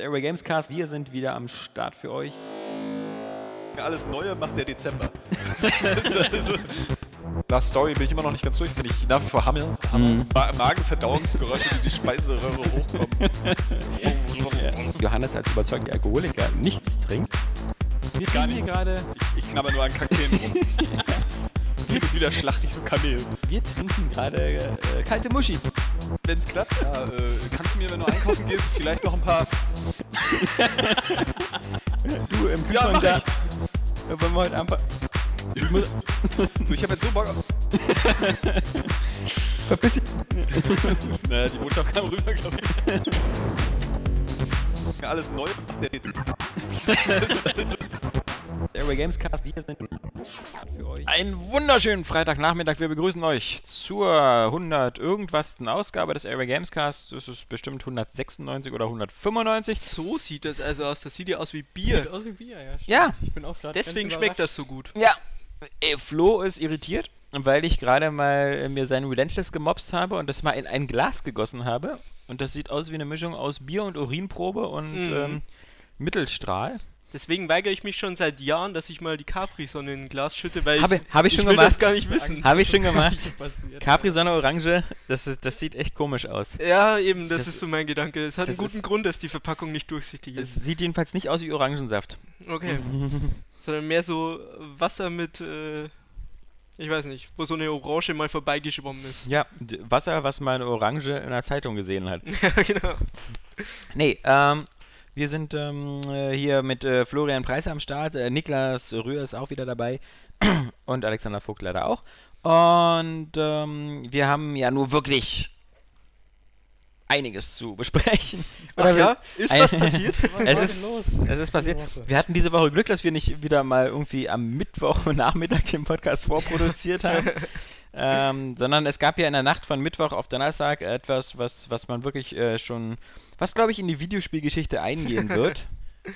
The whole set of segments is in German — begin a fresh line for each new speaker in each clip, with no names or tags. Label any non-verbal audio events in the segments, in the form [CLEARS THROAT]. Airway Gamescast, wir sind wieder am Start für euch.
Alles Neue macht der Dezember. [LAUGHS] Last Story bin ich immer noch nicht ganz durch, bin ich nach wie vor Hammel. Ma Magenverdauungsgeräusche, die die Speiseröhre hochkommen.
Johannes als überzeugter Alkoholiker nichts trinkt. Wir
Gar
trinken hier
nichts.
gerade,
Ich, ich knabber nur an Kakteen rum. Jetzt wieder schlachte ich so Kamel.
wir trinken gerade äh, kalte Muschi.
Wenn's klappt, ja, äh, kannst du mir, wenn du einkaufen gehst, vielleicht noch ein paar.
Du im
mach
Kühlschrank da. da. Wollen wir heute
[LAUGHS]
einfach. Ich muss,
Du, ich habe jetzt so Bock auf.
[LAUGHS] verpiss dich.
Naja, die Botschaft kam rüber, glaube ich. Alles neu. macht der Dezember.
Airway Gamescast, wir sind am Start für euch.
Einen wunderschönen Freitagnachmittag. Wir begrüßen euch zur 100 irgendwasten Ausgabe des Airway Gamescast. Das ist bestimmt 196 oder 195.
So sieht das also aus. Das sieht ja aus wie Bier.
Sieht aus wie Bier, ja. stimmt.
Ja.
Ich bin auch gerade
Deswegen
ganz
schmeckt das
überrascht.
so gut.
Ja. Äh, Flo ist irritiert, weil ich gerade mal äh, mir seinen Relentless gemobst habe und das mal in ein Glas gegossen habe. Und das sieht aus wie eine Mischung aus Bier und Urinprobe und
Mhm.
ähm, Mittelstrahl.
Deswegen weigere ich mich schon seit Jahren, dass ich mal die Capri-Sonne in ein Glas schütte, weil
Habe-
ich,
habe ich
ich
schon
will das
gemacht.
gar nicht wissen.
Habe ich schon
Das ist
[LAUGHS] gemacht.
nicht passiert.
Capri-Sonne Orange, das, ist, das sieht echt komisch aus.
Ja, eben, das,
Das-
ist so mein Gedanke. Es hat
das
einen guten
ist-
Grund, dass die Verpackung nicht durchsichtig
Es
ist.
sieht jedenfalls nicht aus wie Orangensaft. [LAUGHS]
Okay. Sondern mehr so Wasser mit, äh, ich weiß nicht, wo so eine Orange mal vorbeigeschwommen ist. [LAUGHS]
Ja, d- Wasser, was man Orange in der Zeitung gesehen hat.
Ja, genau.
Nee, ähm, wir sind ähm, äh, hier mit äh, Florian Preis am Start, äh, Niklas Rühr ist auch wieder dabei [CLEARS THROAT] und Alexander Vogt leider auch. Und ähm, wir haben ja nur wirklich einiges zu besprechen.
Ach
wir-
ja, ist
[LAUGHS]
was passiert?
Was
es
war
ist,
denn los?
es ist passiert.
Diese Woche?
Wir hatten diese Woche Glück, dass wir nicht wieder mal irgendwie am Mittwochnachmittag den Podcast
[LAUGHS]
vorproduziert haben. ähm, sondern es gab ja in der Nacht von Mittwoch auf Donnerstag etwas, was, was man wirklich äh, schon, was glaube ich in die Videospielgeschichte eingehen wird.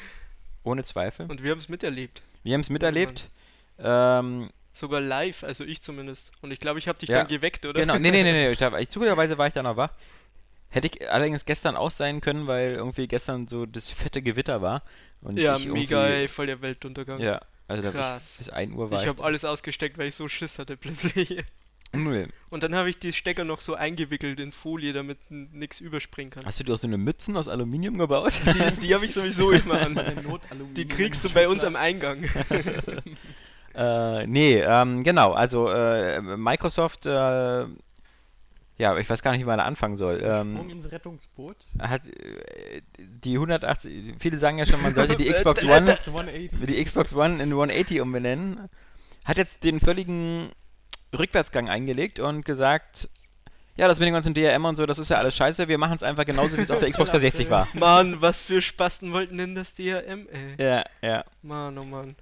[LAUGHS]
Ohne Zweifel.
Und wir haben es miterlebt.
Wir haben es miterlebt. Ähm,
Sogar live, also ich zumindest. Und ich glaube, ich habe dich
Ja.
dann geweckt, oder?
Genau, nee, nee,
[LAUGHS]
nee, nee.
[LAUGHS]
Ich hab, ich, zufälligerweise war ich da noch wach. Hätte ich allerdings gestern auch sein können, weil irgendwie gestern so das fette Gewitter war. Und
Ja,
ich
mega,
irgendwie-
ey, voll der Weltuntergang.
Ja, also da
Krass.
Krass. bis 1 Uhr war
Ich
ich.
habe alles ausgesteckt, weil ich so Schiss hatte plötzlich. [LAUGHS]
Null.
Und dann habe ich die Stecker noch so eingewickelt in Folie, damit nichts überspringen kann.
Hast du dir auch so eine Mützen aus Aluminium gebaut? [LAUGHS]
Die, die habe ich sowieso immer an.
Meine Notaluminium-
Die kriegst du bei uns
[LAUGHS]
am Eingang.
äh, nee, ähm, genau. Also äh, Microsoft, äh, ja, ich weiß gar nicht, wie man da anfangen soll.
Sprung
Ähm,
ins Rettungsboot.
hat äh, die 180, viele sagen ja schon, man sollte die Xbox
Äh,
One,
Das 180.
die Xbox One in 180 umbenennen. Hat jetzt den völligen Rückwärtsgang eingelegt und gesagt, ja, das mit den ganzen DRM und so, das ist ja alles scheiße, wir machen es einfach genauso, wie es auf der Xbox 360 war.
Mann, was für Spasten wollten denn das DRM, ey?
Ja, ja.
Mann, oh Mann.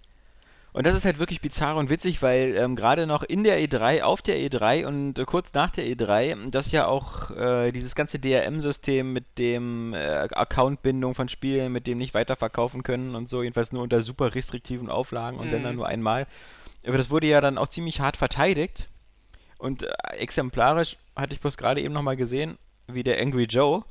Und das ist halt wirklich bizarr und witzig, weil ähm, gerade noch in der E3, auf der E3 und äh, kurz nach der E3, das ja auch äh, dieses ganze DRM-System mit dem äh, Accountbindung von Spielen, mit dem nicht weiterverkaufen können und so, jedenfalls nur unter super restriktiven Auflagen und wenn
Mhm.
dann nur einmal. Aber das wurde ja dann auch ziemlich hart verteidigt. Und äh, exemplarisch hatte ich bloß gerade eben nochmal gesehen, wie der Angry Joe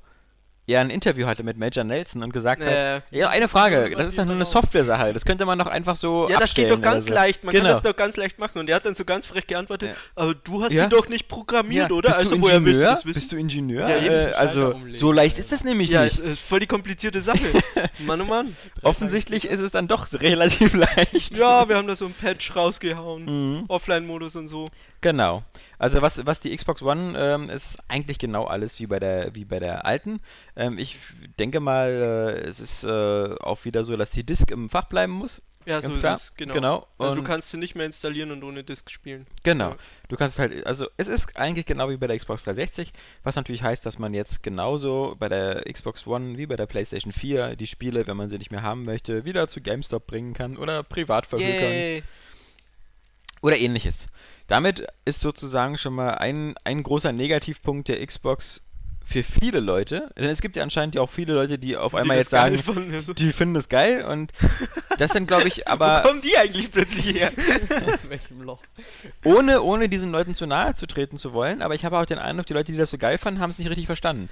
ja ein Interview hatte mit Major Nelson und gesagt
Äh.
hat, ja, eine Frage,
Ja,
das ist doch nur eine
genau.
Software-Sache, das könnte man doch einfach so
Ja, das geht
Oh, abstellen
doch ganz
oder so.
leicht. Man
genau.
kann das doch ganz leicht machen. Und er hat dann so ganz frech geantwortet:
Ja.
Aber du hast
Ja.
die doch nicht programmiert,
Ja,
oder?
Bist
also,
du
woher willst du
Ingenieur?
das wissen?
Bist du Ingenieur?
Ja,
eben,
äh,
Schalter
also,
umlegen.
so leicht ist das nämlich
ja,
nicht.
äh, voll die komplizierte Sache.
[LAUGHS]
Mann, oh Mann.
Offensichtlich ist es dann doch [LAUGHS] relativ leicht.
Ja, wir haben da so ein Patch rausgehauen.
Mhm.
Offline-Modus und so.
Genau. Also was, was die Xbox One ähm, ist eigentlich genau alles wie bei der wie bei der alten. Ähm, ich denke mal, äh, es ist äh, auch wieder so, dass die Disk im Fach bleiben muss.
Ja,
Ganz
so
klar.
ist es, genau.
Genau.
also du
Und-
kannst sie nicht mehr installieren und ohne Disk spielen.
Genau.
Ja.
Du kannst halt, also es ist eigentlich genau wie bei der Xbox 360, was natürlich heißt, dass man jetzt genauso bei der Xbox One wie bei der PlayStation 4 die Spiele, wenn man sie nicht mehr haben möchte, wieder zu GameStop bringen kann oder privat verhökern oder ähnliches. Damit ist sozusagen schon mal ein, ein großer Negativpunkt der Xbox für viele Leute, denn es gibt ja anscheinend ja auch viele Leute, die auf einmal
Die also.
jetzt
das geil
sagen,
fanden, ja, so.
die finden das geil und das sind glaube
[LAUGHS]
ich
Wo
aber
kommen die eigentlich plötzlich her?
Aus welchem Loch?
ohne, ohne diesen Leuten zu nahe zu treten zu wollen, aber ich habe auch den Eindruck, die Leute, die das so geil fanden, haben es nicht richtig verstanden.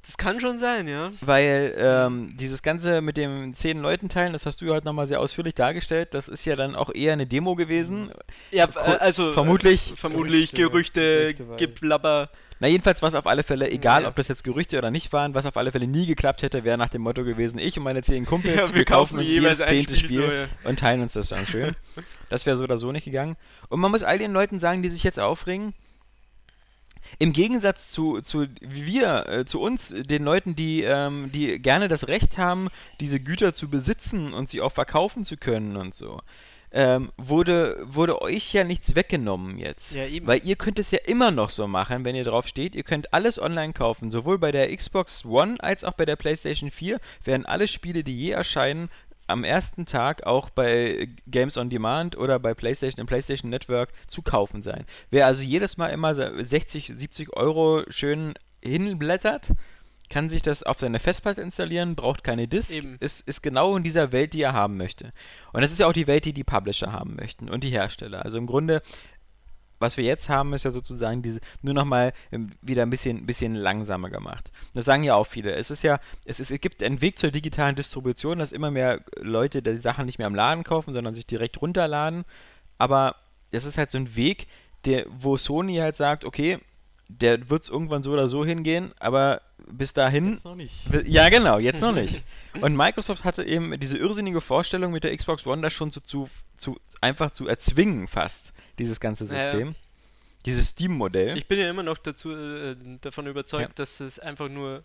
Das kann schon sein, ja.
Weil ähm, dieses Ganze mit dem 10 Leuten teilen, das hast du ja heute nochmal sehr ausführlich dargestellt, das ist ja dann auch eher eine Demo gewesen.
Ja,
Ko-
äh, also.
vermutlich-
äh, Vermutlich Gerüchte,
Gerüchte, Gerüchte,
Geblabber.
Na jedenfalls war es auf alle Fälle, egal
Ja.
ob das jetzt Gerüchte oder nicht waren, was auf alle Fälle nie geklappt hätte, wäre nach dem Motto gewesen, ich und meine 10 Kumpels,
Ja,
wir, kaufen uns jedes
jeweils ein
zehnte Spiel,
Spiel, so, ja.
und teilen uns das dann
[LAUGHS]
schön. Das wäre so oder so nicht gegangen. Und man muss all den Leuten sagen, die sich jetzt aufregen, im Gegensatz zu, zu wir, äh, zu uns, äh, den Leuten, die, ähm, die gerne das Recht haben, diese Güter zu besitzen und sie auch verkaufen zu können und so, ähm, wurde, wurde euch ja nichts weggenommen jetzt.
Ja, eben.
Weil ihr könnt es ja immer noch so machen, wenn ihr drauf steht. Ihr könnt alles online kaufen. Sowohl bei der Xbox One als auch bei der PlayStation 4 werden alle Spiele, die je erscheinen, am ersten Tag auch bei Games on Demand oder bei PlayStation im PlayStation Network zu kaufen sein. Wer also jedes Mal immer se- 60, 70 Euro schön hinblättert, kann sich das auf seine Festplatte installieren, braucht keine Disk,
Eben.
ist, ist genau in dieser Welt, die er haben möchte. Und das ist ja auch die Welt, die die Publisher haben möchten und die Hersteller. Also im Grunde was wir jetzt haben, ist ja sozusagen diese nur nochmal wieder ein bisschen, bisschen langsamer gemacht. Das sagen ja auch viele. Es ist ja, es, ist, es gibt einen Weg zur digitalen Distribution, dass immer mehr Leute die Sachen nicht mehr am Laden kaufen, sondern sich direkt runterladen. Aber das ist halt so ein Weg, der, wo Sony halt sagt, okay, der wird es irgendwann so oder so hingehen, aber bis dahin
Jetzt noch nicht.
ja, genau, jetzt noch
[LAUGHS]
nicht. Und Microsoft hatte eben diese irrsinnige Vorstellung, mit der Xbox One das schon zu, zu, zu einfach zu erzwingen fast, dieses ganze
Naja.
System. Dieses Steam-Modell.
Ich bin ja immer noch dazu, äh, davon überzeugt,
Ja.
dass es einfach nur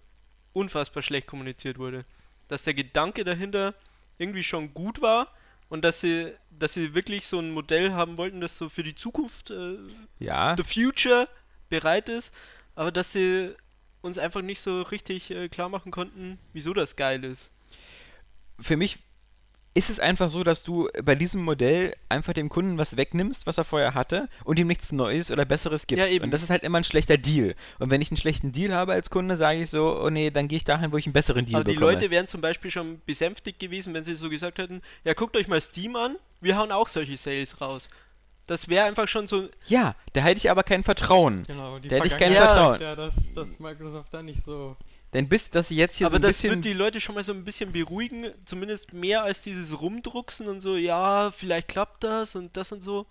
unfassbar schlecht kommuniziert wurde. Dass der Gedanke dahinter irgendwie schon gut war und dass sie, dass sie wirklich so ein Modell haben wollten, das so für die Zukunft, äh,
Ja,
the future, bereit ist, aber dass sie uns einfach nicht so richtig äh, klar machen konnten, wieso das geil ist.
für mich ist es einfach so, dass du bei diesem Modell einfach dem Kunden was wegnimmst, was er vorher hatte, und ihm nichts Neues oder Besseres gibst.
Ja, eben.
Und das ist halt immer ein schlechter Deal. Und wenn ich einen schlechten Deal habe als Kunde, sage ich so, oh nee, dann gehe ich dahin, wo ich einen besseren Deal
Aber Also die
bekomme.
Leute wären zum Beispiel schon besänftigt gewesen, wenn sie so gesagt hätten, ja guckt euch mal Steam an, wir hauen auch solche Sales raus. Das wäre einfach schon so,
ja, da hätte ich aber kein Vertrauen.
Genau, die
Da hätte ich kein
Vergangenheit
Vertrauen.
zeigt Ja, dass, dass Microsoft da nicht so.
Denn bis, dass sie jetzt hier
aber
so ein
das
bisschen...
wird die Leute schon mal so ein bisschen beruhigen, zumindest mehr als dieses Rumdrucksen und so, ja, vielleicht klappt das und das und so.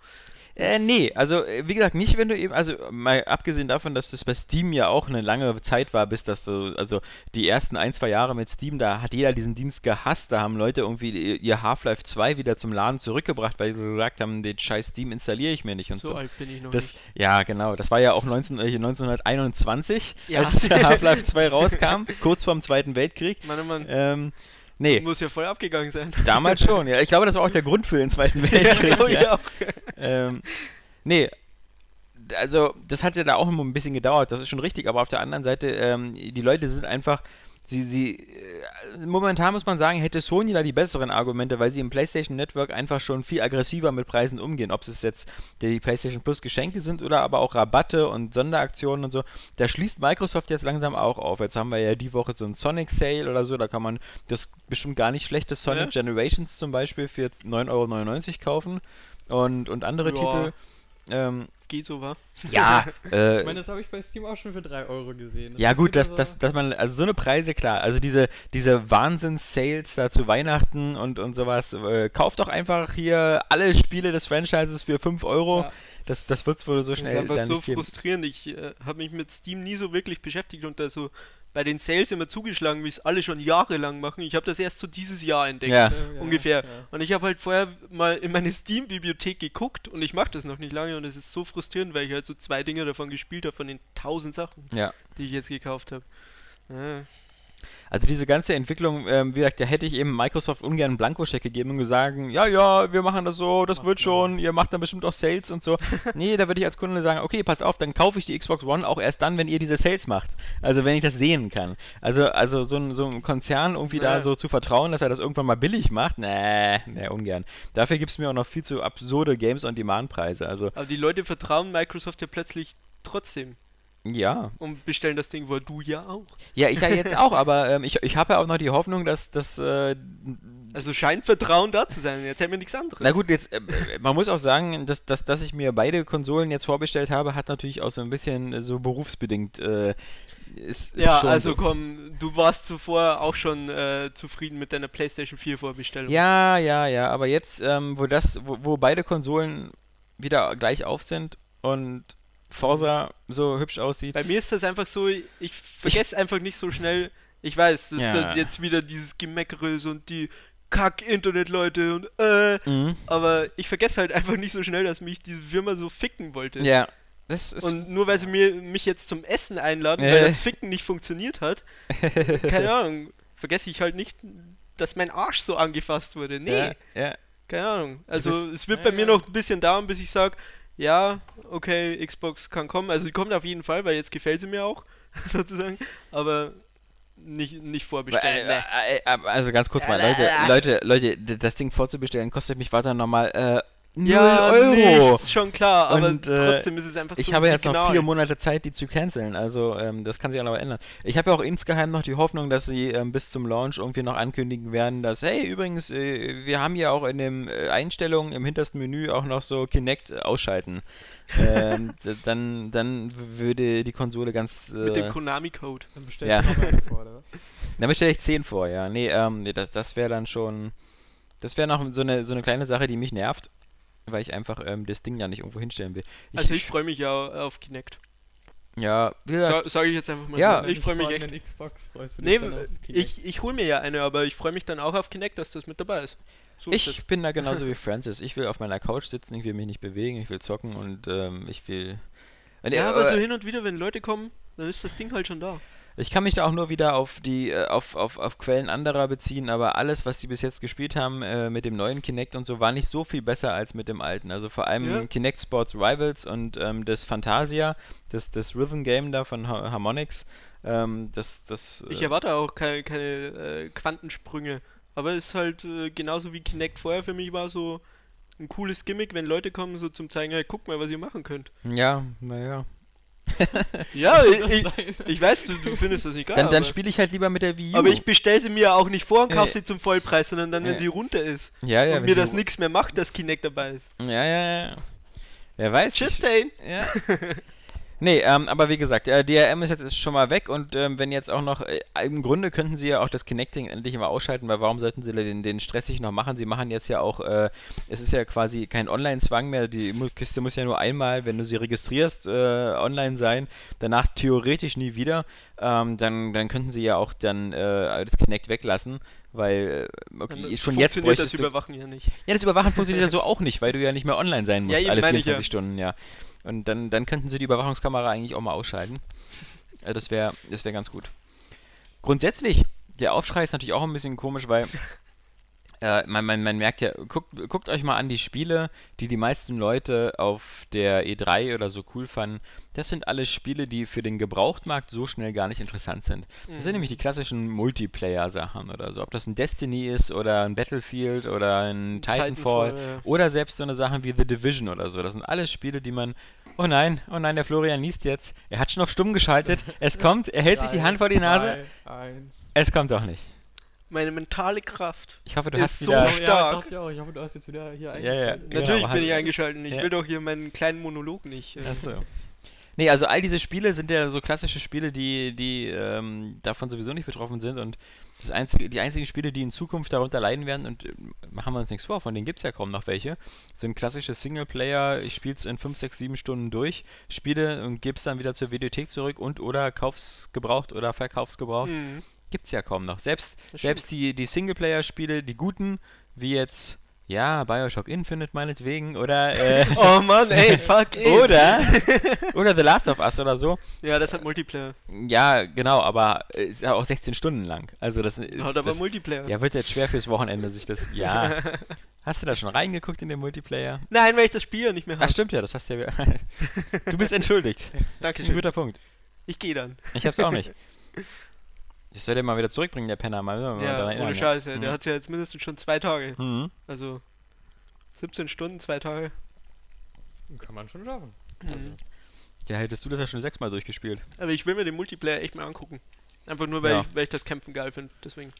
Äh, nee, also äh, wie gesagt, nicht wenn du eben, also mal abgesehen davon, dass das bei Steam ja auch eine lange Zeit war, bis das so, also die ersten ein, zwei Jahre mit Steam, da hat jeder diesen Dienst gehasst, da haben Leute irgendwie ihr- ihr Half-Life 2 wieder zum Laden zurückgebracht, weil sie gesagt haben, den scheiß Steam installiere ich mir nicht und so.
so alt bin ich noch
Das,
nicht.
ja, genau. Das war ja auch 19, äh, 1921,
Ja.
als der Half-Life
[LAUGHS]
2 rauskam, kurz vorm Zweiten Weltkrieg.
Mann, oh Mann,
Ähm, nee,
muss ja voll abgegangen sein. [LAUGHS]
damals schon. Ja, ich glaube, das war auch der Grund für den Zweiten Weltkrieg.
glaub
[LAUGHS]
ich
ja. Ähm, nee, d- also das hat ja da auch immer ein bisschen gedauert, das ist schon richtig, aber auf der anderen Seite, ähm, die Leute sind einfach, sie, sie, äh, momentan muss man sagen, hätte Sony da die besseren Argumente, weil sie im PlayStation Network einfach schon viel aggressiver mit Preisen umgehen, ob es jetzt die PlayStation Plus Geschenke sind oder aber auch Rabatte und Sonderaktionen und so, da schließt Microsoft jetzt langsam auch auf. Jetzt haben wir ja die Woche so einen Sonic Sale oder so, da kann man das bestimmt gar nicht schlechte Sonic
Ja.
Generations zum Beispiel für jetzt 9,99 Euro kaufen und, und andere
Ja.
Titel. Ähm,
Geht so, war.
[LAUGHS] ja,
Ich meine,
äh,
das habe ich bei Steam auch schon für 3 Euro gesehen.
ja
ist
gut,
wieder
dass,
so-
dass, dass man, also so eine Preise, klar, also diese, diese Wahnsinns-Sales da zu Weihnachten und, und sowas, äh, kauft doch einfach hier alle Spiele des Franchises für 5 Euro,
Ja.
das, das wird's wohl so
Das
schnell
ist einfach
dann
so
nicht geben.
frustrierend. Ich äh, habe mich mit Steam nie so wirklich beschäftigt und da so bei den Sales immer zugeschlagen, wie es alle schon jahrelang machen. Ich habe das erst so dieses Jahr entdeckt.
Ja.
äh, Ja, ja,
Ungefähr.
ja.
Und ich habe halt vorher mal in meine Steam-Bibliothek geguckt und ich mache das noch nicht lange und es ist so frustrierend, weil ich halt so zwei Dinge davon gespielt habe, von den tausend Sachen,
Ja.
die ich jetzt gekauft habe. Ja.
Also diese ganze Entwicklung, ähm, wie gesagt, da hätte ich eben Microsoft ungern einen Blankoscheck gegeben und gesagt, ja, ja, wir machen das so, das wird schon, ihr macht dann bestimmt auch Sales und [LAUGHS] so. nee, da würde ich als Kunde sagen, okay, pass auf, dann kaufe ich die Xbox One auch erst dann, wenn ihr diese Sales macht. Also wenn ich das sehen kann. Also, also so, ein, so ein Konzern irgendwie da
Ja.
so zu vertrauen, dass er das irgendwann mal billig macht, nee, nee, ungern. Dafür gibt es mir auch noch viel zu absurde Games-on-Demand-Preise. Also
Aber die Leute vertrauen Microsoft ja plötzlich trotzdem
ja, [LAUGHS]
und bestellen das Ding, wo du ja auch.
ja, ich ja jetzt auch, aber ähm, ich, ich habe ja auch noch die Hoffnung, dass, dass äh,
Also scheint Vertrauen da zu sein. Jetzt hätten wir nichts anderes.
Na gut, jetzt, äh, äh, man muss auch sagen, dass, dass, dass ich mir beide Konsolen jetzt vorbestellt habe, hat natürlich auch so ein bisschen äh, so berufsbedingt äh, Ist, ist
Ja,
schon
also
so.
komm, du warst zuvor auch schon äh, zufrieden mit deiner PlayStation 4 Vorbestellung.
Ja, ja, ja, aber jetzt, ähm, wo das, wo, wo beide Konsolen wieder gleich auf sind und Forza so hübsch aussieht.
Bei mir ist das einfach so, ich vergesse einfach nicht so schnell. Ich weiß, dass
Ja.
das jetzt wieder dieses Gemeckere ist und die Kack-Internet-Leute und äh,
Mhm.
aber ich vergesse halt einfach nicht so schnell, dass mich diese Firma so ficken wollte.
Ja, das ist.
Und nur weil sie mir, mich jetzt zum Essen einladen,
Äh.
weil das Ficken nicht funktioniert hat,
[LAUGHS]
keine Ahnung, vergesse ich halt nicht, dass mein Arsch so angefasst wurde. Nee,
ja, ja.
keine Ahnung. Also
bist-
es wird
ja,
bei
ja.
mir noch ein bisschen dauern, bis ich sage, ja, okay, Xbox kann kommen. Also die kommt auf jeden Fall, weil jetzt gefällt sie mir auch, [LAUGHS] sozusagen. Aber nicht, nicht
Äh,
vorbestellen. nee.
äh, äh, Also ganz kurz mal, Leute, Leute, Leute, d- das Ding vorzubestellen kostet mich weiter nochmal äh, 0
Ja,
Euro.
nichts, schon klar, aber
Und, äh,
trotzdem ist es einfach so
Ich
ein
habe jetzt noch
Signal.
vier Monate Zeit, die zu canceln. Also ähm, das kann sich auch noch ändern. Ich habe ja auch insgeheim noch die Hoffnung, dass sie ähm, bis zum Launch irgendwie noch ankündigen werden, dass hey übrigens, äh, wir haben ja auch in den äh, Einstellungen im hintersten Menü auch noch so Kinect äh,
[LAUGHS]
ausschalten. ähm, d- dann, dann w- würde die Konsole ganz.
Mit dem
Äh,
Konami-Code.
Dann
Ja.
bestellst du noch einen vor, oder?
dann stelle ich 10 vor, ja. Nee, ähm, nee, das, das wäre dann schon. Das wäre noch so eine, so eine kleine Sache, die mich nervt, weil ich einfach ähm, das Ding ja nicht irgendwo hinstellen will.
Also ich freue mich ja auf Kinect.
ja, wie gesagt,
Sa Sage ich jetzt einfach
[LAUGHS]
mal
Ja.
so. Ich freue mich echt.
An Xbox freust du dich
Nee,
dann auf den Kinect.
ich, ich hole mir ja eine, aber ich freue mich dann auch auf Kinect, dass das mit dabei ist. So ist
Ich bin da
[LAUGHS]
genauso wie Francis. Ich will auf meiner Couch sitzen, ich will mich nicht bewegen, ich will zocken und ähm, ich will. Und,
es.
äh,
Ja, aber so hin und wieder, wenn Leute kommen, dann ist das Ding halt schon da.
Ich kann mich da auch nur wieder auf die äh, auf, auf, auf Quellen anderer beziehen, aber alles, was die bis jetzt gespielt haben äh, mit dem neuen Kinect und so, war nicht so viel besser als mit dem alten. Also vor allem
Ja.
Kinect Sports Rivals und ähm, das Fantasia, das, das Rhythm Game da von ha Harmonix. Ähm, das, das,
Ich
äh,
erwarte auch keine, keine äh, Quantensprünge. Aber es ist halt äh, genauso wie Kinect vorher für mich war so ein cooles Gimmick, wenn Leute kommen, so zum zeigen, hey, guck mal, was ihr
[LAUGHS]
machen könnt.
ja, naja.
Ja,
Das
ich, ich,
sein.
ich weiß, du, du findest das nicht geil.
Dann, dann
aber-
spiele ich halt lieber mit der Wii U.
aber ich bestelle sie mir auch nicht vor und kaufe
Äh.
sie zum Vollpreis, sondern dann, wenn
Äh.
sie runter ist
ja, ja,
und
wenn
mir
sie-
das nichts mehr macht, dass Kinect dabei ist.
Ja, ja, ja. Wer weiß.
Tschüss,
ich-
Zane!
Ja. [LAUGHS] Nee, ähm, aber wie gesagt, äh, DRM ist jetzt ist schon mal weg und ähm, wenn jetzt auch noch, äh, im Grunde könnten sie ja auch das Connecting endlich mal ausschalten, weil warum sollten sie den, den Stress sich noch machen? Sie machen jetzt ja auch, äh, es ist ja quasi kein Online-Zwang mehr, die Mu- Kiste muss ja nur einmal, wenn du sie registrierst, äh, online sein, danach theoretisch nie wieder, ähm, dann, dann könnten sie ja auch dann äh, das Connect weglassen, weil äh, okay,
Dann
schon jetzt
funktioniert das
bräuchtest du
Überwachen ja nicht.
ja, das Überwachen funktioniert ja so auch nicht, weil du ja nicht mehr online sein musst,
Ja, eben,
alle
meine ich
24
ja.
Stunden, ja. Und dann, dann könnten sie die Überwachungskamera eigentlich auch mal ausschalten. Äh, Das wäre das wär ganz gut. Grundsätzlich, der Aufschrei ist natürlich auch ein bisschen komisch,
[LAUGHS]
weil äh, man, man, man merkt ja, guckt, guckt euch mal an die Spiele, die die meisten Leute auf der E3 oder so cool fanden. Das sind alles Spiele, die für den Gebrauchtmarkt so schnell gar nicht interessant sind. Das
Mhm.
sind nämlich die klassischen Multiplayer-Sachen oder so. Ob das ein Destiny ist oder ein Battlefield oder ein Titanfall,
Titanfall, ja.
oder selbst so eine Sachen wie The Division oder so. Das sind alles Spiele, die man. Oh nein, oh nein, der Florian niest jetzt. Er hat schon auf stumm geschaltet. Es kommt, er hält sich die
Drei,
Hand vor die Nase.
Zwei, eins.
Es kommt doch nicht.
Meine mentale Kraft.
Ich hoffe, du
Ist
hast
so
wieder.
Oh, ja,
stark.
dachte ich auch. Ich hoffe, du hast jetzt wieder
ja,
hier
ja.
eingeschaltet.
Genau,
Natürlich
aber
bin ich
halt-
eingeschaltet. Ich
Ja.
will doch hier meinen kleinen Monolog nicht. äh,
Achso. Nee, also all diese Spiele sind ja so klassische Spiele, die, die ähm, davon sowieso nicht betroffen sind und das einzige, die einzigen Spiele, die in Zukunft darunter leiden werden, und äh, machen wir uns nichts vor, von denen gibt es ja kaum noch welche, sind klassische Singleplayer, ich spiel's in 5, 6, 7 Stunden durch, spiele und gib's dann wieder zur Videothek zurück und oder kauf's gebraucht oder verkauf's gebraucht
Mhm.
gibt's ja kaum noch. Selbst,
Das
selbst die, die Singleplayer-Spiele, die guten, wie jetzt, ja, Bioshock Infinite meinetwegen, oder, äh, [LAUGHS]
[LAUGHS] Oh Mann, ey,
[LAUGHS]
fuck it.
oder, oder [LAUGHS] The Last of Us oder so.
Ja, das hat Multiplayer.
Ja, genau, aber äh, ist ja auch 16 Stunden lang. Also das, äh,
Hat aber
das
Multiplayer.
ja, wird jetzt schwer fürs Wochenende sich das.
[LAUGHS]
Ja. Hast du da schon reingeguckt in den Multiplayer?
Nein, weil ich das Spiel ja nicht mehr
Ach
habe.
stimmt ja, das hast du ja. [LAUGHS] Du bist entschuldigt. Ein
[LAUGHS] Dankeschön.
guter Punkt.
Ich gehe dann.
Ich hab's auch
[LAUGHS]
nicht. Ich soll den mal wieder zurückbringen, der Penner. Mal, mal
Ja,
daran erinnern,
ohne Scheiße. Der
Mhm.
hat ja jetzt mindestens schon zwei Tage.
Mhm.
Also 17 Stunden, zwei Tage.
Kann man schon schaffen.
Mhm.
Ja, hättest du das ja schon sechsmal durchgespielt.
Aber ich will mir den Multiplayer echt mal angucken. Einfach nur, weil,
Ja.
ich, weil ich das Kämpfen geil finde. Deswegen.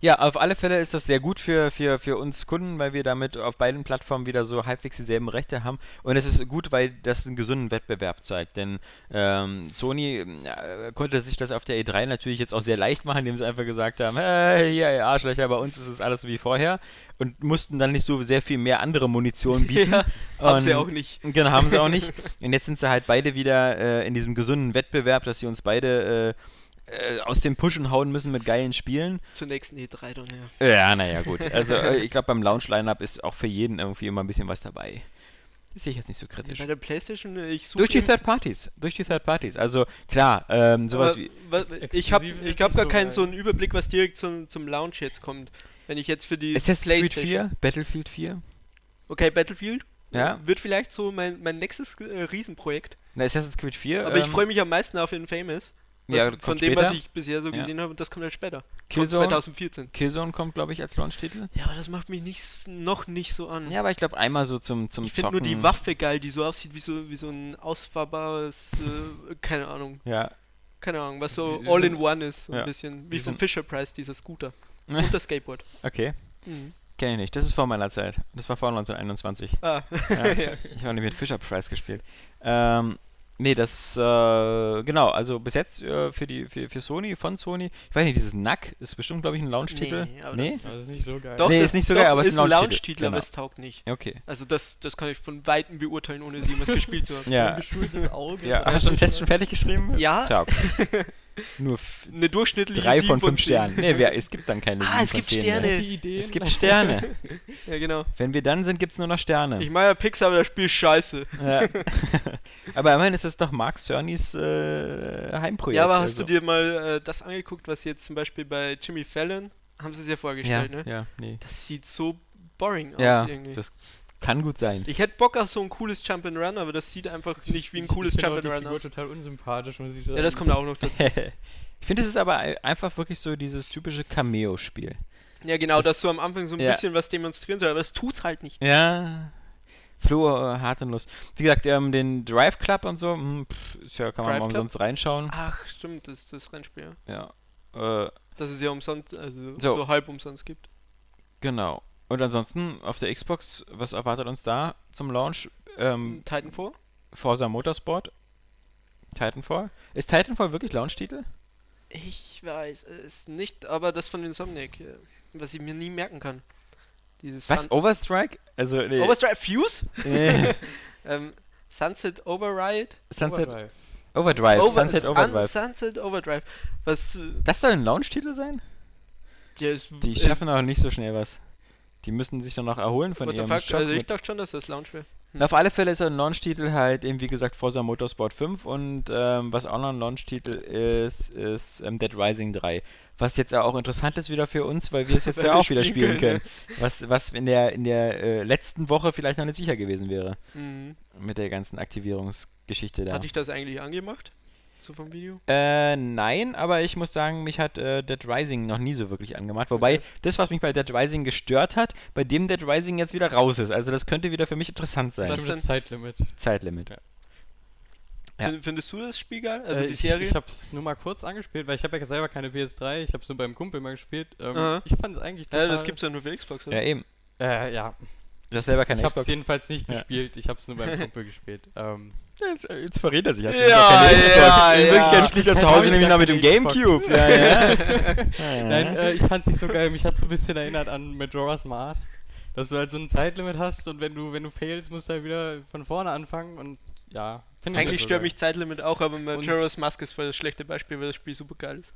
Ja, auf alle Fälle ist das sehr gut für, für, für uns Kunden, weil wir damit auf beiden Plattformen wieder so halbwegs dieselben Rechte haben. Und es ist gut, weil das einen gesunden Wettbewerb zeigt. Denn ähm, Sony äh, konnte sich das auf der E3 natürlich jetzt auch sehr leicht machen, indem sie einfach gesagt haben, hey, hier, ihr Arschlöcher, bei uns ist es alles wie vorher. Und mussten dann nicht so sehr viel mehr andere Munition bieten.
[LAUGHS] Ja, haben sie
Und-
auch nicht.
[LAUGHS] Genau, haben sie auch
[LAUGHS]
nicht. Und jetzt sind sie halt beide wieder äh, in diesem gesunden Wettbewerb, dass sie uns beide äh, äh, aus dem Pushen hauen müssen mit geilen Spielen.
Zur nächsten E E3 dann, ja.
Ja, naja, gut. Also äh, ich glaube, beim Lounge-Line-Up ist auch für jeden irgendwie immer ein bisschen was dabei. Das sehe ich jetzt nicht so kritisch.
Bei der Playstation, äh, ich suche...
Durch die Third Parties. Durch die Third Parties. Also klar, ähm, sowas wie.
Ich habe
Exklusiv ist
ich
jetzt
hab
nicht
gar
so
keinen
geil.
so einen Überblick, was direkt zum, zum Launch jetzt kommt. Wenn ich jetzt für die
Assassin's Creed
Playstation...
4, Battlefield 4.
Okay, Battlefield
Ja.
wird vielleicht so mein, mein nächstes äh, Riesenprojekt.
Na, Assassin's Creed 4.
Aber ich freue mich am meisten auf Infamous.
Ähm.
Das,
ja,
von
kommt
dem,
später.
was ich bisher so
Ja.
gesehen habe, und das kommt halt später. Kommt
Killzone,
2014.
Killzone kommt, glaube ich, als Launch-Titel.
Ja, aber das macht mich nicht, s- noch nicht so an.
Ja, aber ich glaube, einmal so zum, zum
Hm. ich finde nur die
Zocken.
Waffe geil, die so aussieht wie so, wie so ein ausfahrbares, äh, keine Ahnung,
Ja,
keine Ahnung, was
Wie-
so
wie so-
All-in-One ist, so
Ja.
ein bisschen. Wie,
Wie so
vom
ein-
Fisher Price,
[LAUGHS]
dieser Scooter. Und das Skateboard.
okay.
Mhm.
Kenne ich nicht. Das ist vor meiner Zeit. Das war vor 1921.
Ah, [LAUGHS]
Ja. Ich habe nämlich mit Fisher Price gespielt. Ähm, nee, das, äh, genau, also bis jetzt äh, für die, für, für Sony, von Sony, ich weiß nicht, dieses Nack ist bestimmt, glaube ich, ein Launch-Titel.
Nee, aber
nee?
das-
Das ist nicht so geil.
Doch,
Nee,
das
ist nicht so
doch,
geil, aber es
ist ein Launch-Titel,
Launch-Titel,
aber
genau.
es taugt nicht.
Okay.
Also das, das kann ich von Weitem beurteilen, ohne jemals gespielt zu haben.
[LAUGHS]
Ein
Ja.
beschultes Auge.
ja. Hast du den Test schon fertig geschrieben?
Ja.
Ciao.
[LAUGHS]
Nur f-
Eine durchschnittliche
drei
7
von fünf
zehn.
Sternen. Nee, wer, es gibt dann keine
Ah,
sieben
es
von
gibt
10
Sterne.
Mehr.
Die Ideen.
Es gibt
[LAUGHS]
Sterne.
Ja, genau.
Wenn wir dann sind, gibt es nur noch Sterne.
Ich meine ja Pixar, aber das Spiel ist scheiße. [LAUGHS]
ja. [LAUGHS] aber immerhin ist es doch Mark Cernys äh, Heimprojekt.
Ja, aber hast
also.
du dir mal äh, das angeguckt, was jetzt zum Beispiel bei Jimmy Fallon, haben sie es ja
ja,
vorgestellt, ne?
ja, nee.
Das sieht so boring aus
Ja,
irgendwie.
das kann gut sein.
ich hätte Bock auf so ein cooles Jump'n'Run, aber das sieht einfach nicht wie ein cooles
ich find auch die
Jump'n'Run
Figur
aus.
total unsympathisch, muss ich sagen.
Ja, das kommt auch noch dazu.
[LAUGHS] ich finde, es ist aber ei- einfach wirklich so dieses typische Cameo-Spiel.
Ja, genau,
Das-
dass so am Anfang so ein
Ja.
bisschen was demonstrieren soll, aber es tut's halt nicht.
Ja. Flo äh, hart und Lust. Wie gesagt, ähm, den Drive Club und so, hm, pff, ist ja, kann man
Drive
mal
Club? Ah.
umsonst reinschauen.
Ach, stimmt, das ist das Rennspiel, ja.
Ja. Äh,
Das ist ja umsonst, also
So.
so, halb umsonst gibt.
genau. Und ansonsten auf der Xbox, was erwartet uns da zum Launch? Ähm,
Titanfall?
Forza Motorsport. Titanfall. Ist Titanfall wirklich Launch-Titel?
Ich weiß es nicht, aber das von Insomniac, äh, was ich mir nie merken kann. Dieses
Was?
Fun-
Overstrike? Also, nee.
Overdrive Fuse?
nee.
Ähm, Sunset Override?
Sunset
Overdrive.
Overdrive.
Over-
Sunset
Sun-
Overdrive.
Sunset Overdrive. Was. äh,
Das soll ein Launch-Titel sein?
Der ist,
Die
äh,
schaffen auch nicht so schnell was. Die müssen sich doch noch erholen von
what the
ihrem
fuck?
Schock.
Also ich
mit-
dachte schon, dass das Launch wäre.
Und auf alle Fälle ist ein Launch-Titel halt eben, wie gesagt, Forza Motorsport 5 und ähm, was auch noch ein Launch-Titel ist, ist ähm, Dead Rising 3. Was jetzt auch interessant ist wieder für uns, weil wir es
[LAUGHS]
jetzt
Weil
ja
wir
auch wieder
spielen
spielen können.
können,
Was, was in der, in der äh, letzten Woche vielleicht noch nicht sicher gewesen wäre.
Mhm.
Mit der ganzen Aktivierungsgeschichte da.
Hatte ich das eigentlich angemacht? So vom Video?
Äh, nein, aber ich muss sagen, mich hat äh, Dead Rising noch nie so wirklich angemacht. Wobei das, was mich bei Dead Rising gestört hat, bei dem Dead Rising jetzt wieder raus ist. Also das könnte wieder für mich interessant sein.
Was
Stimmt, das
denn?
Zeitlimit.
Zeitlimit. Ja.
Fin- Findest du das Spiel geil? Also
Äh,
die
ich,
Serie?
Ich hab's nur mal kurz angespielt, weil ich habe ja selber keine PS3, ich hab's nur beim Kumpel mal gespielt. Ähm,
Aha.
ich fand's eigentlich
ja,
total...
das gibt's ja nur für Xbox,
Ja,
oder?
eben.
Äh, ja.
Du hast selber keine
Ich hab's
Xbox.
jedenfalls nicht
Ja.
gespielt, ich hab's nur beim
[LAUGHS]
Kumpel gespielt. Ähm,
Jetzt, jetzt verrät er sich.
hat nämlich noch keine Xbox. In Wirklichkeit
schlicht er
zu Hause nämlich noch mit dem Gamecube.
Ja, ja.
[LAUGHS] Nein, äh, ich fand's nicht so geil, mich hat's so ein bisschen erinnert an Majora's Mask. Dass du halt so ein Zeitlimit hast und wenn du, wenn du failst, musst du halt wieder von vorne anfangen und ja, finde ich
Eigentlich
nicht so
stört
geil.
mich Zeitlimit auch, aber Majora's Mask ist voll das schlechte Beispiel, weil das Spiel super geil ist.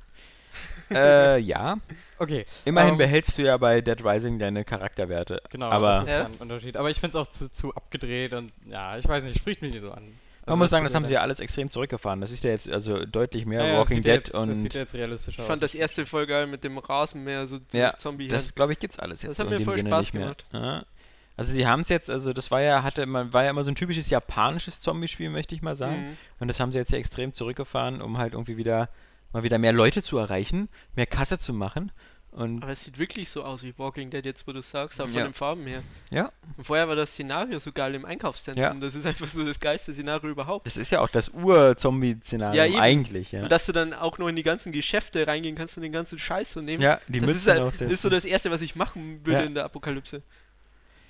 äh, ja.
Okay,
Immerhin
Ähm,
behältst du ja bei Dead Rising deine Charakterwerte.
genau,
aber-
das ist
Ja.
ja ein Unterschied. Aber ich find's auch zu, zu abgedreht und ja, ich weiß nicht, spricht mich nicht so an. Also
Man muss sagen, das haben sie ja alles extrem zurückgefahren. Das ist ja jetzt also deutlich mehr Walking Dead
jetzt, Das
und
sieht jetzt realistischer
Ich fand das erste voll geil mit dem Rasenmäher, so
Ja,
zombie halt.
Das glaube ich gibt's alles jetzt.
Das
so
hat
in
mir
dem
voll
Sinne nicht
Spaß
mehr. Ja. Also sie haben es jetzt, also das war ja, hatte man war ja immer so ein typisches japanisches Zombie-Spiel, möchte ich mal sagen.
Mhm.
Und das haben sie jetzt ja extrem zurückgefahren, um halt irgendwie wieder mal wieder mehr Leute zu erreichen, mehr Kasse zu machen Und
Aber es sieht wirklich so aus wie Walking Dead, jetzt wo du sagst, auch von
Ja.
den Farben her.
Ja.
Und vorher war das Szenario so geil im Einkaufszentrum.
Ja.
Das ist einfach so das geilste Szenario überhaupt.
das ist ja auch das Ur-Zombie-Szenario
Ja, eben.
eigentlich. Ja.
Und dass du dann auch noch in die ganzen Geschäfte reingehen kannst und den ganzen Scheiß so nehmen.
ja, die
das ist,
Mützen
halt,
aufsetzen.
ist so das Erste, was ich machen würde
Ja.
in der Apokalypse.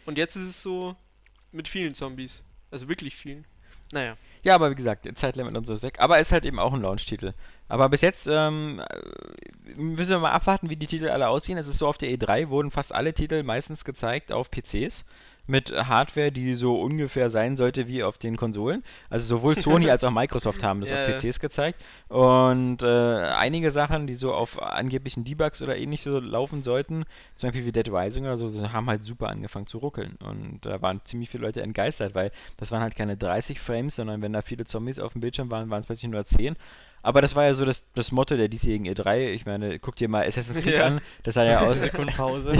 Und jetzt ist es so mit vielen Zombies. Also wirklich vielen. Naja.
Ja, aber wie gesagt, Zeitlimit und so ist weg. Aber ist halt eben auch ein Launch-Titel. Aber bis jetzt ähm, äh, müssen wir mal abwarten, wie die Titel alle aussehen. Es ist so, auf der E3 wurden fast alle Titel meistens gezeigt auf PCs mit Hardware, die so ungefähr sein sollte wie auf den Konsolen. Also sowohl Sony als auch Microsoft haben das
Ja,
auf
ja.
PCs gezeigt. Und äh, einige Sachen, die so auf angeblichen Debugs oder ähnlich so laufen sollten, zum Beispiel wie Dead Rising oder so, so, haben halt super angefangen zu ruckeln. Und da waren ziemlich viele Leute entgeistert, weil das waren halt keine 30 Frames, sondern wenn da viele Zombies auf dem Bildschirm waren, waren es plötzlich nur 10. Aber das war ja so das, das Motto der diesjährigen E3. Ich meine, guck dir mal Assassin's Creed
Ja.
an. Das sah ja
[LAUGHS]
aus,
Sekunden Pause.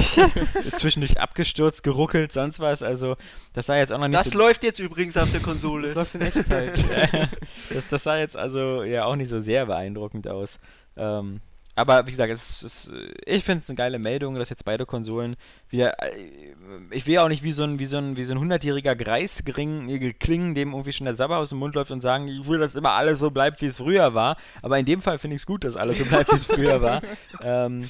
zwischendurch abgestürzt, geruckelt, sonst was. Also, das sah jetzt auch noch nicht
Das
so
läuft jetzt übrigens auf der Konsole.
Das läuft in Echtzeit.
das, das sah jetzt also ja auch nicht so sehr beeindruckend aus. Ähm, aber wie gesagt, es, es, ich finde es eine geile Meldung, dass jetzt beide Konsolen wieder. äh, Ich will ja auch nicht wie so ein, wie so ein, wie so ein 100-jähriger Greis gering- äh, klingen, dem irgendwie schon der Sabber aus dem Mund läuft und sagen, ich will, dass immer alles so bleibt, wie es früher war. Aber in dem Fall finde ich es gut, dass alles so bleibt, wie es früher
[LAUGHS]
war. Ähm,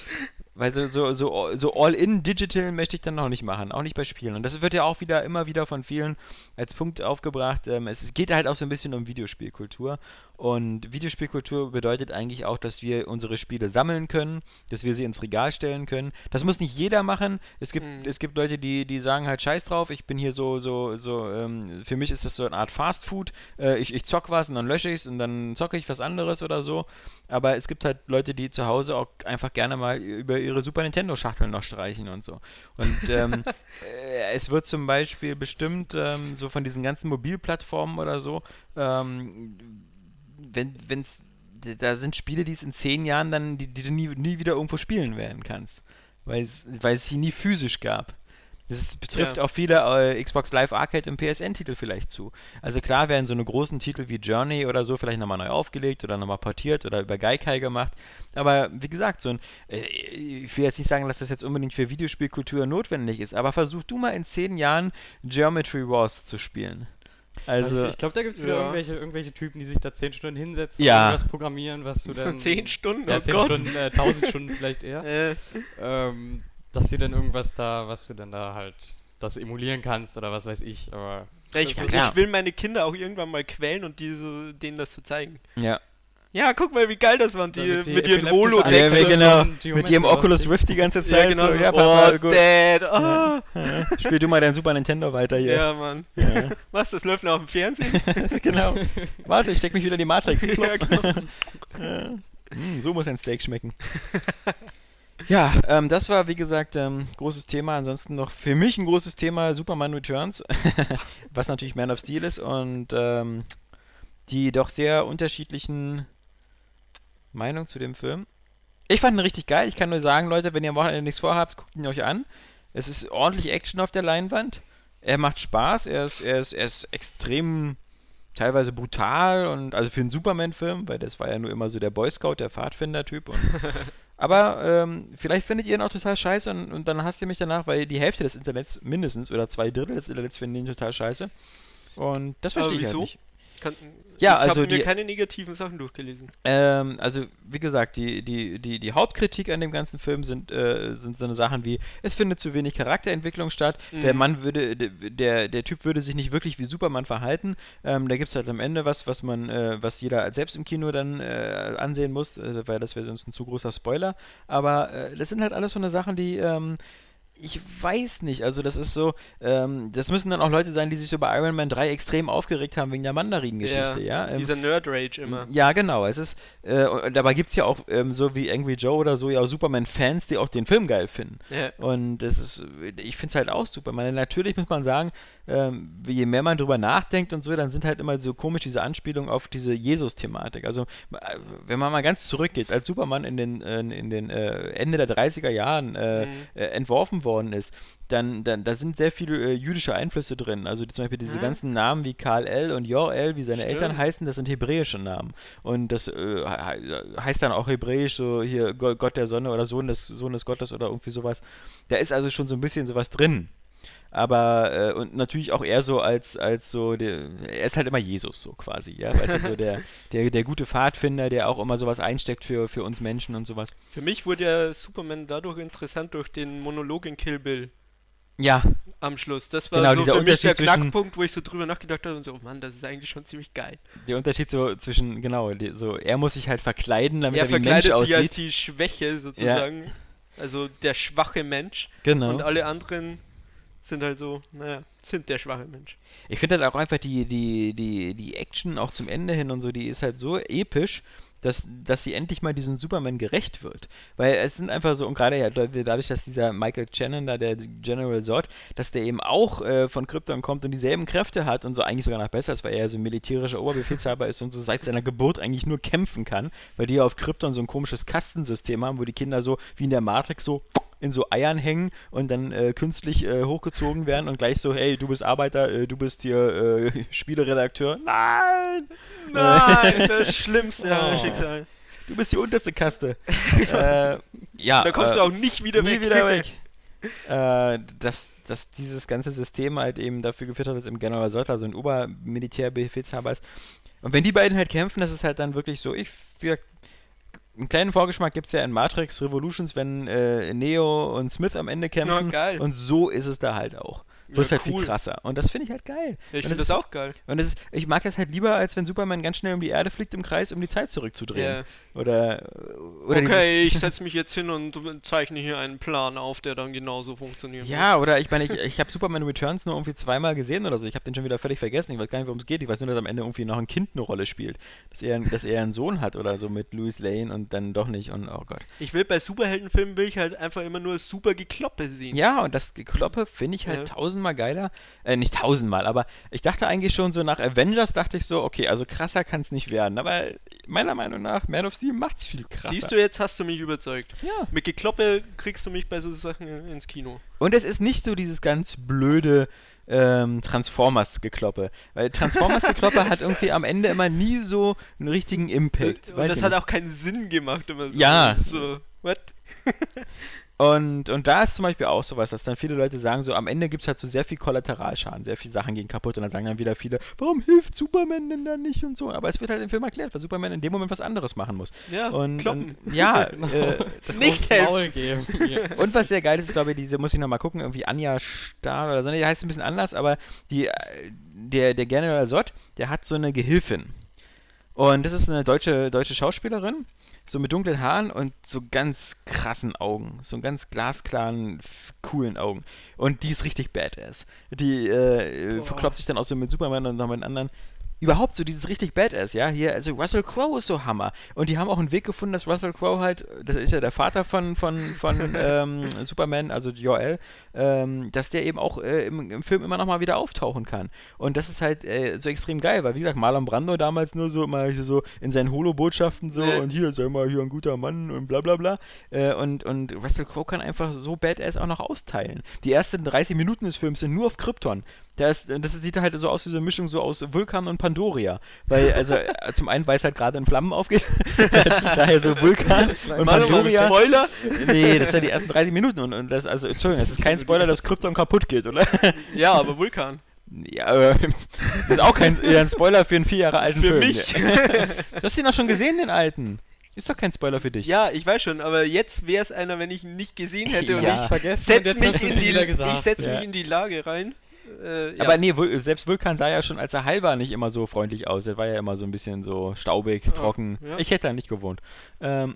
weil so, so, so, so All-in-Digital möchte ich dann noch nicht machen, auch nicht bei Spielen. Und das wird ja auch wieder immer wieder von vielen als Punkt aufgebracht. Ähm, es, es geht halt auch so ein bisschen um Videospielkultur. Und Videospielkultur bedeutet eigentlich auch, dass wir unsere Spiele sammeln können, dass wir sie ins Regal stellen können. Das muss nicht jeder machen. Es gibt,
Mhm.
es gibt Leute, die, die sagen halt Scheiß drauf, ich bin hier so, so, so, ähm, für mich ist das so eine Art Fast Food. Äh, ich, ich zock was und dann lösche ich es und dann zocke ich was anderes oder so. Aber es gibt halt Leute, die zu Hause auch einfach gerne mal über ihre Super Nintendo-Schachteln noch streichen und so. Und ähm, äh, es wird zum Beispiel bestimmt ähm, so von diesen ganzen Mobilplattformen oder so, ähm, wenn, wenn's, d- da sind Spiele, die es in zehn Jahren dann, die, die du nie, nie wieder irgendwo spielen werden kannst. Weil es, weil es sie nie physisch gab. Das betrifft
Tja.
auch viele äh, Xbox Live Arcade und PSN-Titel vielleicht zu. Also klar werden so eine großen Titel wie Journey oder so vielleicht nochmal neu aufgelegt oder nochmal portiert oder über Gaikai gemacht. Aber wie gesagt, so ein, äh, ich will jetzt nicht sagen, dass das jetzt unbedingt für Videospielkultur notwendig ist, aber versuch du mal in zehn Jahren Geometry Wars zu spielen. Also,
ich ich glaube, da gibt es wieder
Ja.
irgendwelche, irgendwelche Typen, die sich da 10 Stunden hinsetzen
Ja.
und irgendwas programmieren, was du
[LAUGHS]
dann.
Zehn Stunden,
Ja,
oh
10
Gott.
Stunden, äh, 1000 Stunden vielleicht eher.
Äh,
Ähm, dass dir dann irgendwas da, was du dann da halt das emulieren kannst oder was weiß ich, aber.
ich,
ist ja.
ich will meine Kinder auch irgendwann mal quälen und diese, denen das zu zeigen.
ja.
Ja, guck mal, wie geil das waren die
Damit die
mit ihren
epileptisch
Rolo.
alle-
Ja,
Alexa,
genau.
so ein Geometry
mit ihrem
Wars
Oculus
Ding.
Rift die ganze
Ja,
Zeit.
genau.
so,
so,
ja, Papa,
oh,
gut.
Dad. ah.
[LAUGHS] Spiel du mal dein Super Nintendo weiter hier.
Ja, Mann. Was, das läuft noch auf dem Fernsehen?
[LAUGHS] genau. Warte, ich steck mich wieder in die Matrix.
[LAUGHS] ja, genau.
[LAUGHS] Mm, so muss ein Steak
[LAUGHS]
schmecken. ja, ähm, das war wie gesagt ähm, großes Thema. Ansonsten noch für mich ein großes Thema Superman Returns, [LAUGHS] was natürlich Man of Steel ist und ähm, die doch sehr unterschiedlichen Meinungen zu dem Film. Ich fand ihn richtig geil. Ich kann nur sagen, Leute, wenn ihr am Wochenende nichts vorhabt, guckt ihn euch an. Es ist ordentlich Action auf der Leinwand. Er macht Spaß. Er ist, er ist, er ist extrem teilweise brutal und also für einen Superman-Film, weil das war ja nur immer so der Boy Scout, der Pfadfinder-Typ.
[LAUGHS]
und- Aber ähm, vielleicht findet ihr ihn auch total scheiße und, und dann hasst ihr mich danach, weil die Hälfte des Internets mindestens oder zwei Drittel des Internets finden ihn total scheiße. Und das
Aber
verstehe ich halt
wieso?
nicht.
Kann,
Ja,
ich
also
habe mir
die-
keine negativen Sachen durchgelesen.
Ähm, also, wie gesagt, die, die, die, die Hauptkritik an dem ganzen Film sind, äh, sind so eine Sachen wie, es findet zu wenig Charakterentwicklung statt, der
Mhm.
Mann würde, der, der, der Typ würde sich nicht wirklich wie Superman verhalten. Ähm, da gibt es halt am Ende was, was man, äh, was jeder selbst im Kino dann äh, ansehen muss, äh, weil das wäre sonst ein zu großer Spoiler. Aber äh, das sind halt alles so eine Sachen, die, ähm, ich weiß nicht, also das ist so, ähm, das müssen dann auch Leute sein, die sich so bei Iron Man 3 extrem aufgeregt haben wegen der Mandarin-Geschichte, ja. Ähm,
Dieser Nerd Rage immer.
ja, genau. Es ist, äh, und dabei gibt es ja auch, ähm, so wie Angry Joe oder so, ja auch Superman-Fans, die auch den Film geil finden.
Ja.
Und das ist, ich finde es halt auch super. Man, natürlich muss man sagen, ähm, je mehr man drüber nachdenkt und so, dann sind halt immer so komisch diese Anspielungen auf diese Jesus-Thematik. Also, äh, wenn man mal ganz zurückgeht, als Superman in den, äh, in den äh, Ende der 30er Jahren äh,
Mhm.
äh, entworfen worden ist, dann, dann da sind sehr viele äh, jüdische Einflüsse drin. Also die, zum Beispiel diese
Ah.
ganzen Namen wie Karl L. und Jor L., wie seine
Stimmt.
Eltern heißen, das sind hebräische Namen. Und das äh, he- heißt dann auch hebräisch, so hier Go- Gott der Sonne oder Sohn des, Sohn des Gottes oder irgendwie sowas. Da ist also schon so ein bisschen sowas drin. Aber, äh, und natürlich auch eher so als, als so, der, er ist halt immer Jesus so quasi, ja, weißt
[LAUGHS]
du, so der, der, der gute Pfadfinder, der auch immer sowas einsteckt für, für uns Menschen und sowas.
Für mich wurde ja Superman dadurch interessant durch den Monolog in Kill Bill
Ja,
am Schluss. Das war
Genau,
so
dieser
für mich der
Unterschied zwischen-
Knackpunkt, wo ich so drüber nachgedacht habe und so, oh Mann, das ist eigentlich schon ziemlich geil.
der Unterschied so zwischen, genau, die, so, er muss sich halt verkleiden, damit
er
er wie ein Mensch
verkleidet sich als
aussieht.
die Schwäche sozusagen. Also der schwache Mensch. Und
Genau.
alle anderen sind halt so, naja, sind der schwache Mensch.
Ich finde halt auch einfach die, die, die, die Action auch zum Ende hin und so, die ist halt so episch, dass, dass sie endlich mal diesem Superman gerecht wird. Weil es sind einfach so, und gerade ja, da- dadurch, dass dieser Michael Shannon da, der General Zod, dass der eben auch äh, von Krypton kommt und dieselben Kräfte hat und so eigentlich sogar noch besser ist, weil er ja so ein militärischer Oberbefehlshaber ist und so seit seiner Geburt eigentlich nur kämpfen kann, weil die ja auf Krypton so ein komisches Kastensystem haben, wo die Kinder so wie in der Matrix so in so Eiern hängen und dann äh, künstlich äh, hochgezogen werden und gleich so, hey, du bist Arbeiter, äh, du bist hier äh, [LAUGHS] Spieleredakteur. Nein! [LAUGHS] Oh.
Nein, das Schlimmste
am
Schicksal.
Du bist die unterste
[LAUGHS]
Kaste. äh, ja,
Da kommst
äh,
du auch nicht wieder
nie
weg. [LAUGHS]
wieder weg. Äh, dass, dass dieses ganze System halt eben dafür geführt hat, dass im General Zod also ein Obermilitärbefehlshaber ist. Und wenn die beiden halt kämpfen, das ist halt dann wirklich so, ich, wir, einen kleinen Vorgeschmack gibt es ja in Matrix Revolutions, wenn äh, Neo und Smith am Ende kämpfen.
geil.
Und so ist es da halt auch.
Ja,
Bloß halt
cool.
viel krasser. Und das finde ich halt geil.
Ja, ich
und
finde das
ist-
auch geil.
Und das ist, ich mag das halt lieber, als wenn Superman ganz schnell um die Erde fliegt im Kreis, um die Zeit zurückzudrehen.
Ja.
Oder, oder dieses,
okay,
[LAUGHS]
ich setze mich jetzt hin und zeichne hier einen Plan auf, der dann genauso funktioniert.
Ja, oder ich meine, ich, ich habe Superman Returns nur irgendwie zweimal gesehen oder so. Ich habe den schon wieder völlig vergessen. Ich weiß gar nicht, worum es geht. Ich weiß nur, dass am Ende irgendwie noch ein Kind eine Rolle spielt. Dass er, dass er einen Sohn hat oder so mit Louis Lane und dann doch nicht. Und oh Gott.
Ich will bei Superheldenfilmen will ich halt einfach immer nur super Gekloppe sehen.
Ja, und das Gekloppe finde ich halt
Ja.
tausendmal geiler. Äh, nicht tausendmal, aber ich dachte eigentlich schon so nach Avengers, dachte ich so, okay, also krasser kann es nicht werden. Aber meiner Meinung nach, Man of Steel macht es viel krasser.
Siehst du, jetzt hast du mich überzeugt.
Ja.
Mit Gekloppe kriegst du mich bei so Sachen ins Kino.
Und es ist nicht so dieses ganz blöde ähm, Transformers-Gekloppe. Weil
[LAUGHS]
Transformers-Gekloppe hat irgendwie am Ende immer nie so einen richtigen Impact.
Und
Weiß
das
ich
hat
nicht.
auch keinen Sinn gemacht immer so.
Ja.
So, what?
und, und da ist zum Beispiel auch sowas, dass dann viele Leute sagen, so am Ende gibt es halt so sehr viel Kollateralschaden, sehr viele Sachen gehen kaputt und dann sagen dann wieder viele, warum hilft Superman denn da nicht und so. Aber es wird halt im Film erklärt, weil Superman in dem Moment was anderes machen muss.
Ja,
und,
kloppen. Genau.
und ja,
[LAUGHS]
äh, [LAUGHS]
Das
Nicht
aufs
helfen.
Maul geben. Ja.
Und was sehr geil ist, ich glaube, diese muss ich nochmal gucken, irgendwie Anja Stahl oder so, ne, die heißt ein bisschen anders, aber die, äh, der, der General Sott, der hat so eine Gehilfin. Und das ist eine deutsche, deutsche Schauspielerin, so mit dunklen Haaren und so ganz krassen Augen. So ganz glasklaren, f- coolen Augen. Und die ist richtig badass. Die äh, äh, verkloppt sich dann auch so mit Superman und noch mit anderen. Überhaupt so dieses richtig Badass, ja. Hier, also Russell Crowe ist so Hammer. Und die haben auch einen Weg gefunden, dass Russell Crowe halt, das ist ja der Vater von, von, von ähm, Superman, also Joel, ähm, dass der eben auch äh, im, im Film immer nochmal wieder auftauchen kann. Und das ist halt äh, so extrem geil, weil wie gesagt, Marlon Brando damals nur so immer so in seinen Holo-Botschaften so
Ja.
und hier, sei mal hier ein guter Mann und bla bla bla. Äh, und, und Russell Crowe kann einfach so Badass auch noch austeilen. Die ersten 30 Minuten des Films sind nur auf Krypton. Da ist, das sieht halt so aus wie so eine Mischung so aus Vulkan und Pandoria. Weil, also, äh, zum einen, weil es halt gerade in Flammen aufgeht. [LAUGHS] Daher so Vulkan und
Warte mal,
Pandoria.
Spoiler?
Nee, das sind die ersten 30 Minuten. Und, und das, also, Entschuldigung, das ist kein Spoiler, dass Krypton kaputt geht, oder?
Ja,
[LAUGHS]
aber Vulkan.
Ja, aber [LAUGHS] das ist auch kein eher ein Spoiler für einen vier Jahre alten Film.
Für mich.
Du hast ihn doch schon gesehen, den alten. Ist doch kein Spoiler für dich.
Ja, ich weiß schon, aber jetzt wäre es einer, wenn ich ihn nicht gesehen hätte und
Ja.
ich
vergessen.
setz
und jetzt hast
mich
du's
in die
wieder
ich
gesagt.
setz
Ja.
mich in die Lage rein. Äh, ja.
Aber nee, Vul selbst Vulkan sah ja schon, als er heil war, nicht immer so freundlich aus. Er war ja immer so ein bisschen so staubig, trocken.
ja.
Ich hätte da nicht gewohnt. Ähm,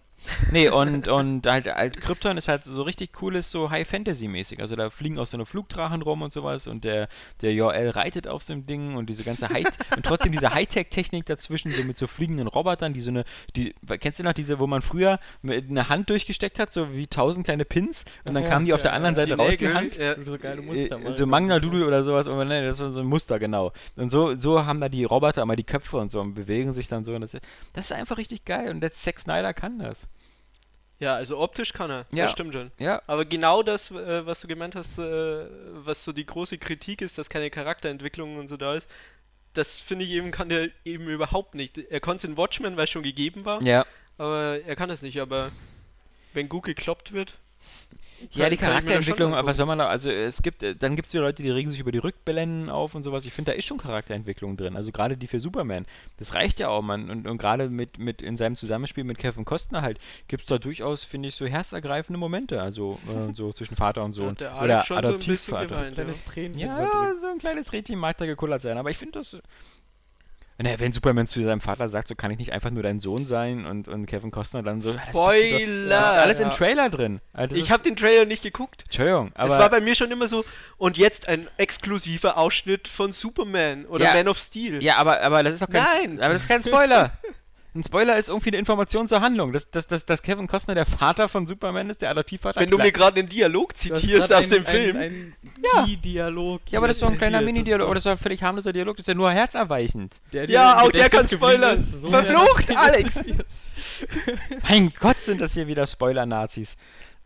nee, und, und halt, halt Krypton ist halt so richtig cooles, so High-Fantasy-mäßig. Also da fliegen auch so eine Flugdrachen rum und sowas und der, der Joel reitet auf so einem Ding und diese ganze High und trotzdem diese Hightech-Technik dazwischen, so mit so fliegenden Robotern, die so eine, die, kennst du noch diese, wo man früher mit eine Hand durchgesteckt hat, so wie tausend kleine Pins und dann
Ja,
kamen die auf
ja,
der anderen
ja,
Seite raus, die
Nägel,
Hand.
ja.
So geile Muster.
Äh,
mal.
So Magna-Doodle oder sowas, aber nein, das war so ein Muster, genau. Und so, so haben da die Roboter immer die Köpfe und so und bewegen sich dann so. Und das, das ist einfach richtig geil und der Zack Snyder kann das.
Ja, also optisch kann er.
Ja.
Das stimmt schon.
Ja,
Aber genau das, äh, was du gemeint hast, äh, was so die große Kritik ist, dass keine Charakterentwicklung und so da ist, das finde ich eben, kann der eben überhaupt nicht. Er konnte es in Watchmen, weil es schon gegeben war,
ja.
aber er kann es nicht. Aber wenn gut gekloppt wird,
Ja, die
Kann- kann ich mir das schon
Charakterentwicklung, aber
angucken.
was soll man da, also es gibt, äh, dann gibt es die Leute, die regen sich über die Rückblenden auf und sowas. Ich finde, da ist schon Charakterentwicklung drin. Also gerade die für Superman. Das reicht ja auch, man. Und, und gerade mit, mit in seinem Zusammenspiel mit Kevin Costner halt, gibt es da durchaus, finde ich, so herzergreifende Momente. Also äh, so zwischen Vater und Sohn.
hat der
Oder
Alex schon so ein bisschen
Adoptivvater.
geweint. Ja.
Kleines Tränchen.
ja, so ein kleines Rädchen mag da gekullert sein, aber ich finde das. Naja, wenn Superman zu seinem Vater sagt, so kann ich nicht einfach nur dein Sohn sein und, und Kevin Costner dann so. "Ah, das bist du doch." Das ist
Spoiler!
alles im Trailer drin. Also das
Ich
ist-
habe den Trailer nicht geguckt.
Entschuldigung, aber.
es war bei mir schon immer so, und jetzt ein exklusiver Ausschnitt von Superman oder
Ja.
Man of Steel.
Ja, aber, aber das ist doch kein,
Nein!
aber das ist kein [LAUGHS] Spoiler. Ein Spoiler ist irgendwie eine Information zur Handlung. Dass, dass, dass, dass Kevin Costner der Vater von Superman ist, der Adoptivvater.
Wenn du
klar.
mir gerade den Dialog zitierst aus dem Film.
Ein,
Ja.
Dialog.
ja, aber das ist doch ein kleiner Mini-Dialog, oder das ist doch ein völlig harmloser Dialog, das ist ja nur herzerweichend.
Ja,
oh,
auch der kann spoilern. Verflucht, Alex!
Alex!
[LAUGHS] Mein Gott, sind das hier wieder Spoiler-Nazis.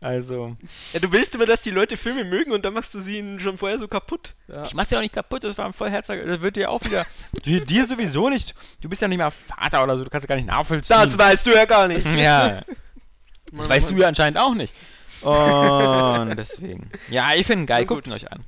Also.
Ja, du willst immer, dass die Leute Filme mögen und dann machst du sie ihnen schon vorher so kaputt.
Ich mach's dir auch nicht kaputt, das war ein vollherzer. Das wird dir auch wieder. [LAUGHS] dir, dir sowieso nicht. Du bist ja nicht mehr Vater oder so, du kannst ja gar nicht nachvollziehen.
Das weißt du ja gar nicht.
[LAUGHS] Ja. Das weißt du ja anscheinend auch nicht. [LAUGHS] Und deswegen. Ja, ich finde ihn geil,
Na gut.
guckt ihn euch an.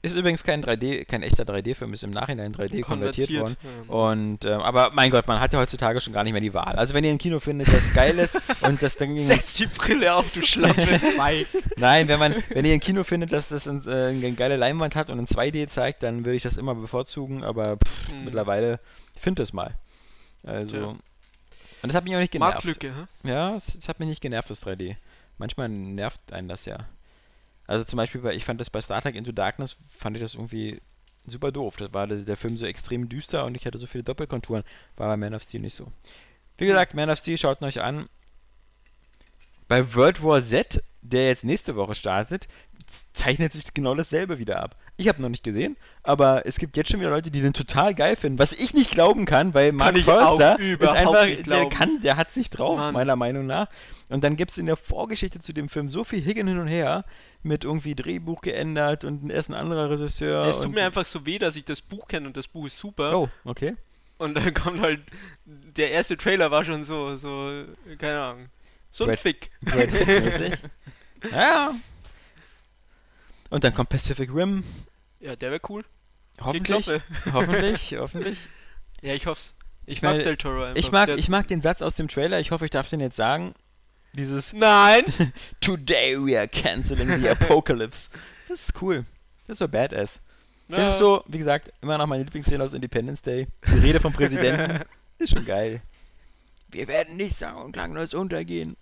Ist übrigens kein 3D, kein echter 3D-Film, ist im Nachhinein 3D konvertiert, worden. Und ähm, aber mein Gott, man hat ja heutzutage schon gar nicht mehr die Wahl. Also wenn ihr ein Kino findet, das geil [LAUGHS] ist und das dann gegen
[LAUGHS] Setz die Brille auf, du
[LAUGHS]
Schlampe.
Mike.
Nein, wenn man, wenn ihr ein Kino findet, dass das ein, äh, eine geile Leinwand hat und in 2D zeigt, dann würde ich das immer bevorzugen, aber pff,
Hm.
mittlerweile findet es mal. Also.
Tja.
Und das hat mich auch nicht genervt.
Marktlücke, hä?
Ja, es, es hat mich nicht genervt, das 3D. Manchmal nervt einen das ja. Also zum Beispiel, bei, ich fand das bei Star Trek Into Darkness, fand ich das irgendwie super doof. Das war der, der Film so extrem düster und ich hatte so viele Doppelkonturen. War bei Man of Steel nicht so. Wie gesagt, Man of Steel schaut ihn euch an. Bei World War Z, der jetzt nächste Woche startet, z- zeichnet sich genau dasselbe wieder ab. Ich habe noch nicht gesehen, aber es gibt jetzt schon wieder Leute, die den total geil finden, was ich nicht glauben kann, weil Mark
ich auch
Forster ist
überhaupt
einfach,
nicht
der
glauben.
kann, der hat's nicht drauf,
Mann.
meiner Meinung nach. Und dann gibt's in der Vorgeschichte zu dem Film so viel Hicken hin und her mit irgendwie Drehbuch geändert und erst ein anderer Regisseur.
es tut
und
mir einfach so weh, dass ich das Buch kenne und das Buch ist super.
Oh, okay.
Und dann kommt halt, der erste Trailer war schon so, so, keine Ahnung. So ein
Brad-
Fick.
Brad Pitt-mäßig.
[LAUGHS]
ja. Und dann kommt Pacific Rim.
Ja, der wäre cool.
Hoffentlich.
Geklappe.
[LAUGHS] Hoffentlich, hoffentlich.
Ja, ich hoff's. Ich
Ich
mag
meine,
Del Toro einfach.
Ich mag,
der,
ich mag den Satz aus dem Trailer, ich hoffe, ich darf den jetzt sagen. Dieses
Nein!
[LAUGHS] Today we are canceling the apocalypse. Das ist cool. Das ist so badass. Das
Ja.
ist so, wie gesagt, immer noch meine Lieblingsszene aus Independence Day. Die Rede vom Präsidenten.
[LAUGHS]
ist schon geil. Wir werden nicht sang- und klanglos untergehen.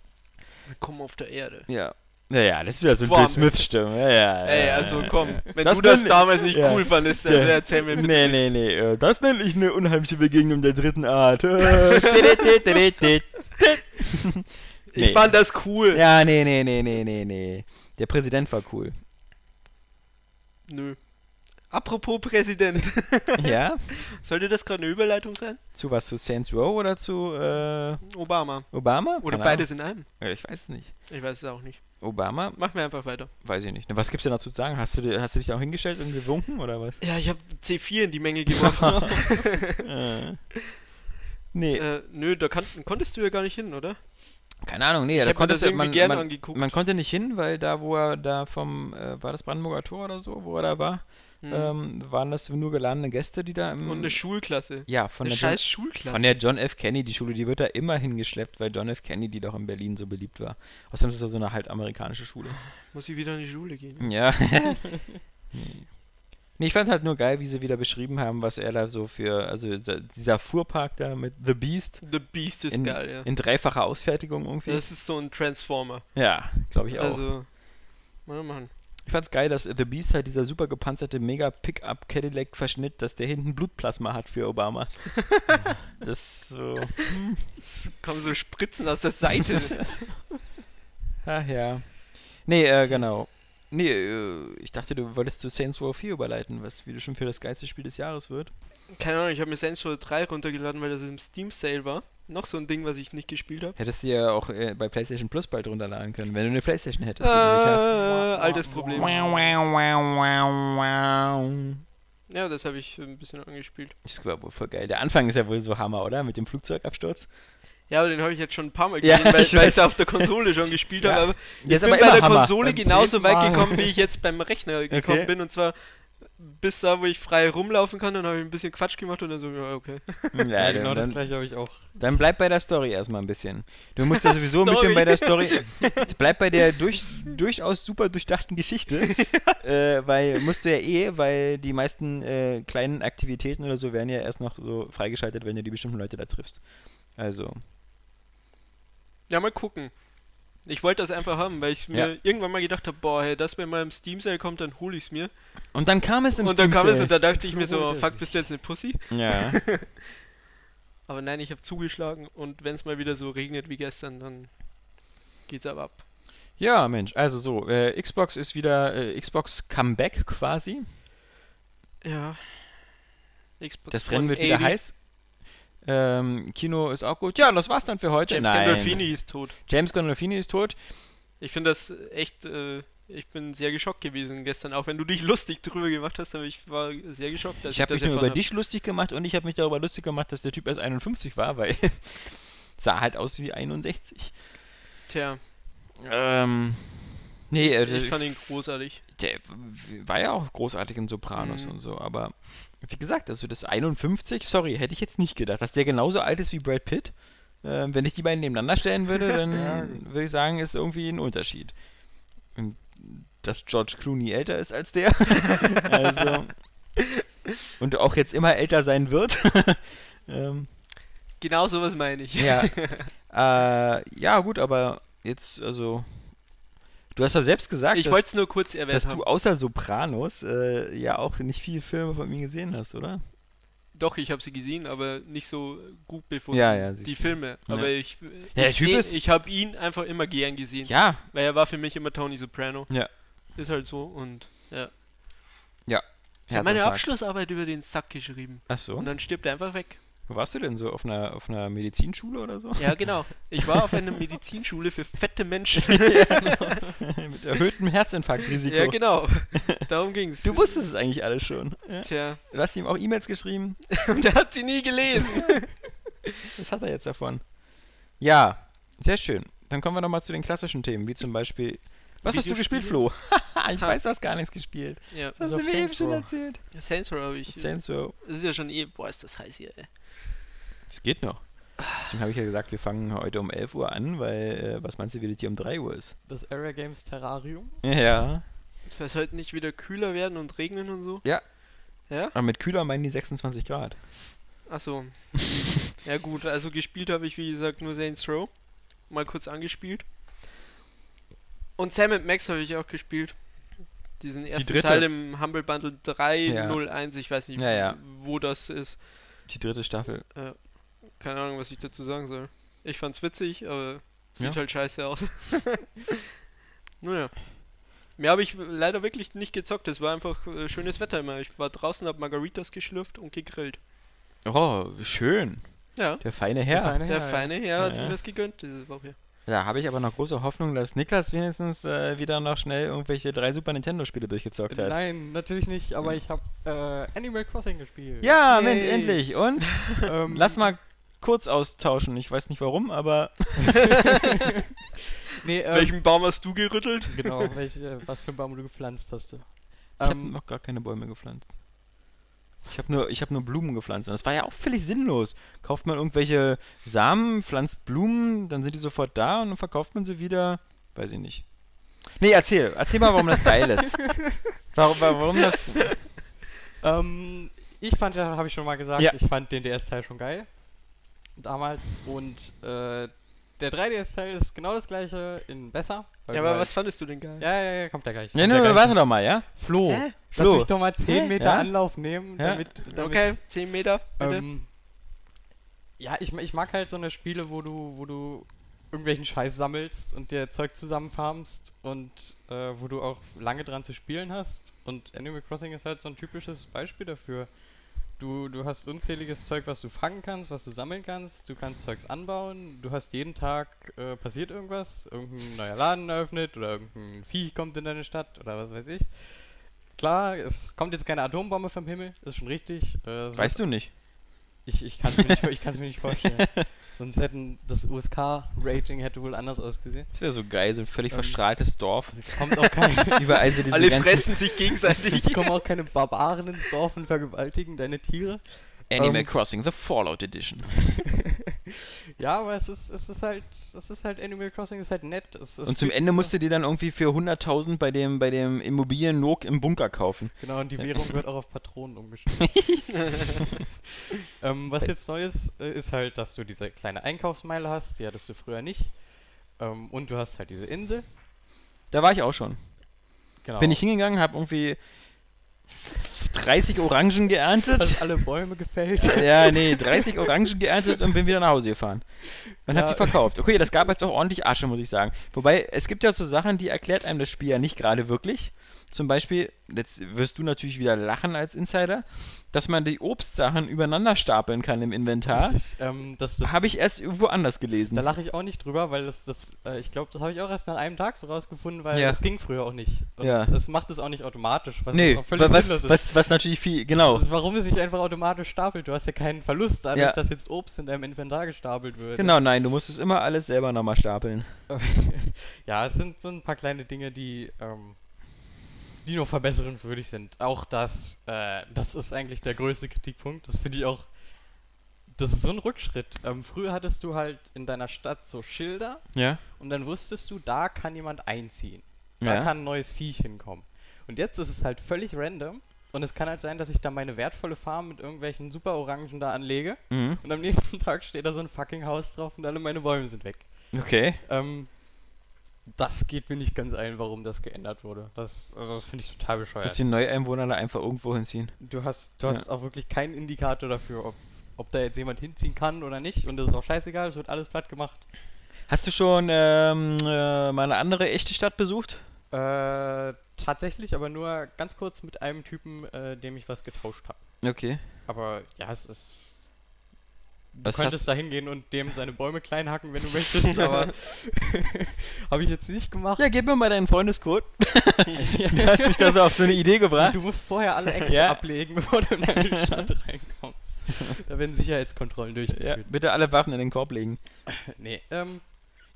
Willkommen auf der Erde.
Ja. Naja, das ist wieder so ein
Boah,
Bill Smith-Stimme. Ja, ja,
Ey,
ja,
also
ja,
komm,
ja.
wenn
Das
du das
nenn-
damals nicht
ja.
cool fandest, dann
Ja.
erzähl mir bitte
Nee, nee,
nichts.
nee, äh, das nenne ich eine unheimliche Begegnung der dritten
[LAUGHS]
Art. Äh, dit, dit, dit, dit, dit.
Ich fand das cool.
Ja, nee, nee, nee, nee, nee, nee. Der Präsident war
[LAUGHS]
cool.
Nö. Apropos Präsident.
ja?
[LAUGHS] Sollte das gerade eine Überleitung sein?
Zu was? Zu Saints Row oder zu äh,
Obama.
Obama?
Oder
Keine
beides in einem?
Ahnung. Ja, Ich weiß nicht.
Ich weiß es auch nicht.
Obama?
Mach mir einfach weiter.
Weiß ich nicht. Na, Was gibt's denn dazu zu sagen? Hast du, dir- hast du dich da auch hingestellt und gewunken oder
[LAUGHS]
was?
Ja, ich habe C4 in die Menge [LAUGHS] geworfen.
äh. Nee,
äh, nö, da kann, konntest du ja gar nicht hin, oder?
keine Ahnung, nee,
ich
da
hab mir
konnte
das irgendwie
man,
gern
man,
angeguckt.
man konnte nicht hin, weil da, wo er da vom, äh, war das Brandenburger Tor oder so, wo er da war,
Hm.
ähm, waren das nur geladene Gäste, die da im
Und eine Schulklasse.
ja, von
Eine
der John-
scheiß Schulklasse.
Von der John F. Kennedy-Schule, die wird da immer hingeschleppt, weil John F. Kennedy doch in Berlin so beliebt war. Außerdem ist das ja so eine halt amerikanische Schule.
Muss ich wieder in die Schule gehen.
Ja. Nee. nee, ich fand halt nur geil, wie sie wieder beschrieben haben, was er da so für, also da- dieser Fuhrpark da mit The Beast
The Beast ist
in,
geil, ja.
in dreifacher Ausfertigung irgendwie.
Das ist so ein Transformer.
ja, glaube ich auch.
Also, mal machen.
ich fand's geil, dass The Beast halt dieser super gepanzerte Mega-Pickup-Cadillac-Verschnitt, dass der hinten Blutplasma hat für Obama.
[LAUGHS]
das ist so. [LAUGHS]
Kommen so Spritzen aus der Seite. [LAUGHS]
Ach ja. Nee, äh, genau. Nee, äh, ich dachte, du wolltest zu Saints Row 4 überleiten, was wieder schon für das geilste Spiel des Jahres wird.
Keine Ahnung, ich habe mir Saints Row 3 runtergeladen, weil das im Steam Sale war. Noch so ein Ding, was ich nicht gespielt habe.
Hättest du ja auch äh, bei PlayStation Plus bald runterladen können, wenn du eine PlayStation
Äh,
hättest. die du nicht hast.
altes Problem. Ja, das habe ich ein bisschen angespielt.
Das war wohl voll geil. Der Anfang ist ja wohl so Hammer, oder? Mit dem Flugzeugabsturz.
Ja, aber den habe ich jetzt schon ein paar Mal
Ja,
gesehen, weil, weil
ich
ich es
weiß.
auf der Konsole schon gespielt
Ja.
habe. Aber
Der
ich
ist
bin
aber
bei
immer
der
Hammer.
Konsole
Beim
genauso weit
zehnten Mal.
gekommen, wie ich jetzt
[LAUGHS]
beim Rechner gekommen
Okay.
bin. Und zwar bis da, wo ich frei rumlaufen kann, dann habe ich ein bisschen Quatsch gemacht und dann so, ja, okay.
Ja,
[LAUGHS] Ja,
genau das
dann,
gleiche habe ich auch.
Dann bleib bei der Story erstmal ein bisschen. Du musst [LAUGHS] ja sowieso ein bisschen bei der Story. Bleib bei der durch, durchaus super durchdachten [LAUGHS] Geschichte. äh, weil musst du ja eh, weil die meisten äh, kleinen Aktivitäten oder so werden ja erst noch so freigeschaltet, wenn du die bestimmten Leute da triffst. Also,
Ja, mal gucken. Ich wollte das einfach haben, weil ich mir irgendwann mal gedacht habe, boah, hey, das wenn mal im Steam Sale kommt, dann hole ich es mir.
Und dann kam es im
und dann kam es
Steam
und da dachte ich mir
Holt
so,
er
fuck,
sich.
bist du jetzt eine Pussy?
Sale. Ja.
Aber nein, ich habe zugeschlagen und wenn es mal wieder so regnet wie gestern, dann geht's aber ab.
[LAUGHS] ja, Mensch, also so, äh, Xbox ist wieder äh, Xbox Comeback quasi.
Ja. Xbox
Das Rennen wird wieder
180.
heiß. Ähm, Kino ist auch gut. Ja, das war's dann für heute.
James
Nein.
Gandolfini ist tot.
James Gandolfini ist tot.
Ich finde das echt, äh, ich bin sehr geschockt gewesen gestern, auch wenn du dich lustig drüber gemacht hast, aber ich war sehr geschockt, als
Ich habe mich
das
nur
erfahren
über
hab.
dich lustig gemacht und ich habe mich darüber lustig gemacht, dass der Typ erst 51 war, weil [LAUGHS] sah halt aus wie 61.
Tja,
Ähm. Nee, äh,
ich
der,
fand ihn großartig.
der war ja auch großartig in Sopranos
Mhm.
und so, aber wie gesagt, also das 51, sorry, hätte ich jetzt nicht gedacht, dass der genauso alt ist wie Brad Pitt. Ähm, wenn ich die beiden nebeneinander stellen würde,
[LAUGHS]
dann würde ich sagen, ist irgendwie ein Unterschied. Und Dass George Clooney älter ist als
[LAUGHS]
der. also. Und auch jetzt immer älter sein wird. [LAUGHS] ähm,
Genau sowas meine ich. [LAUGHS]
ja. äh, ja, gut, aber jetzt, also. Du hast ja selbst gesagt,
Ich
dass,
wollte es nur kurz erwähnen.
dass du außer Sopranos äh, ja auch nicht viele Filme von mir gesehen hast, oder?
Doch, ich habe sie gesehen, aber nicht so gut befunden.
Ja, ja, siehst
Die
du.
Filme.
Ja.
Aber ich,
der
ich,
Typ
seh-
ist-
ich habe ihn einfach immer gern gesehen,
Ja.
weil er war für mich immer Tony Soprano.
Ja.
Ist halt so und ja.
Ja,
Ich habe meine
Herzinfarkt.
Abschlussarbeit über den Sack geschrieben.
Ach so.
Und dann stirbt er einfach weg.
Wo warst du denn so? Auf einer, auf einer Medizinschule oder so?
Ja, genau. Ich war
[LAUGHS]
auf einer Medizinschule für fette Menschen.
[LAUGHS] Mit erhöhtem Herzinfarktrisiko. [LAUGHS]
ja, genau. Darum ging's.
Du wusstest es eigentlich alles schon. Ja.
Tja. [LAUGHS]
Du hast ihm auch E-Mails geschrieben.
Und er hat sie nie gelesen.
Das hat er jetzt davon. Ja, sehr schön. Dann kommen wir nochmal zu den klassischen Themen, wie zum Beispiel. Was hast du gespielt, Flo? [LAUGHS] ich
Ha.
weiß, du hast gar nichts gespielt.
Ja.
Das
Bis
hast du
auf
mir eben
Saints
schon
Row.
erzählt.
Saints Row habe ich.
Saints Row.
Das ist ja schon eh. Boah, ist das heiß hier, ey.
Es geht noch. Deswegen habe ich ja gesagt, wir fangen heute um 11 Uhr an, weil äh, was meinst du, wie das hier um 3 Uhr ist?
Das Area Games Terrarium.
Ja.
Soll es heute nicht wieder kühler werden und regnen und so?
Ja.
Ja?
Aber mit kühler meinen die 26 Grad. [LAUGHS]
Achso. ja gut, also gespielt habe ich wie gesagt nur Saints Row. Mal kurz angespielt. Und Sam Max habe ich auch gespielt. Diesen ersten
dritte.
Teil im Humble Bundle 301, ich weiß nicht,
Ja, ja.
wo das ist.
Die dritte Staffel.
Keine Ahnung, was ich dazu sagen soll. Ich fand's witzig, aber sieht
Ja.
halt scheiße aus. [LAUGHS] naja. Mehr habe ich leider wirklich nicht gezockt. Es war einfach äh, schönes Wetter immer. Ich war draußen, habe Margaritas geschlürft und gegrillt.
Oh, schön.
Ja.
Der feine Herr.
Der feine Herr hat sich
Ja.
mir das gegönnt diese Woche.
Da habe ich aber noch große Hoffnung, dass Niklas wenigstens äh, wieder noch schnell irgendwelche drei Super Nintendo-Spiele durchgezockt hat.
Nein, natürlich nicht, aber ich habe äh, Animal Crossing gespielt.
Ja, Mensch,
Yay.
endlich. Und?
Ähm,
Lass mal kurz austauschen. Ich weiß nicht warum, aber
Nee, ähm,
Welchen Baum hast du gerüttelt?
Genau, welche, was für einen Baum du gepflanzt hast. Du.
ich habe
Ähm,
noch gar keine Bäume gepflanzt. Ich habe nur, ich hab nur Blumen gepflanzt. Und das war ja auch völlig sinnlos. Kauft man irgendwelche Samen, pflanzt Blumen, dann sind die sofort da und dann verkauft man sie wieder. Weiß ich nicht. Nee, erzähl. Erzähl mal, warum das geil ist. Warum, warum das.
Ähm, ich fand ja, habe ich schon mal gesagt,
Ja.
ich fand den DS-Teil schon geil. Damals. Und äh, der 3DS-Teil ist genau das gleiche, in besser. weil
Ja,
du
aber
halt-
was fandest du denn geil?
Ja, ja, ja, kommt der gleich.
Nee,
kommt
nee,
der
nee,
gleich.
warte doch mal, ja?
Flo,
Hä?
lass
Oh, Flo.
mich doch mal 10
Hä?
Meter
Ja?
Anlauf nehmen,
Ja.
damit, damit
Okay, 10 Meter, bitte.
Ähm, ja, ich, ma- ich mag halt so eine Spiele, wo du, wo du irgendwelchen Scheiß sammelst und dir Zeug zusammenfarmst und äh, wo du auch lange dran zu spielen hast. Und Animal Crossing ist halt so ein typisches Beispiel dafür. Du, du hast unzähliges Zeug, was du fangen kannst, was du sammeln kannst. Du kannst Zeugs anbauen. Du hast jeden Tag äh, passiert irgendwas. Irgendein neuer Laden eröffnet oder irgendein Viech kommt in deine Stadt oder was weiß ich. Klar, es kommt jetzt keine Atombombe vom Himmel, ist schon richtig. Äh, es wird-
Weißt du nicht.
Ich, ich kann es mir, nicht vor- ich kann's
[LAUGHS]
mir nicht vorstellen. Sonst hätten das USK-Rating hätte wohl anders ausgesehen.
Das wäre so geil, so ein völlig
Ähm,
verstrahltes
[LAUGHS]
Dorf.
Also kommt auch
[LAUGHS]
keine,
Überall so diese
Alle
ganzen
fressen sich gegenseitig.
[LAUGHS] es kommen auch keine Barbaren ins Dorf und vergewaltigen deine Tiere.
Animal
ähm,
Crossing The Fallout Edition.
Ja, aber es ist, es ist halt, es ist halt Animal Crossing ist halt nett. Es, es
Und zum
fühlt
Ende
sich
musst du dir dann irgendwie für 100.000 bei dem, bei dem Immobilien-Nok im Bunker kaufen.
so- Genau, und die Währung wird auch auf
[LAUGHS]
Patronen umgestellt. ähm, was jetzt neu ist, äh, ist halt, dass du diese kleine Einkaufsmeile hast, die hattest du früher nicht. Ähm, und du hast halt diese Insel.
Da war ich auch schon.
Genau.
Bin ich hingegangen, habe irgendwie 30 Orangen geerntet.
[LAUGHS] Hast alle Bäume gefällt.
[LAUGHS] ja, nee, 30 Orangen geerntet und bin wieder nach Hause gefahren. Man
Ja.
hat die verkauft. Okay, das gab jetzt auch ordentlich Asche, muss ich sagen. Wobei, es gibt ja so Sachen, die erklärt einem das Spiel ja nicht gerade wirklich. Zum Beispiel, jetzt wirst du natürlich wieder lachen als Insider, dass man die Obstsachen übereinander stapeln kann im Inventar.
Ich, ähm, das, das,
Habe ich erst irgendwo anders gelesen.
Da lache ich auch nicht drüber, weil das, das äh, ich glaube, das habe ich auch erst nach einem Tag so rausgefunden, weil
Ja.
das ging früher auch nicht. Und
Ja.
das macht es auch nicht automatisch, was
Nee,
auch völlig
wa- was,
sinnlos ist.
was, was natürlich viel, genau.
Das ist, warum es sich einfach automatisch stapelt. Du hast ja keinen Verlust dadurch,
Ja.
dass jetzt Obst in deinem Inventar gestapelt wird.
Genau, nein, du musst es immer alles selber nochmal stapeln.
[LAUGHS] ja, es sind so ein paar kleine Dinge, die, ähm, die noch verbesserungswürdig sind. Auch das, äh, das ist eigentlich der größte Kritikpunkt. Das finde ich auch, das ist so ein Rückschritt. Ähm, früher hattest du halt in deiner Stadt so Schilder
Ja?
und dann wusstest du, da kann jemand einziehen. Da
Ja.
kann ein neues Viech hinkommen. Und jetzt ist es halt völlig random. Und es kann halt sein, dass ich da meine wertvolle Farm mit irgendwelchen Superorangen da anlege.
Mhm.
Und am nächsten [LAUGHS] Tag steht da so ein fucking Haus drauf und alle meine Bäume sind weg.
Okay.
Ähm, das geht mir nicht ganz ein, warum das geändert wurde. Das, also das finde ich total
Dass
bescheuert.
die Neueinwohner da einfach irgendwo hinziehen.
Du hast, du hast auch wirklich keinen Indikator dafür, ob, ob da jetzt jemand hinziehen kann oder nicht. Und das ist auch scheißegal, es wird alles platt gemacht.
Hast du schon ähm, äh, mal eine andere echte Stadt besucht?
Äh, tatsächlich, aber nur ganz kurz mit einem Typen, äh, dem ich was getauscht habe.
Okay.
Aber ja, es ist. Du
Was
könntest
hast-
da hingehen und dem seine Bäume klein hacken, wenn du
[LAUGHS]
möchtest, aber habe ich jetzt nicht gemacht.
Ja, gib mir mal deinen Freundescode. [LAUGHS] Du [LAUGHS] hast mich da so auf so eine Idee gebracht.
Du musst vorher alle
[LAUGHS]
Äxte
Ja.
ablegen, bevor du
[LAUGHS]
in deine Stadt reinkommst. Da werden Sicherheitskontrollen
Ja,
durchgeführt.
bitte alle Waffen in den Korb legen.
Nee, ähm,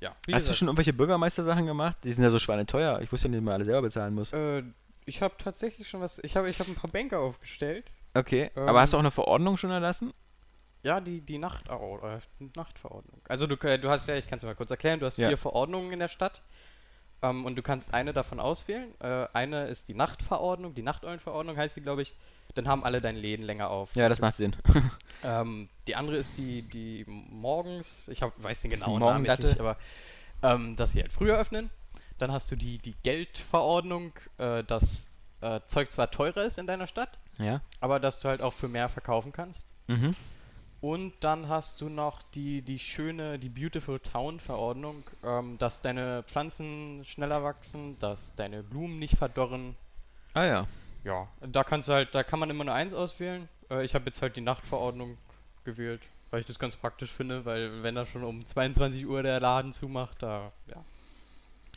ja. Wie
Hast du
gesagt,
schon irgendwelche Bürgermeistersachen gemacht? Die sind ja so schweineteuer. Ich wusste ja nicht, dass man alle selber bezahlen muss.
äh, ich habe tatsächlich schon was. Ich habe ich hab ein paar Bänke aufgestellt.
Okay.
ähm,
Aber hast du auch eine Verordnung schon erlassen?
Ja, die, die Nacht, äh, Nachtverordnung. Also du, äh, du hast ja, ich kann es mal kurz erklären, du hast
Ja.
vier Verordnungen in der Stadt ähm, und du kannst eine davon auswählen. Äh, eine ist die Nachtverordnung, die Nachteulenverordnung heißt die, glaube ich. Dann haben alle deine Läden länger auf.
Ja, das macht Sinn.
Ähm, die andere ist die, die morgens, ich hab, weiß den genauen Namen jetzt
Morgenlatte.
nicht, aber ähm, dass sie halt früher öffnen. Dann hast du die, die Geldverordnung, äh, dass äh, Zeug zwar teurer ist in deiner Stadt,
Ja.
aber dass du halt auch für mehr verkaufen kannst.
Mhm.
Und dann hast du noch die, die schöne, die Beautiful Town Verordnung, ähm, dass deine Pflanzen schneller wachsen, dass deine Blumen nicht verdorren.
Ah ja.
Ja, da kannst du halt, da kann man immer nur eins auswählen. Äh, ich habe jetzt halt die Nachtverordnung gewählt, weil ich das ganz praktisch finde, weil wenn da schon um 22 Uhr der Laden zumacht, da, ja,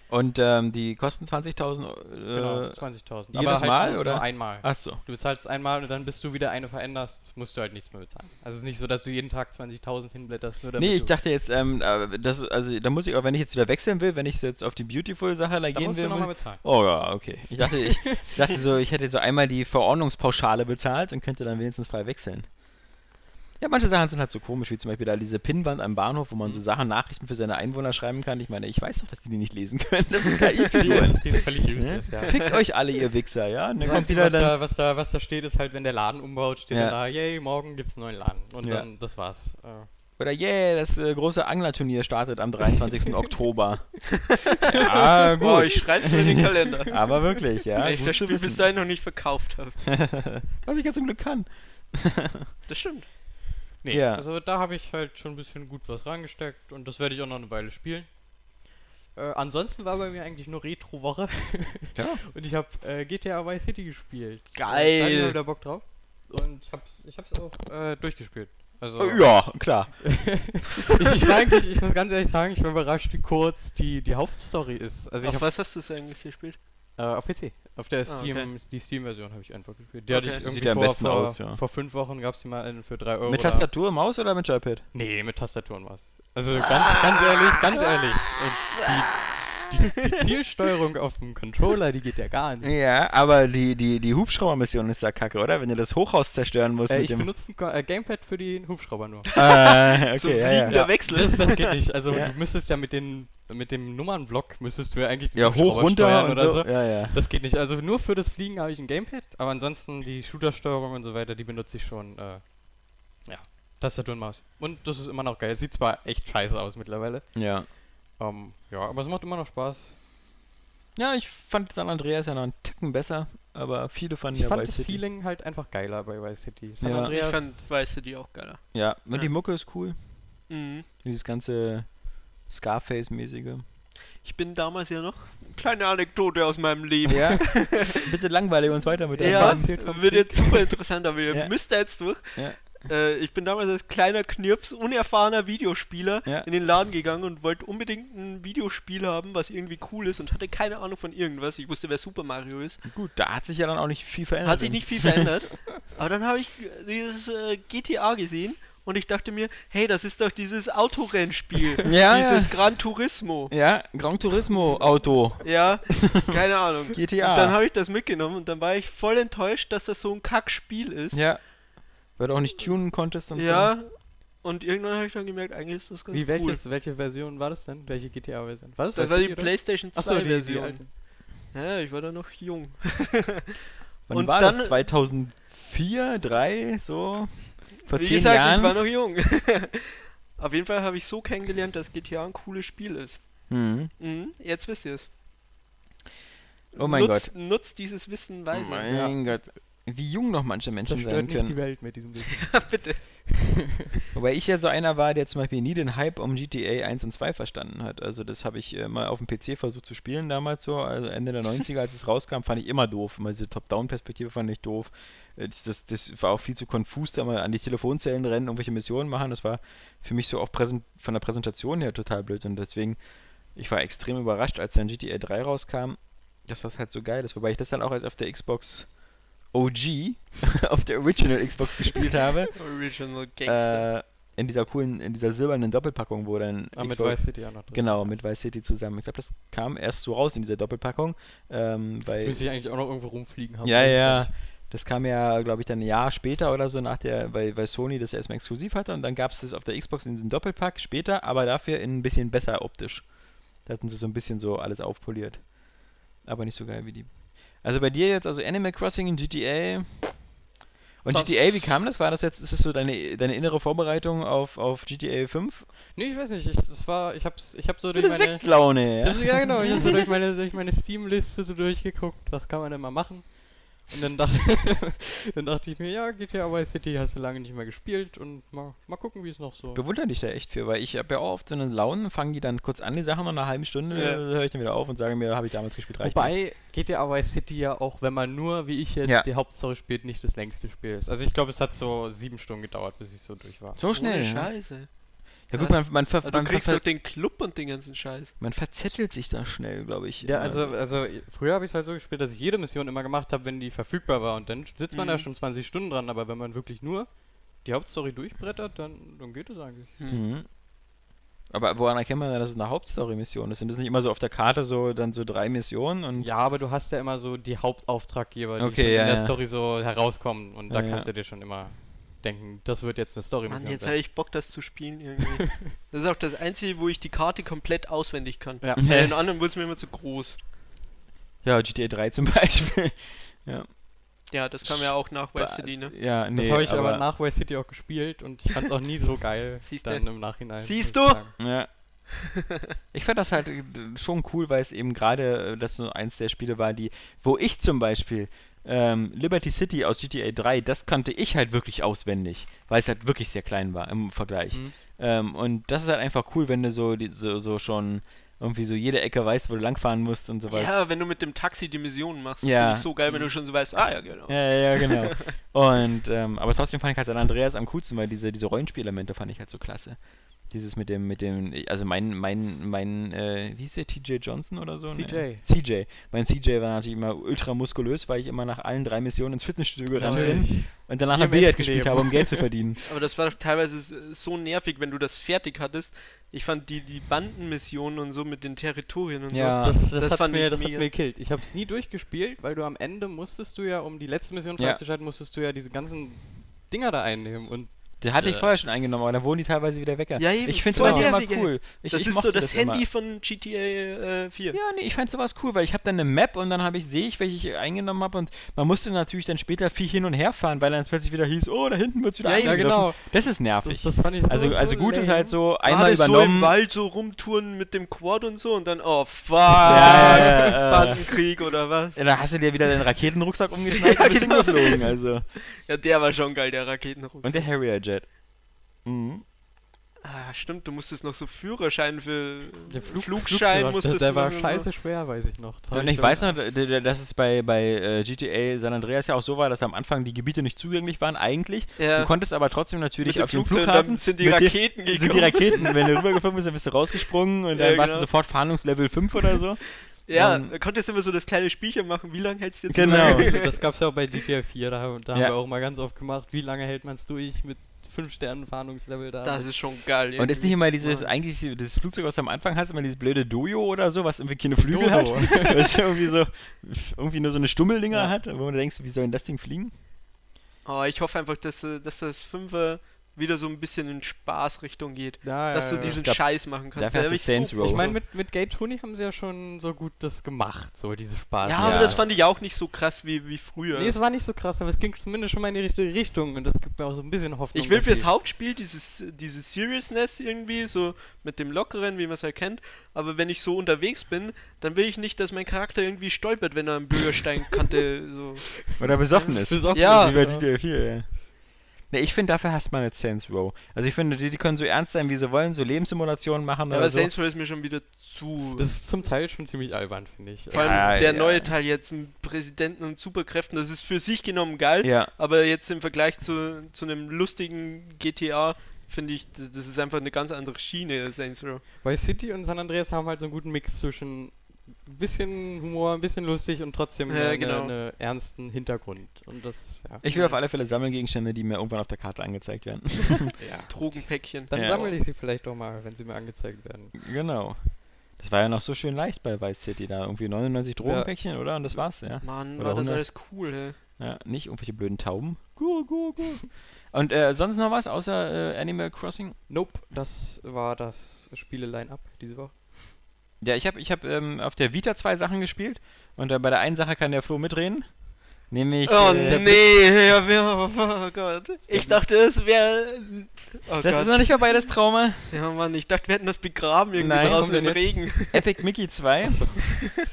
Und ähm, die kosten 20.000
genau,
äh,
20.000.
jedes
halt
Mal,
nur,
oder?
Nur einmal.
Ach so.
Du bezahlst einmal und dann bist du wieder eine veränderst, musst du halt nichts mehr bezahlen. Also es ist nicht so, dass du jeden Tag 20.000 hinblätterst, nur damit
Nee, ich
du
dachte jetzt, ähm, äh, das, also da muss ich, aber wenn ich jetzt wieder wechseln will, wenn ich jetzt auf die Beautiful-Sache da
da
gehen
musst
will.
du nochmal
muss-
bezahlen.
Oh ja, okay. Ich dachte, ich, ich dachte so, ich hätte so einmal die Verordnungspauschale bezahlt und könnte dann wenigstens frei wechseln. Ja, manche Sachen sind halt so komisch, wie zum Beispiel da diese Pinnwand am Bahnhof, wo man
Mhm.
so Sachen, Nachrichten für seine Einwohner schreiben kann. Ich meine, ich weiß doch, dass die die nicht lesen können. Das sind
Die
KI-Figuren.
ist, die ist völlig useless, ja.
Ne? Fickt euch alle, ihr Wichser, ja? Und dann
Das
kommt
Einzige,
wieder
was,
dann.
da, was, da, was da steht, ist halt, wenn der Laden umbaut, steht
Ja.
dann da, yay, morgen gibt's einen neuen Laden. Und
Ja.
dann, das war's. Äh,
Oder yeah, das äh, große Anglerturnier startet am 23.
[LAUGHS]
Oktober. ja, gut.
Boah, ich schreibe es in den Kalender.
Aber wirklich, ja.
weil ich
gut
das
zu
Spiel bis
wissen.
dahin noch nicht verkauft habe.
Was ich ja zum Glück kann.
Das stimmt.
nee,
Ja.
also da habe ich halt schon ein bisschen gut was reingesteckt und das werde ich auch noch eine Weile spielen. Äh, ansonsten war bei mir eigentlich nur Retro-Woche [LAUGHS]
Ja.
und ich habe äh, GTA Vice City gespielt.
Geil.
Äh, da hat jemand wieder Bock drauf. Und ich hab's, ich hab's auch äh, durchgespielt. Also
Oh, Ja, klar.
ich, ich, war eigentlich, ich muss ganz ehrlich sagen, ich war überrascht, wie kurz die, die Hauptstory ist. Also ich
Auf
hab,
was hast du es eigentlich gespielt?
äh, auf PC. Auf der
Ah,
Steam,
okay.
die Steam-Version habe ich einfach gespielt. Die hatte
Okay.
ich irgendwie
ja am
vor,
besten
vor,
aus, ja.
vor fünf Wochen gab's die mal in- für 3 Euro.
Mit
oder-
Tastatur, Maus oder mit Joypad?
Nee, mit Tastaturen war's. Also ganz, ganz ehrlich, ganz ehrlich. Und die, die, die Zielsteuerung auf dem Controller, die geht ja gar nicht.
Ja, aber die, die, die Hubschraubermission ist da kacke, oder? Wenn du das Hochhaus zerstören musst
Äh,
mit
ich
dem.
benutze ein Ko- äh, Gamepad für den Hubschrauber
Äh,
nur.
okay,
So
ja, ja.
fliegender Wechsel.
Das, das geht nicht. Also
Ja.
du müsstest ja mit, den, mit dem Nummernblock müsstest du ja eigentlich den
Ja, hoch,
Hubschrauber
runter
steuern
und
oder
so.
so.
Ja, ja.
Das geht nicht. Also nur für das Fliegen habe ich ein Gamepad, aber ansonsten die Shooter-Steuerung und so weiter, die benutze ich schon. Äh, ja, Tastatur und Maus. Und das ist immer noch geil. Es sieht zwar echt scheiße aus mittlerweile.
Ja.
Ähm, ja, aber es macht immer noch Spaß.
Ja, ich fand San Andreas ja noch einen Ticken besser, aber viele fanden
Ich
ja
fand
Vice
das
City.
Feeling halt einfach geiler bei Vice City. San
Ja.
Ich
Andreas,
fand Vice City auch geiler.
Ja, und
Ja.
die Mucke ist cool.
Mhm.
Dieses ganze Scarface-mäßige.
Ich bin damals ja noch. Kleine Anekdote aus meinem Leben.
Ja. [LAUGHS] Bitte langweile uns weiter mit der
Ja,
Bahn.
wird jetzt super interessant, aber ihr
Ja.
müsst da jetzt durch.
Ja.
Äh, ich bin damals als kleiner Knirps, unerfahrener Videospieler
Ja.
in den Laden gegangen und wollte unbedingt ein Videospiel haben, was irgendwie cool ist und hatte keine Ahnung von irgendwas. Ich wusste, wer Super Mario ist.
Gut, da hat sich ja dann auch nicht viel verändert.
Hat sich nicht viel
[LAUGHS]
verändert. aber dann habe ich dieses äh, GTA gesehen und ich dachte mir, hey, das ist doch dieses Autorennspiel.
[LAUGHS] Ja,
dieses Gran Turismo.
Ja, Gran Turismo Auto.
Ja, keine
[LAUGHS]
Ahnung.
GTA.
Und dann habe ich das mitgenommen und dann war ich voll enttäuscht, dass das so ein Kackspiel ist.
Ja. Weil du auch nicht tunen konntest und so.
Ja, und irgendwann habe ich dann gemerkt, eigentlich ist das ganz
Wie,
cool.
welches, welche Version war das denn? Welche GTA-Version? War das
Das
Vice
war
City,
die
oder?
PlayStation 2
Ach so, die- die
Version.
alte.
ja, ich war da noch jung.
Wann
Und
war
dann-
das? 2004, 3, so? Vor
Wie
zehn
gesagt,
Jahren?
ich war noch jung. [LAUGHS] Auf jeden Fall habe ich so kennengelernt, dass GTA ein cooles Spiel ist.
mhm.
Mhm, jetzt wisst ihr es.
Oh mein
nutzt, Gott. Nutzt dieses Wissen weise.
Mein Gott. Wie jung noch manche Menschen sein
Zerstört nicht
können.
die Welt mit diesem Wissen.
Ja, bitte.
Wobei ich ja so einer war, der zum Beispiel nie den Hype um GTA 1 und 2 verstanden hat. Also das habe ich äh, mal auf dem PC versucht zu spielen damals so. Also Ende der 90er, als es rauskam, fand ich immer doof. Mal diese Top-Down-Perspektive fand ich doof. Äh, Das, das war auch viel zu konfus, da mal an die Telefonzellen rennen, irgendwelche Missionen machen. Das war für mich so auch präsen- von der Präsentation her total blöd. Und deswegen, ich war extrem überrascht, als dann GTA 3 rauskam, dass das halt so geil ist. Wobei ich das dann auch erst auf der Xbox OG, [LAUGHS] auf der Original Xbox gespielt habe.
Original Gangster.
Äh, in dieser coolen, in dieser silbernen Doppelpackung, wo dann
Ah, mit
Xbox-
Vice City auch noch drin.
genau mit Vice City zusammen. Ich glaube, das kam erst so raus in dieser Doppelpackung, ähm, weil
Müsste ich eigentlich auch noch irgendwo rumfliegen haben.
ja
weiß ich
ja,
gar nicht.
das kam ja, glaube ich, dann ein Jahr später oder so nach der, weil, weil Sony das erstmal exklusiv hatte und dann gab es das auf der Xbox in diesem Doppelpack später, aber dafür in ein bisschen besser optisch. Da hatten sie so ein bisschen so alles aufpoliert, aber nicht so geil wie die. Also bei dir jetzt also Animal Crossing in GTA. Und
Das-
GTA, wie kam das? War das jetzt, ist das so deine, deine innere Vorbereitung auf, auf GTA 5?
Nee, ich weiß nicht. Ich, das war, ich hab's, ich hab so durch
Eine
meine.
Sektlaune,
Ich
ja.
hab so, ja genau, ich hab
[LAUGHS]
so durch meine, durch meine Steam-Liste so durchgeguckt, was kann man denn mal machen. Und dann dachte, [LAUGHS] dann dachte ich mir, ja, GTA Vice City hast du lange nicht mehr gespielt und mal, mal gucken, wie es noch so.
Bewundere dich da echt für, weil ich habe ja auch oft so eine Laune, fangen die dann kurz an, die Sachen, nach einer halben Stunde
Ja.
höre ich dann wieder auf und sage mir, habe ich damals gespielt, reicht nicht.
Wobei GTA Vice City ja auch, wenn man nur wie ich jetzt
Ja.
die Hauptstory spielt, nicht das längste Spiel ist. Also ich glaube, es hat so sieben Stunden gedauert, bis ich so durch war.
So schnell. ne?
Ohne
Ja,
Scheiße.
ja gut, man, man, ver
Also, du
man,
kriegst
ver
doch den Club und den ganzen Scheiß.
man verzettelt sich da schnell, glaube ich.
Ja,
Äh,
also, also früher habe ich es halt so gespielt, dass ich jede Mission immer gemacht habe, wenn die verfügbar war. Und dann sitzt man
Mhm.
da schon 20 Stunden dran, aber wenn man wirklich nur die Hauptstory durchbrettert, dann, dann geht es eigentlich.
Mhm. Aber woran erkennt man, denn, dass es eine Hauptstory-Mission ist? Sind das nicht immer so auf der Karte so dann so drei Missionen und
Ja, aber du hast ja immer so die Hauptauftraggeber, die
Okay,
schon
ja,
in der
ja.
Story so herauskommen. Und da
Ja, ja.
kannst du dir schon immer denken, das wird jetzt eine story
Mann, jetzt hätte ich Bock, das zu spielen irgendwie. das ist auch das Einzige, wo ich die Karte komplett auswendig kann.
Ja.
Bei den anderen wurde es mir immer zu groß.
ja, GTA 3 zum [LAUGHS] Beispiel?
Ja, das kam ja auch nach Vice City, ne?
Ja, nee,
das habe ich aber, nach Vice City auch gespielt und ich fand es auch nie so
[LAUGHS]
geil.
Siehste.
dann im Nachhinein. muss
Siehst
ich
du?
sagen.
Ja. Ich fand das halt äh, d- schon cool, weil es eben gerade äh, das so eins der Spiele war, die, wo ich zum Beispiel ähm, Liberty City aus GTA 3, das kannte ich halt wirklich auswendig, weil es halt wirklich sehr klein war im Vergleich.
Mhm.
Ähm, und das ist halt einfach cool, wenn du so, die, so, so schon irgendwie so jede Ecke weißt, wo du langfahren musst und sowas.
Ja, wenn du mit dem Taxi die Missionen machst, das
Ja. Mhm.
finde ich so geil, wenn du schon so weißt, ah ja, genau.
Ja, ja, genau. Und, ähm, aber trotzdem fand ich halt dann Andreas am coolsten, weil diese, diese Rollenspielelemente fand ich halt so klasse. Dieses mit dem, mit dem, also mein, mein, mein, äh, wie hieß der, TJ Johnson oder so?
CJ.
Nee. CJ. Mein CJ war natürlich immer ultra muskulös, weil ich immer nach allen drei Missionen ins Fitnessstudio gerannt bin und danach
Wie
noch
im
Billard
echten
gespielt
Leben.
habe, um Geld zu verdienen.
Aber das war teilweise so nervig, wenn du das fertig hattest. Ich fand die, die Bandenmissionen und so mit den Territorien und
Ja.
so.
Das, das,
Das
hat's
fand
mir,
ich
das hat
mega.
mir gekillt. Ich habe es nie durchgespielt, weil du am Ende musstest du ja, um die letzte Mission
Ja.
freizuschalten, musstest du ja diese ganzen Dinger da einnehmen. Und
Die hatte ich
Äh.
vorher schon eingenommen, aber dann wurden die teilweise wieder weg.
Ja, eben,
ich finde
voll
sowas immer
nervig, ey.
cool. Ich,
das
ich
ist so
mochte
das, Handy
immer.
von GTA äh, 4.
Ja, nee, ich fand sowas cool, weil ich habe dann eine Map und dann habe ich, sehe ich, welche ich eingenommen habe und man musste natürlich dann später viel hin und her fahren, weil dann plötzlich wieder hieß, oh, da hinten wird's wieder
Ja, ja,
angegriffen.
genau.
Das ist nervig.
das, das fand ich so-
also,
so
also gut ist
lame.
halt so,
Einmal
einmal
Gerade so im
übernommen.
Wald so rumtouren mit dem Quad und so und dann, oh fuck,
Ja, ja, ja, äh.
Bandenkrieg oder was?
ja, da hast du dir wieder den Raketenrucksack
[LAUGHS]
umgeschnallt und bist
genau.
hingeflogen. Also.
Ja, der war schon geil, der Raketenrucksack.
Und der Harrier Jet. Mhm.
Ah, stimmt, du musstest noch so Führerschein für
Der Flug,
Flugschein
Flugführer,
musstest
der, der
du
war
noch-
scheiße schwer, weiß ich noch. Da hab
Und ich
dann-
weiß noch, d- d- dass es bei, bei äh, GTA San Andreas ja auch so war, dass am Anfang die Gebiete nicht zugänglich waren, eigentlich.
Ja.
Du konntest aber trotzdem natürlich
Mit dem
auf dem
Flugzeug und
Flughafen.
dann sind die
mit dir-
Raketen
Sind die
gekommen.
Raketen, wenn du rübergeflogen bist, dann bist du rausgesprungen und
Ja,
dann warst
genau.
du sofort Fahndungslevel 5 oder so.
Ja,
Ähm,
da konntest du immer so das kleine Spielchen machen, wie lange hältst du jetzt
Genau.
lange?
[LAUGHS] Das gab's ja auch bei GTA 4, da, haben- da
Ja.
haben wir auch mal ganz oft gemacht, wie lange hält man es durch mit 5 Sternen Fahndungslevel da.
Das ist schon geil.
Und ist nicht
irgendwie.
immer dieses,
Mann.
eigentlich dieses Flugzeug, was du am Anfang hast, immer dieses blöde Dojo oder so, was irgendwie keine Flügel hat.
Dodo.
[LAUGHS] was irgendwie so, irgendwie nur so eine Stummeldinger
Ja.
hat, wo du denkst, wie soll denn das Ding fliegen?
Oh, ich hoffe einfach, dass, äh, dass das Fünfer wieder so ein bisschen in Spaßrichtung geht.
Ja,
Dass du
ja, ja.
diesen
glaub,
Scheiß machen kannst.
dafür
Da
hast
hab
du Saints
so
Row.
Ich meine,
mit
mit, mit Gay Tony haben sie ja schon so gut das gemacht, so diese
ja,
Spaß.
aber das fand ich auch nicht so krass wie, wie früher.
Nee, es war nicht so krass, aber es ging zumindest schon mal in die richtige Richtung und das gibt mir auch so ein bisschen Hoffnung.
ich will
dass
fürs
sie-
Hauptspiel dieses, diese Seriousness irgendwie, so mit dem Lockeren, wie man es erkennt. Aber wenn ich so unterwegs bin, dann will ich nicht, dass mein Charakter irgendwie stolpert, wenn er am [LAUGHS] Bürgersteinkante so.
Weil er besoffen ist.
Fürs Hoffnung,
Ja.
Wie bei GTA 4, ja. Ne, ich finde, dafür hast man eine Saints Row. Also ich finde, die, die können so ernst sein, wie sie wollen, so Lebenssimulationen machen
Ja,
oder
aber
so.
Saints Row ist mir schon wieder zu.
Das ist zum Teil schon ziemlich albern, finde ich.
Vor allem
Ja,
der
ja.
neue Teil jetzt mit Präsidenten und Superkräften, das ist für sich genommen geil,
Ja.
aber jetzt im Vergleich zu, zu einem lustigen GTA finde ich, das, das ist einfach eine ganz andere Schiene, Saints Row.
Weil City und San Andreas haben halt so einen guten Mix zwischen ein bisschen Humor, ein bisschen lustig und trotzdem
Ja,
einen
genau.
ernsten Hintergrund. Und das, ja.
Ich will auf alle Fälle Sammelgegenstände, die mir irgendwann auf der Karte angezeigt werden.
ja.
Drogenpäckchen.
Dann
Ja.
sammle ich sie vielleicht doch mal, wenn sie mir angezeigt werden.
genau. Das war ja noch so schön leicht bei Vice City, da irgendwie 99 Drogenpäckchen, oder? Und das war's, ja.
Mann,
Oder
war das
100.
alles cool, hä?
Ja, nicht irgendwelche blöden Tauben. Gu, gu, gu. Und äh, sonst noch was außer äh, Animal Crossing?
Nope, das war das Spiele-Line-Up diese Woche.
Ja, ich habe ich hab, ähm, auf der Vita zwei Sachen gespielt und äh, bei der einen Sache kann der Flo mitreden. Nämlich.
oh
äh,
nee, ja, wir- oh Gott. Ich dachte, es wäre. Oh
Das
Gott.
ist noch nicht vorbei, das Trauma.
ja, Mann, ich dachte, wir hätten das begraben irgendwie
Nein,
draußen
kommt
im
denn jetzt?
Regen.
Epic Mickey 2.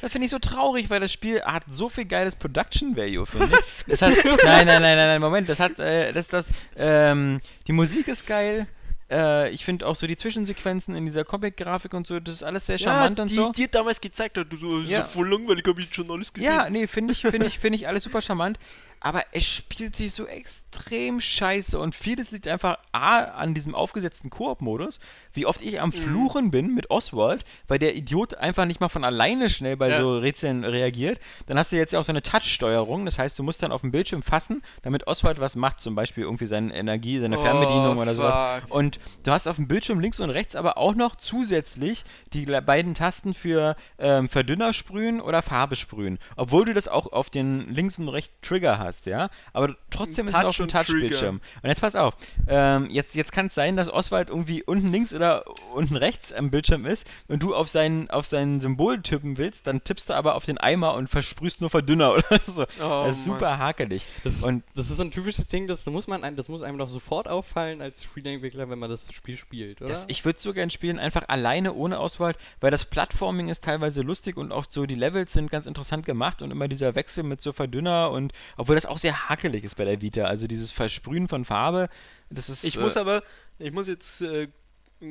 Das finde ich so traurig, weil das Spiel hat so viel geiles Production Value, finde ich. Das
[LAUGHS]
hat, nein, nein, nein, nein, nein, Moment. Das hat, äh, das, das, ähm, die Musik ist geil. Äh, ich finde auch so die Zwischensequenzen in dieser Comic-Grafik und so, das ist alles sehr charmant
ja,
und
die
so.
dir damals gezeigt hat, du so, das ist
Ja.
ja. voll langweilig, hab ich jetzt schon alles gesehen.
Ja, nee, finde ich, finde ich, finde ich alles super charmant. Aber es spielt sich so extrem scheiße und vieles liegt einfach A an diesem aufgesetzten Koop-Modus, wie oft ich
Mhm.
am Fluchen bin mit Oswald, weil der Idiot einfach nicht mal von alleine schnell bei
Ja.
so Rätseln reagiert. Dann hast du jetzt ja auch so eine Touch-Steuerung, das heißt, du musst dann auf dem Bildschirm fassen, damit Oswald was macht, zum Beispiel irgendwie seine Energie, seine
Oh,
Fernbedienung oder sowas.
fuck.
Und du hast auf dem Bildschirm links und rechts aber auch noch zusätzlich die le- beiden Tasten für ähm, Verdünner sprühen oder Farbe sprühen. Obwohl du das auch auf den links und rechts Trigger hast, ja. Aber trotzdem ist es
Touch
auf dem
und Trigger.
Touchbildschirm. Und jetzt pass auf. Ähm, jetzt jetzt kann es sein, dass Oswald irgendwie unten links oder unten rechts am Bildschirm ist und du auf sein, auf sein Symbol tippen willst, dann tippst du aber auf den Eimer und versprühst nur Verdünner [LAUGHS] oder so.
Oh,
das ist
Mann.
super hakelig.
[LAUGHS] Das ist,
Und
das ist so ein typisches Ding, das muss man ein, das muss einem doch sofort auffallen als Spieleentwickler, wenn man das Spiel spielt, oder?
Das, ich würde so gern spielen, einfach alleine ohne Auswahl, weil das Plattforming ist teilweise lustig und auch so die Levels sind ganz interessant gemacht und immer dieser Wechsel mit so Verdünner und obwohl das auch sehr hakelig ist bei der Vita, also dieses Versprühen von Farbe, das ist
Ich
äh,
muss aber, ich muss jetzt äh,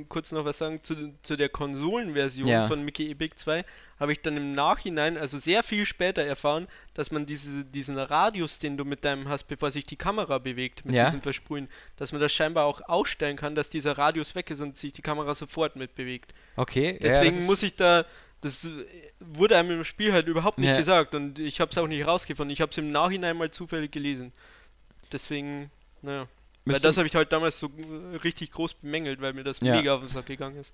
kurz noch was sagen zu, zu der Konsolenversion
Ja.
von Mickey Epic 2, habe ich dann im Nachhinein, also sehr viel später erfahren, dass man diese, diesen Radius, den du mit deinem hast, bevor sich die Kamera bewegt, mit
Ja.
diesem Versprühen, dass man das scheinbar auch ausstellen kann, dass dieser Radius weg ist und sich die Kamera sofort mitbewegt.
Okay,
Deswegen muss ich da, das äh, wurde einem im Spiel halt überhaupt nicht
Ja.
gesagt und ich habe es auch nicht rausgefunden. Ich habe es im Nachhinein mal zufällig gelesen. Deswegen, naja. Weil
Müsste-
das habe ich halt damals so äh, richtig groß bemängelt, weil mir das
Ja.
mega auf den Sack gegangen ist.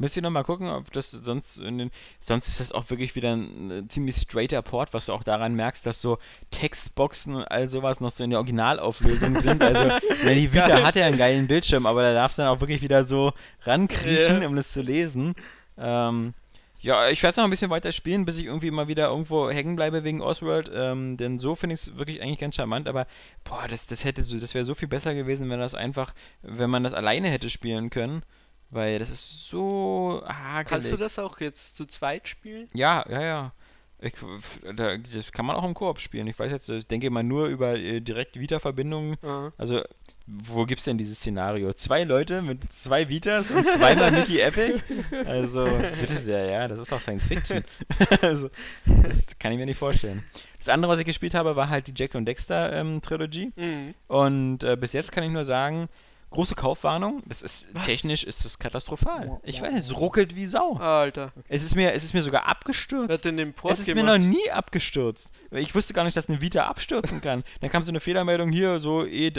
Müsst ihr nochmal gucken, ob das sonst in den. Sonst ist das auch wirklich wieder ein äh, ziemlich straighter Port, was du auch daran merkst, dass so Textboxen und all sowas noch so in der Originalauflösung sind.
[LAUGHS]
Also, ja, die Vita
Geil.
hat ja einen geilen Bildschirm, aber da darfst du dann auch wirklich wieder so rankriechen,
Ja.
um das zu lesen. Ähm, ja, ich werde es noch ein bisschen weiter spielen, bis ich irgendwie mal wieder irgendwo hängen bleibe wegen Oswald. Ähm, denn so finde ich es wirklich eigentlich ganz charmant, aber boah, das, das hätte so, das wäre so viel besser gewesen, wenn das einfach, wenn man das alleine hätte spielen können. Weil das ist so
Kannst du
hakelig.
das auch jetzt zu zweit spielen?
Ja, ja, ja. Ich, f- da, das kann man auch im Koop spielen. Ich weiß jetzt, ich denke mal nur über äh, direkt Vita-Verbindungen.
Ah.
Also, wo gibt's denn dieses Szenario? Zwei Leute mit zwei Vitas und zweimal Mickey Epic? Also, bitte sehr, ja, das ist doch Science Fiction. [LAUGHS] also, das kann ich mir nicht vorstellen. Das andere, was ich gespielt habe, war halt die Jack und Dexter ähm, Trilogie.
Mhm.
Und äh, bis jetzt kann ich nur sagen, große Kaufwarnung. Das ist
Was?
technisch ist das katastrophal. Ich weiß, es ruckelt wie Sau.
Ah, Alter,
Es ist mir, es ist mir sogar
wer hat
abgestürzt.
denn den Port
Es ist mir
gemacht?
noch nie abgestürzt. Ich wusste gar nicht, dass eine Vita abstürzen
[LAUGHS]
kann. Dann kam so eine Fehlermeldung hier, so E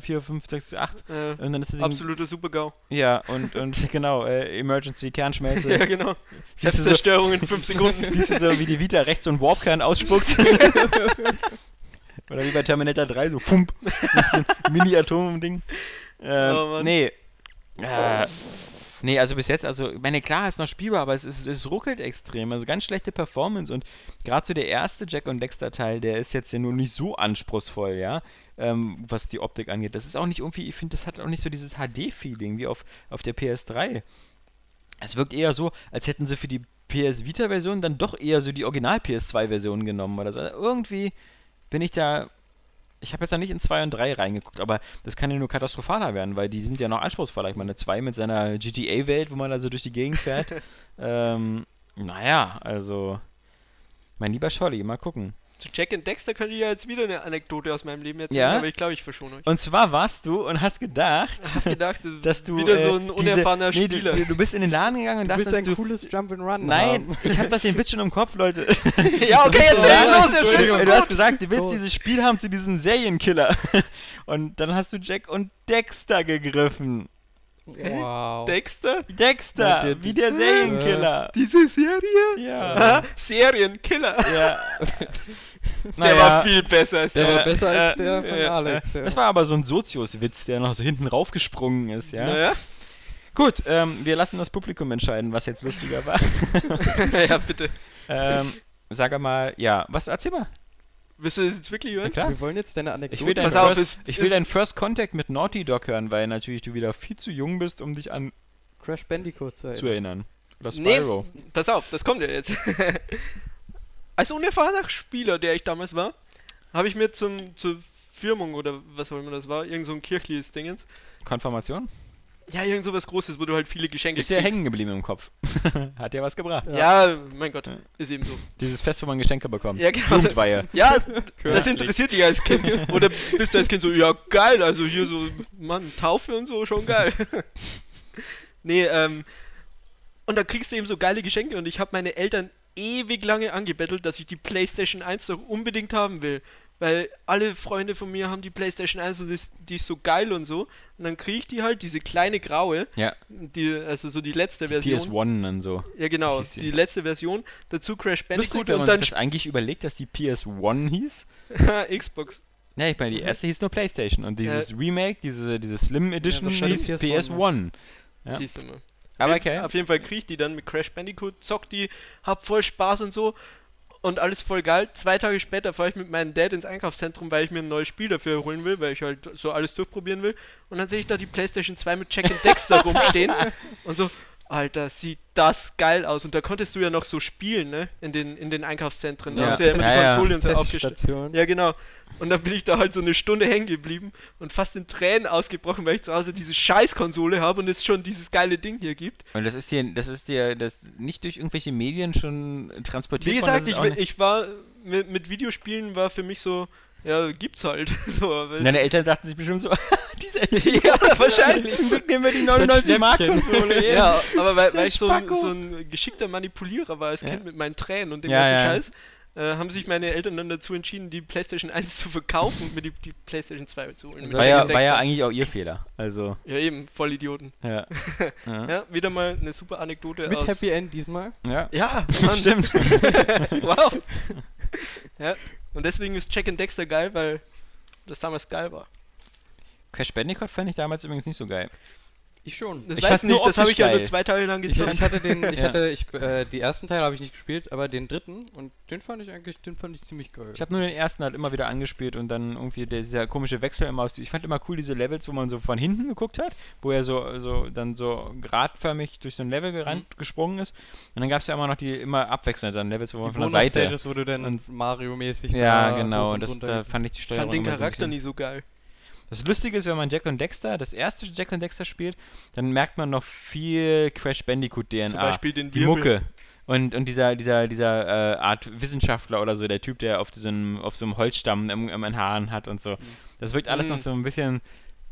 E634568.
äh,
Und dann ist das Ding,
absoluter Supergau.
Ja, und,
[LAUGHS]
und genau, äh, Emergency Kernschmelze.
Ja, genau.
siehst, du so,
Selbstzerstörung in
[LAUGHS]
5 Sekunden.
siehst du so, wie die Vita rechts so einen Warpkern ausspuckt. Oder wie bei Terminator 3, so fump. Das ist so ein Mini-Atom-Ding. Ähm,
Oh, Mann.
nee. Äh, nee, also bis jetzt, also, ich meine, klar, ist noch spielbar, aber es, ist, es ruckelt extrem. Also ganz schlechte Performance und gerade so der erste Jack und Dexter Teil, der ist jetzt ja nur nicht so anspruchsvoll, ja, ähm, was die Optik angeht. Das ist auch nicht irgendwie, ich finde, das hat auch nicht so dieses HD-Feeling wie auf, auf der PS3. Es wirkt eher so, als hätten sie für die PS Vita-Version dann doch eher so die Original-PS2-Version genommen oder so. Also irgendwie bin ich da. Ich habe jetzt noch nicht in 2 und 3 reingeguckt, aber das kann ja nur katastrophaler werden, weil die sind ja noch anspruchsvoller. Ich meine, 2 mit seiner GTA-Welt, wo man also durch die Gegend
[LAUGHS]
fährt. ähm, naja, also. Mein lieber Scholli, mal gucken.
Zu Jack and Dexter könnte ich ja jetzt wieder eine Anekdote aus meinem Leben erzählen,
Ja?
aber ich glaube, ich verschone euch.
Und zwar warst du und hast gedacht,
Ich habe [LAUGHS] gedacht, das ist
dass du.
wieder so
äh,
ein
diese-
unerfahrener
nee, du-
Spieler.
Du, du bist in den Laden gegangen und
Du willst ein
dachtest, du.
cooles Jump'n'Run
Nein, ich habe das den Witz schon im Kopf,
[LAUGHS]
Leute.
ja, okay, jetzt
Ja,
los, jetzt
Entschuldigung,
wird's
du hast gesagt, du willst
So.
dieses Spiel haben zu diesem Serienkiller. [LAUGHS] Und dann hast du Jack und Dexter gegriffen.
Wow.
Dexter?
Na,
Dexter,
der-
wie der Serienkiller.
Diese Serie?
Ja.
Aha, Serienkiller. [LAUGHS]
ja.
Der war viel besser als
Der
der.
war besser als
äh,
der von
äh,
Alex. Ja.
Das war aber so ein Sozius-Witz, der noch so hinten raufgesprungen ist, ja.
Naja,
Gut, ähm, wir lassen das Publikum entscheiden, was jetzt lustiger
[LAUGHS]
war.
ja, [LAUGHS] bitte.
ähm, sag mal, ja, was erzähl mal?
Willst du das jetzt wirklich hören?
klar.
Wir wollen jetzt deine Anekdote.
Ich will, dein
Pass auf,
First,
es-
ich will
es-
deinen First Contact mit Naughty Dog hören, weil natürlich du wieder viel zu jung bist, um dich an
Crash Bandicoot zu
zu erinnern.
erinnern.
Oder
Nee,
Spyro.
Pass auf, das kommt ja jetzt. [LAUGHS] Als unerfahrener Spieler, der ich damals war, habe ich mir zum, zur Firmung oder was auch immer das war, irgend so ein kirchliches Dingens.
Konfirmation?
Ja, irgend so was Großes, wo du halt viele Geschenke
Ist ja
kriegst.
hängen geblieben im Kopf. [LAUGHS] Hat ja was gebracht.
Ja. mein Gott,
Ja. Hm.
ist eben so.
Dieses Fest, wo man Geschenke bekommt.
Ja, genau.
Jugendweihe.
[LAUGHS] Ja, das interessiert dich als Kind. Oder bist du als Kind so, ja geil, also hier so, Mann, Taufe und so, schon geil. [LAUGHS] nee, ähm, und da kriegst du eben so geile Geschenke und ich habe meine Eltern ewig lange angebettelt, dass ich die Playstation 1 doch unbedingt haben will. Weil alle Freunde von mir haben die Playstation 1 und die ist, die ist so geil und so. Und dann krieg ich die halt, diese kleine graue,
Ja,
die, also so die letzte [LAUGHS] Version.
PS1 und so.
Ja genau,
hieß sie.
die letzte Version, dazu Crash
Lustig,
Bandicoot
wenn
und
man
dann
sich das eigentlich überlegt, dass die PS1 hieß.
sp- [LAUGHS] Xbox.
Ja, ich meine, die erste hieß nur PlayStation. Und dieses Remake, diese, diese Slim Edition
das stand
hieß
PS1,
PS1. Ja.
Siehst du mal.
Aber
Auf jeden-
okay.
Auf jeden Fall krieg ich die dann mit Crash Bandicoot, zock die, hab voll Spaß und so und alles voll geil. Zwei Tage später fahre ich mit meinem Dad ins Einkaufszentrum, weil ich mir ein neues Spiel dafür holen will, weil ich halt
[LAUGHS]
so alles durchprobieren will. Und dann sehe ich da die PlayStation 2 mit Jack and Dexter rumstehen und so, Alter, sieht das geil aus. Und da konntest du ja noch so spielen, ne? In den, in den Einkaufszentren. Da
Ja.
haben sie ja immer die
Ja, ja.
Konsole und so aufgestellt.
Teststation.
Ja, genau. Und dann bin ich da halt so eine Stunde hängen geblieben und fast in Tränen ausgebrochen, weil ich zu Hause diese Scheißkonsole habe und es schon dieses geile Ding hier gibt.
Und das ist dir, das ist dir das nicht durch irgendwelche Medien schon transportiert
Wie
worden,
gesagt,
das ist
ich,
auch
bin-
nicht-
ich war mit, mit Videospielen war für mich so, ja, gibt's halt. [LAUGHS] So, aber es-
Deine Eltern dachten sich bestimmt so, [LAUGHS] diese
ja, wahrscheinlich.
Zum Glück nehmen wir die
ein
99 Mark Konsole.
[LAUGHS] Ja, aber weil, weil
Der
ich so, ein-
Spacko.
so ein geschickter Manipulierer war als
Ja.
Kind mit meinen Tränen und dem
Ja,
ganzen
ja.
Scheiß, äh, haben sich meine Eltern dann dazu entschieden, die PlayStation 1 zu verkaufen und mir die, die PlayStation 2 zu holen. Mit
War ja,
dem
war ja
Dexter.
eigentlich auch ihr Fehler. Also,
ja, eben, Vollidioten.
ja. ja.
Ja, wieder mal eine super Anekdote
Mit
aus...
Happy End diesmal.
[LAUGHS]
ja. [LAUGHS]
ja, Mann.
Stimmt.
wow. [LAUGHS] ja, und deswegen ist Jack and Dexter geil, weil das damals geil war.
Crash Bandicoot fand ich damals übrigens nicht so geil.
Ich schon.
Das
Ich
weiß
fand's
ich nicht,
nur
das habe ich
optisch
ja nur
geil.
zwei Tage lang
Ich,
gezockt.
ich hatte [LAUGHS] den, ich
Ja.
hatte, ich, äh, die ersten Teile habe ich nicht gespielt, aber den dritten und den fand ich eigentlich, den fand ich ziemlich geil.
Ich habe nur den ersten halt immer wieder angespielt und dann irgendwie dieser komische Wechsel immer aus. Ich fand immer cool diese Levels, wo man so von hinten geguckt hat, wo er so, so dann so geradförmig durch so ein Level gerannt, gesprungen ist. Und dann gab es ja immer noch die immer abwechselnd dann Levels, wo man von der Seite.
Bonus-Stages, wo du dann
Und-
Mario-mäßig
Ja,
da hoch
genau.
und
Und das,
runter
da
gehst.
fand ich die
ich
Steuerung
fand den
immer so ein
Charakter
bisschen-
nie so geil.
Das Lustige ist, wenn man Jack und Dexter, das erste Jack und Dexter spielt, dann merkt man noch viel Crash Bandicoot DNA.
Zum Beispiel den
die
Wirbel.
Mucke. Und, und dieser, dieser, dieser äh, Art Wissenschaftler oder so, der Typ, der auf diesem, auf so einem Holzstamm im, im, in Haaren hat und so. Das wirkt alles
Mhm.
noch so ein bisschen.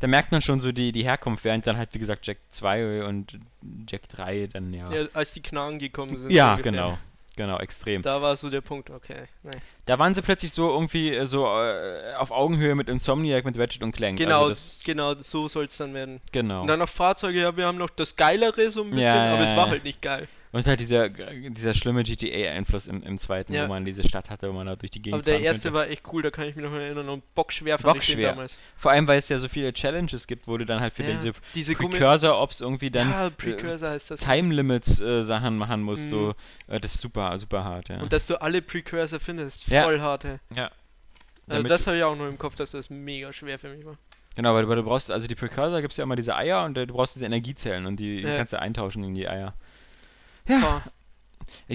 Da merkt man schon so die, die Herkunft, während dann halt, wie gesagt, Jack 2 und Jack 3 dann ja. Ja,
Ja, als die Knarren gekommen sind. so ungefähr.
genau. Genau, extrem. Da,
Da war so der Punkt, okay. Nein.
waren sie plötzlich so irgendwie äh, so äh, auf Augenhöhe mit Insomniac, mit Ratchet und Clank.
Genau,
Also das,
genau, so soll es dann werden.
genau.
Und dann noch Fahrzeuge, ja, wir haben noch das Geilere so ein bisschen,
Ja, ja,
aber es
ja.
war halt nicht geil.
Und halt dieser, dieser schlimme GTA-Einfluss im, im zweiten,
Ja.
wo man diese Stadt hatte, wo man da durch die Gegend
Aber der
fahren
erste
konnte.
war echt cool, da kann ich mich noch erinnern. Und bockschwer fand ich den
Bockschwer.
damals.
Vor allem, weil es ja so viele Challenges gibt, wo du dann halt für
Ja,
diese
diese Gummi-
Precursor-Ops irgendwie dann äh,
ja, Precursor heißt das.
Time-Limits-Sachen machen musst.
Mhm.
So, äh, das ist super, super hart, ja.
Und dass du alle Precursor findest.
Ja.
Voll harte.
Ja.
Also
Damit-
das habe ich auch nur im Kopf, dass das mega schwer für
[LAUGHS]
mich war.
genau, weil du, weil du brauchst, also die Precursor gibt es ja immer diese Eier und äh, du brauchst diese Energiezellen und die
Ja.
kannst du eintauschen in die Eier.
Boah.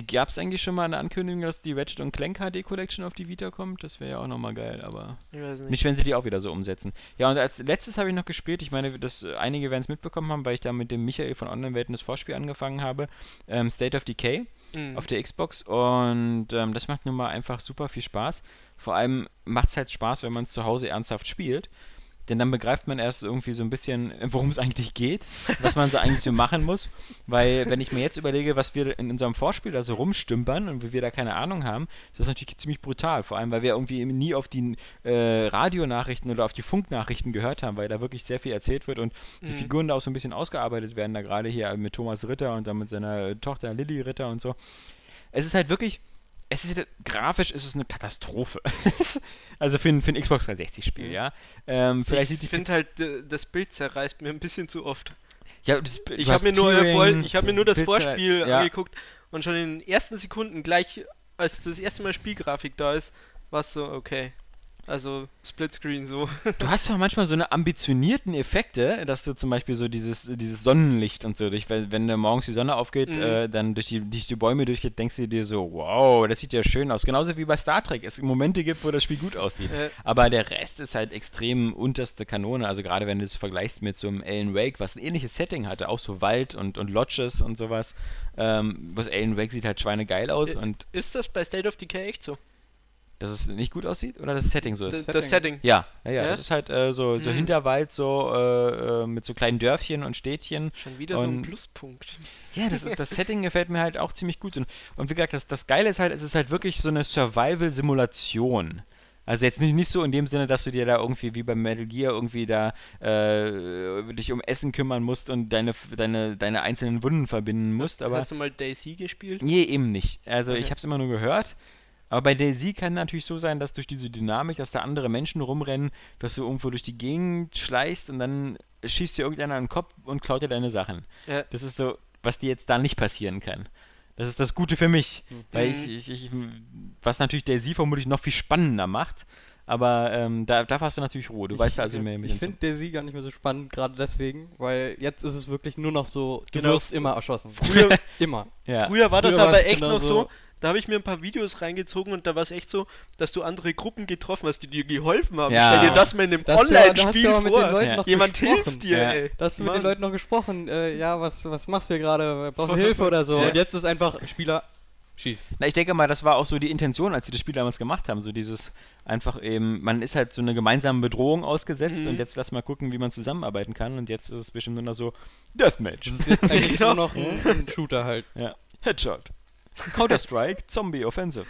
Gab es eigentlich schon mal eine Ankündigung, dass die Ratchet und Clank HD Collection auf die Vita kommt? Das wäre ja auch nochmal geil, aber.
Ich weiß nicht.
Nicht, wenn sie die auch wieder so umsetzen. Ja, und als letztes habe ich noch gespielt, ich meine, das, äh, einige werden es mitbekommen haben, weil ich da mit dem Michael von Online-Welten das Vorspiel angefangen habe, ähm, State of Decay
Mhm.
auf der Xbox und ähm, das macht nun mal einfach super viel Spaß. Vor allem macht es halt Spaß, wenn man es zu Hause ernsthaft spielt, denn dann begreift man erst irgendwie so ein bisschen, äh, worum es [LAUGHS] eigentlich geht, was man so eigentlich so machen muss, weil wenn ich mir jetzt überlege, was wir in unserem Vorspiel da so rumstümpern und wie wir da keine Ahnung haben, ist das natürlich ziemlich brutal, vor allem, weil wir irgendwie nie auf die äh, Radionachrichten oder auf die Funknachrichten gehört haben, weil da wirklich sehr viel erzählt wird und die
Mhm.
Figuren da auch so ein bisschen ausgearbeitet werden, da gerade hier mit Thomas Ritter und dann mit seiner Tochter Lilly Ritter und so es ist halt wirklich, es ist grafisch ist es eine Katastrophe. [LAUGHS] also für ein, für ein Xbox 360-Spiel,
Mhm.
ja. Ähm, vielleicht sieht die
ich finde halt, äh, das Bild zerreißt mir ein bisschen zu oft.
ja, das, du
Ich
hast
habe mir, nur, äh,
Tearing,
voll- ich hab mir nur das
Pizza-
Vorspiel
ja.
angeguckt und schon in den ersten Sekunden, gleich als das erste Mal Spielgrafik da ist, war es so, okay. Also
[LAUGHS]
Splitscreen so.
Du hast doch manchmal so eine ambitionierten Effekte, dass du zum Beispiel so dieses, dieses Sonnenlicht und so, durch, wenn, wenn da morgens die Sonne aufgeht,
Mhm.
äh, dann durch die, durch die Bäume durchgeht, denkst du dir so, wow, das sieht ja schön aus. Genauso wie bei Star Trek es Momente gibt, wo das Spiel gut aussieht.
Äh,
Aber der Rest ist halt extrem unterste Kanone. Also gerade wenn du es vergleichst mit so einem Alan Wake, was ein ähnliches Setting hatte, auch so Wald und, und Lodges und sowas. Ähm, was Alan Wake sieht halt schweinegeil aus
Äh,
und
ist das bei State of Decay echt so?
dass es nicht gut aussieht oder dass das Setting so
Das,
ist.
Setting.
das Setting.
Ja, ja, ja,
Ja?
das ist halt äh, so, so
Mhm.
Hinterwald, so äh, äh, mit so kleinen Dörfchen und Städtchen.
Schon wieder so ein
Und-
Pluspunkt.
Ja, das, ist, das Setting gefällt mir halt auch ziemlich gut. Und, und wie gesagt, das, das Geile ist halt, es ist halt wirklich so eine Survival-Simulation. Also jetzt nicht, nicht so in dem Sinne, dass du dir da irgendwie wie bei Metal Gear irgendwie da äh, dich um Essen kümmern musst und deine, deine, deine einzelnen Wunden verbinden musst, aber...
Hast du mal Daisy
[LAUGHS]
gespielt?
Nee, eben nicht. Also ich
Okay.
habe es immer nur gehört. Aber bei Daisy kann natürlich so sein, dass durch diese Dynamik, dass da andere Menschen rumrennen, dass du irgendwo durch die Gegend schleichst und dann schießt dir irgendeiner an den Kopf und klaut dir deine Sachen.
Ja.
Das ist so, was dir jetzt da nicht passieren kann. Das ist das Gute für mich. Weil ich, ich, ich, was natürlich Daisy vermutlich noch viel spannender macht. Aber ähm, da, da hast du natürlich Ruhe. Du weißt da
[LAUGHS]
also mehr
Ich
hinzu.
finde Daisy gar nicht mehr so spannend, gerade deswegen, weil jetzt ist es wirklich nur noch so, du
Genau.
wirst immer erschossen.
Früher,
[LAUGHS] Immer.
Ja.
früher war das
Früher war's
aber echt
genau
noch so.
so.
Da habe ich mir ein paar Videos reingezogen und da war es echt so, dass du andere Gruppen getroffen hast, die dir geholfen haben.
Ja.
Stell dir das mal in einem
Da hast du ja- da hast du
Online-Spiel
ja
vor.
auch mit den Leuten
Ja.
noch
Jemand
gesprochen.
hilft dir,
Ja.
ey.
Da hast du mit
Mann.
den Leuten noch gesprochen. Äh, ja, was, was machst du hier gerade? Brauchst du Hilfe oder so?
Ja.
Und jetzt ist einfach Spieler, [LAUGHS] schieß.
Na, ich denke mal, das war auch so die Intention, als sie das Spiel damals gemacht haben. So dieses einfach eben, man ist halt so eine gemeinsame Bedrohung ausgesetzt
Mhm.
und jetzt lass mal gucken, wie man zusammenarbeiten kann. Und jetzt ist es bestimmt nur noch so Deathmatch.
Das ist
[LAUGHS]
jetzt eigentlich
Genau.
nur noch ein, ein Shooter halt.
Ja. Headshot. Counter-Strike, Zombie, Offensive.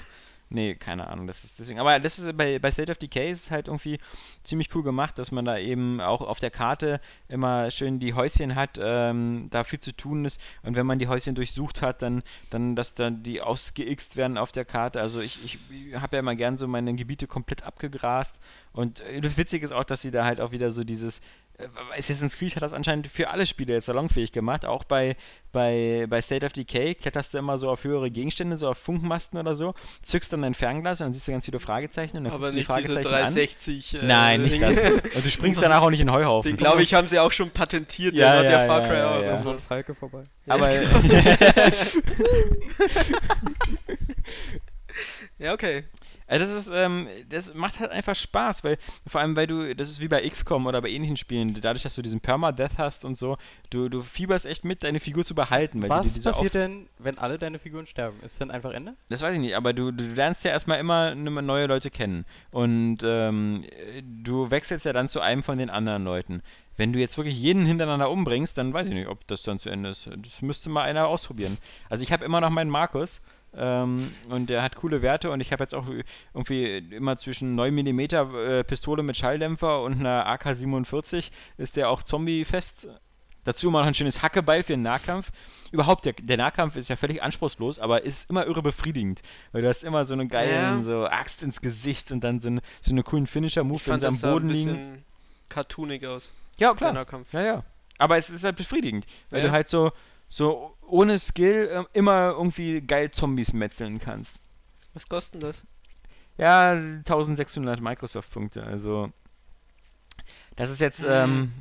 Nee, keine Ahnung, das ist deswegen. Aber das ist bei, bei State of Decay ist es halt irgendwie ziemlich cool gemacht, dass man da eben auch auf der Karte immer schön die Häuschen hat, ähm, da viel zu tun ist. Und wenn man die Häuschen durchsucht hat, dann, dann dass dann die ausgeixt werden auf der Karte. Also ich, ich habe ja immer gern so meine Gebiete komplett abgegrast. Und äh, witzig ist auch, dass sie da halt auch wieder so dieses äh, Assassin's Creed hat das anscheinend für alle Spiele jetzt salonfähig gemacht. Auch bei, bei, bei State of Decay kletterst du immer so auf höhere Gegenstände, so auf Funkmasten oder so, zückst dann dein Fernglas und dann siehst du ganz viele Fragezeichen und dann
Aber
guckst du die
nicht diese
Fragezeichen an.
360. äh,
Nein, nicht [LAUGHS]
Ding. [LAUGHS]
das. Und du springst danach auch nicht in den Heuhaufen.
Den glaube ich, haben sie auch schon patentiert.
Ja,
den
ja,
Far
ja,
Cry
ja,
auch
ja.
gemacht.
Irgendwo ein Falke vorbei.
Aber [LAUGHS]
Ja, okay.
[LAUGHS] Also das ist, ähm, das macht halt einfach Spaß, weil vor allem, weil du, das ist wie bei XCOM oder bei ähnlichen Spielen, dadurch, dass du diesen Permadeath hast und so, du, du fieberst echt mit, deine Figur zu behalten. Weil die,
Was
diese
passiert denn, wenn alle deine Figuren sterben? Ist dann einfach Ende?
Das weiß ich nicht, aber du, du lernst ja erstmal immer ne- neue Leute kennen. Und ähm, du wechselst ja dann zu einem von den anderen Leuten. Wenn du jetzt wirklich jeden hintereinander umbringst, dann weiß ich nicht, ob das dann zu Ende ist. Das müsste mal einer ausprobieren. Also ich habe immer noch meinen Markus. Ähm, und der hat coole Werte und ich habe jetzt auch irgendwie immer zwischen 9mm äh, Pistole mit Schalldämpfer und einer AK-47 ist der auch Zombie-fest. Dazu immer noch ein schönes Hackebeil für den Nahkampf. Überhaupt, der, der Nahkampf ist ja völlig anspruchslos, aber ist immer irre befriedigend. Weil du hast immer so einen geilen
Ja.
so Axt ins Gesicht und dann so, einen- so einen coolen Finisher-Move, wenn
Fand
sie am
das sah
Boden
ein
liegen.
bisschen cartoonig aus.
Ja,
Kleiner Kampf.
Ja, ja. Aber es ist halt befriedigend, weil
Ja.
du halt so, so ohne Skill ähm, immer irgendwie geil Zombies metzeln kannst.
Was kostet denn das?
Ja, 1600 Microsoft-Punkte, also. Das ist jetzt, ähm.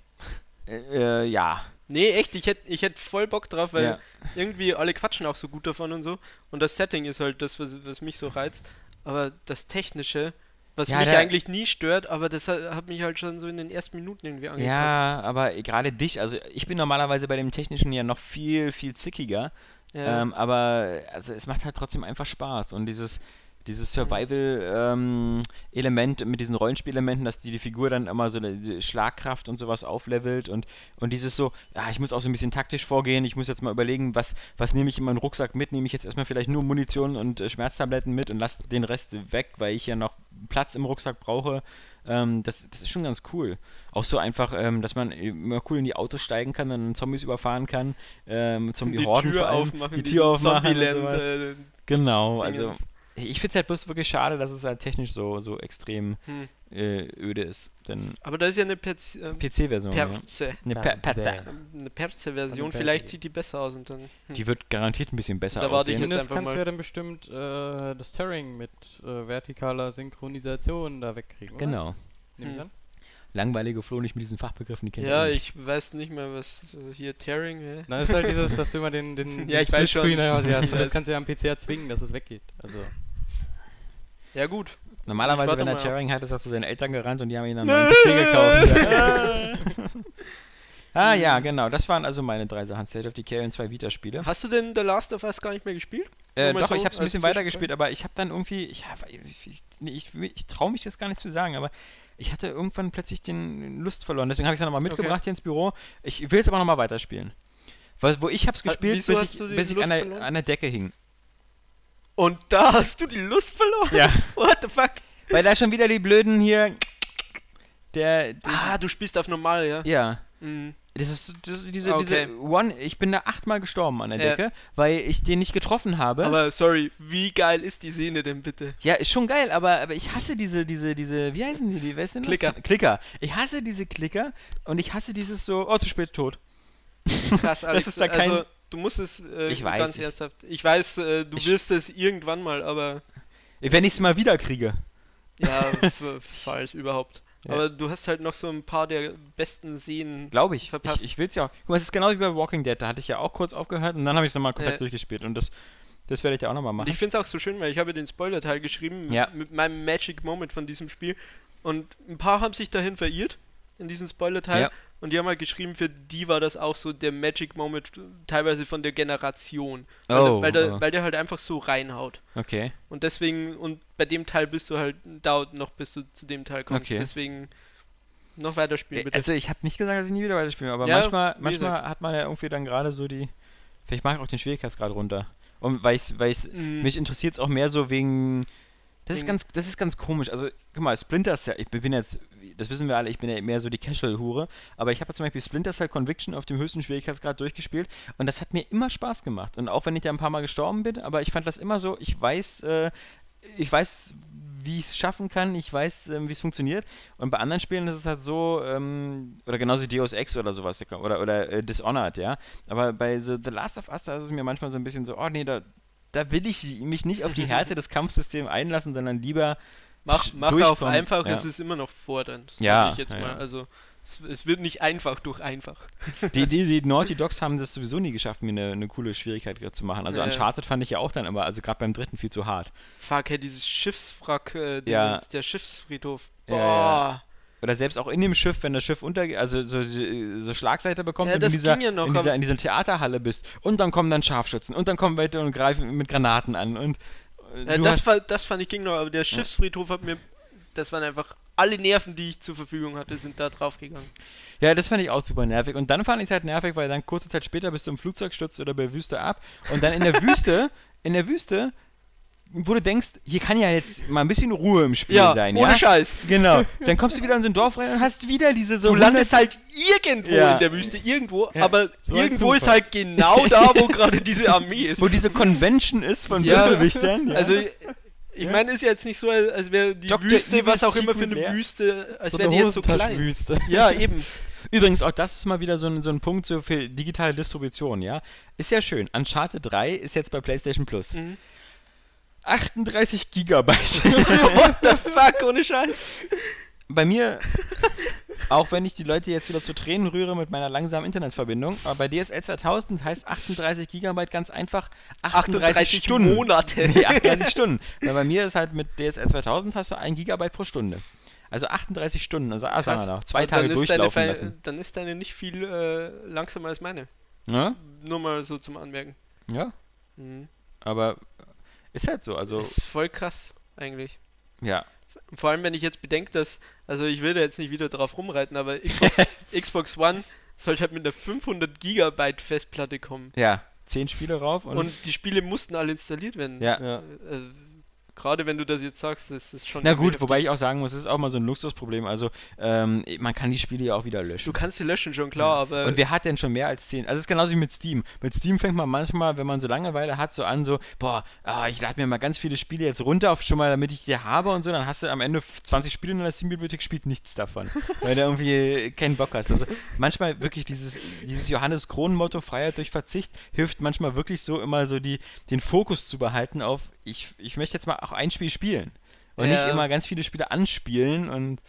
Äh, äh, ja.
Nee, echt, ich hätte ich hätt voll Bock drauf, weil
Ja.
irgendwie alle quatschen auch so gut davon und so. Und das Setting ist halt das, was, was mich so reizt. Aber das Technische, was
Ja,
mich
da-
eigentlich nie stört, aber das ha- hat mich halt schon so in den ersten Minuten irgendwie angepasst.
Ja, aber gerade dich, also ich bin normalerweise bei dem Technischen ja noch viel, viel zickiger. Ähm, aber also es macht halt trotzdem einfach Spaß und dieses dieses Survival-Element mit diesen Rollenspielelementen, dass die, die Figur dann immer so eine- die Schlagkraft und sowas auflevelt und, und dieses so, ja, ich muss auch so ein bisschen taktisch vorgehen, ich muss jetzt mal überlegen, was, was nehme ich in meinen Rucksack mit, nehme ich jetzt erstmal vielleicht nur Munition und äh, Schmerztabletten mit und lasse den Rest weg, weil ich ja noch Platz im Rucksack brauche. Ähm, das, das ist schon ganz cool. Auch so einfach, ähm, dass man immer cool in die Autos steigen kann, dann Zombies überfahren kann, ähm, Zombie-Horden vor allem, die Tür aufmachen und sowas.
Äh,
Genau,
Dingens.
also ich finde es halt bloß wirklich schade, dass es halt technisch so, so extrem
Hm.
äh, öde ist. Denn
aber da ist ja eine Perz äh,
PC-Version, Genau, ja.
Perze.
Eine per Perze.
Eine Perze-Version,
Also
vielleicht
Perze.
sieht die besser aus und dann. Hm.
Die wird garantiert ein bisschen besser
Da warte ich
aussehen.
jetzt
Zumindest
einfach
kannst
mal-
du ja dann bestimmt äh, das Tearing mit äh, vertikaler Synchronisation da wegkriegen. Oder?
Genau.
Nehme ich
Hm.
an.
Langweilige Flo nicht mit diesen Fachbegriffen, die kennt ihr
ja,
alle nicht.
ich weiß nicht mehr, was äh, hier Tearing. Hä?
Na, ist halt dieses, dass du immer den, [LAUGHS] den,
Ja,
den
ich weiß schon.
Splitscreen quasi hast. Und
Ich
das
weiß.
kannst du [LAUGHS] ja am PC erzwingen, dass es weggeht. Also,
[LAUGHS]
Ja, gut. Ich
Normalerweise,
warte
wenn er
mal ab.
Tearing hat, ist er zu seinen Eltern gerannt und die haben ihn dann einen PC
[LAUGHS]
gekauft. Ja. ah ja, genau. Das waren also meine drei Sachen. State of Decay und zwei Vita-Spiele.
Hast du denn The Last of Us gar nicht mehr gespielt?
Äh,
Nur mal
doch,
so
ich habe es ein
als
bisschen
Zwischenfrage.
weitergespielt, aber ich habe dann irgendwie, ich, hab- ich, ich, nee, ich, ich traue mich das gar nicht zu sagen, aber ich hatte irgendwann plötzlich den Lust verloren. Deswegen habe ich es dann nochmal mitgebracht hier ins Büro. Ich will es aber nochmal weiterspielen. Was, wo ich habe es
Ha-
gespielt,
wieso
bis
hast
ich,
du die
bis ich
Lust
an, der,
verloren?
an der Decke hing.
Und da hast du die Lust verloren?
Ja.
[LAUGHS] What the fuck?
Weil da schon wieder die Blöden hier. Der. die-
Ah, du spielst auf normal, ja?
Ja.
Mhm.
Das ist das, diese,
Okay.
diese One. Ich bin da achtmal gestorben an der
Ja.
Decke, weil ich den nicht getroffen habe.
Aber sorry, wie geil ist die Szene denn bitte?
Ja, ist schon geil, aber, aber ich hasse diese, diese, diese, wie heißen die, die, wer ist denn das?
Klicker.
Klicker. Ich hasse diese Klicker und ich hasse dieses so, oh, zu spät, tot.
[LAUGHS] Krass, Alex.
ist da kein-
also, du musst es äh,
Ich weiß,
ganz
ich-
ernsthaft. Ich weiß, äh, du
Ich-
[LAUGHS] wirst es irgendwann mal, aber
Wenn ich es mal wieder kriege.
Ja, f- falsch überhaupt. Aber du hast halt noch so ein paar der besten Szenen.
Glaube ich.
Verpasst.
Ich, ich will es ja auch. Guck mal, es ist genau wie bei Walking Dead. Da hatte ich ja auch kurz aufgehört und dann habe ich es nochmal komplett
Äh.
durchgespielt. Und das, das werde ich da auch nochmal
Und
machen.
ich finde es auch so schön, weil ich habe den Spoiler-Teil geschrieben
Ja.
mit meinem Magic Moment von diesem Spiel. Und ein paar haben sich dahin verirrt in diesem Spoiler-Teil.
Ja.
Und die haben halt geschrieben, für die war das auch so der Magic Moment teilweise von der Generation. Weil,
Oh,
der, weil, der,
oh.
weil der halt einfach so reinhaut.
okay.
Und deswegen, und bei dem Teil bist du halt, dauert noch, bis du zu dem Teil kommst.
Okay.
Deswegen noch weiterspielen, bitte.
Also ich habe nicht gesagt, dass ich nie wieder weiterspiele, aber
Ja,
manchmal,
wie
manchmal hat man ja irgendwie dann gerade so die. Vielleicht mache ich auch den Schwierigkeitsgrad runter. Und weil ich, weil ich
Mhm.
mich interessiert es auch mehr so wegen. Das ist
Wegen-
ganz, das ist ganz komisch. Also, guck mal, Splinter Cell, ich bin jetzt, das wissen wir alle, ich bin ja mehr so die Casual-Hure, aber ich habe zum Beispiel Splinter Cell Conviction auf dem höchsten Schwierigkeitsgrad durchgespielt und das hat mir immer Spaß gemacht. Und auch wenn ich da ein paar Mal gestorben bin, aber ich fand das immer so, ich weiß, äh, ich weiß, wie ich es schaffen kann, ich weiß, ähm, wie es funktioniert. Und bei anderen Spielen ist es halt so, ähm, oder genauso Deus Ex oder sowas, oder, oder äh, Dishonored, ja. Aber bei The, The Last of Us, da ist es mir manchmal so ein bisschen so, oh nee, da, da will ich mich nicht auf
[LAUGHS]
die Härte des Kampfsystems einlassen, sondern lieber
Mach,
sch-
mach auf
durchkommen.
einfach,
ja.
es ist immer noch fordernd. sag
Ja,
Ich jetzt
ja,
mal.
ja.
Also, es, es wird nicht einfach durch einfach.
die, die, die Naughty Dogs haben das sowieso nie geschafft, mir eine, eine coole Schwierigkeit zu machen. Also
Ja, ja.
Uncharted fand ich ja auch dann immer, also gerade beim dritten viel zu hart.
Fuck, hey, dieses Schiffswrack, äh,
Ja.
Dingens, der Schiffsfriedhof.
Ja,
Boah.
ja. Oder selbst auch in dem Schiff, wenn das Schiff unter, also so, so Schlagseite bekommt
Ja,
und in
das
dieser,
ging ja noch,
in, dieser,
aber-
in dieser Theaterhalle bist. Und dann kommen dann Scharfschützen und dann kommen welche und greifen mit Granaten an. Und äh,
Äh,
du
das,
hast-
war, das fand ich ging noch, aber der Schiffsfriedhof hat mir. Das waren einfach alle Nerven, die ich zur Verfügung hatte, sind da draufgegangen.
Ja, das fand ich auch super nervig. Und dann fand ich es halt nervig, weil dann kurze Zeit später bist du im Flugzeug stürzt oder bei Wüste ab. Und dann in
[LAUGHS]
der Wüste, in der Wüste, wo du denkst, hier kann ja jetzt mal ein bisschen Ruhe im Spiel sein.
ohne
ja,
Scheiß. [LAUGHS]
Genau. Dann kommst du wieder in so ein Dorf rein und hast wieder diese so.
Du landest halt irgendwo
Ja.
in der Wüste, irgendwo,
Ja,
aber
so ein
irgendwo ist
Zufall.
halt genau da,
[LAUGHS]
wo gerade diese Armee ist.
wo diese Convention ist von
Ja.
Bösewichtern. Ja.
Also, ich meine, ist ja jetzt nicht so, als als wäre die
Dr.
Wüste,
Evil
was auch immer für eine
Secret Lair.
Wüste, als
so
wäre
eine
die jetzt so
[LAUGHS]
klein.
Hosentaschenwüste.
Ja, eben.
e- Übrigens, auch das ist mal wieder so ein, so ein Punkt so für digitale Distribution, ja. Ist ja schön. Uncharted 3 ist jetzt bei PlayStation Plus.
Mhm.
38
[LAUGHS]
Gigabyte. [LAUGHS]
What the fuck, ohne Scheiß.
bei mir, auch wenn ich die Leute jetzt wieder zu Tränen rühre mit meiner langsamen Internetverbindung, aber bei DSL 2000 heißt 38 Gigabyte ganz einfach [LAUGHS] 38, Stunden. [LAUGHS]
Monate.
Nee,
[LAUGHS]
38 Stunden. Weil bei mir ist halt mit DSL 2000 hast du 1 Gigabyte pro Stunde. Also 38 Stunden, also ah, sagen wir noch, zwei
Und
Tage
ist deine
durchlaufen
Fe-
lassen.
Dann ist deine nicht viel äh, langsamer als meine.
Ja?
Nur mal so zum Anmerken.
ja,
Mhm.
aber ist halt so. Also,
Das ist voll krass, eigentlich.
ja.
Vor allem, wenn ich jetzt bedenke, dass, also ich will da jetzt nicht wieder drauf rumreiten,
[LAUGHS]
aber Xbox, Xbox One sollte halt mit einer 500 Gigabyte Festplatte kommen.
Ja, 10 Spiele rauf und.
Und, die Spiele mussten alle installiert werden.
ja.
Ja.
Äh, Gerade wenn du das jetzt sagst, das ist schon.
Na
irgendwie
gut,
heftig.
wobei ich auch sagen muss, es ist auch mal so ein Luxusproblem. Also, ähm, man kann die Spiele ja auch wieder löschen.
Du kannst sie löschen, schon klar, aber.
Und wer hat denn schon mehr als 10? Also es ist genauso wie mit Steam. Mit Steam fängt man manchmal, wenn man so Langeweile hat, so an, so, boah, ah, ich lade mir mal ganz viele Spiele jetzt runter, auf, schon mal, damit ich die habe und so. Dann hast du am Ende 20 Spiele in der Steam-Bibliothek, spielt nichts
[LAUGHS]
davon, weil du irgendwie keinen Bock hast. Also manchmal wirklich dieses, dieses Johannes Kronen-Motto, Freiheit durch Verzicht, hilft manchmal wirklich so immer so die, den Fokus zu behalten auf, ich, ich möchte jetzt mal auch ein Spiel spielen. Und nicht
Ja.
immer ganz viele Spiele anspielen und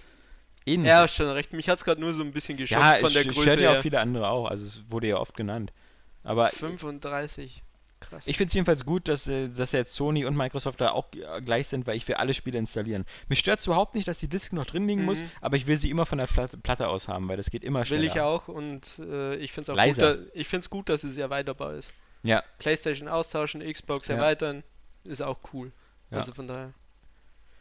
ähnliches.
ja, schon recht. Mich hat es gerade nur so ein bisschen geschockt
Ja,
von
es
der
sch-
Größe.
stört ja
her.
auch viele andere auch. Also es wurde ja oft genannt. Aber
35. Krass.
ich finde es jedenfalls gut, dass, äh, dass jetzt Sony und Microsoft da auch äh, gleich sind, weil ich will alle Spiele installieren. Mich stört es überhaupt nicht, dass die Disk noch drin liegen muss,
Mhm.
aber ich will sie immer von der Plat- Platte aus haben, weil das geht immer schneller.
Will ich auch und äh, ich finde es auch gut,
Leiser.
da, ich find's gut, dass es erweiterbar ist.
Ja.
PlayStation austauschen, Xbox
Ja.
erweitern, ist auch cool.
Ja.
Also von daher.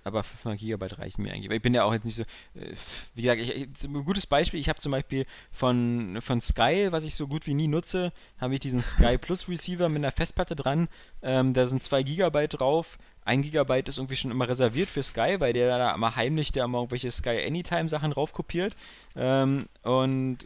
Aber 500 Gigabyte reichen mir eigentlich. Ich bin ja auch jetzt nicht so. äh, Wie gesagt, ich, ich, ein gutes Beispiel: Ich habe zum Beispiel von, von Sky, was ich so gut wie nie nutze, habe ich diesen Sky Plus Receiver mit einer Festplatte dran. Ähm, da sind 2 Gigabyte drauf. 1 Gigabyte ist irgendwie schon immer reserviert für Sky, weil der da immer heimlich, der immer irgendwelche Sky Anytime Sachen raufkopiert. Ähm, und.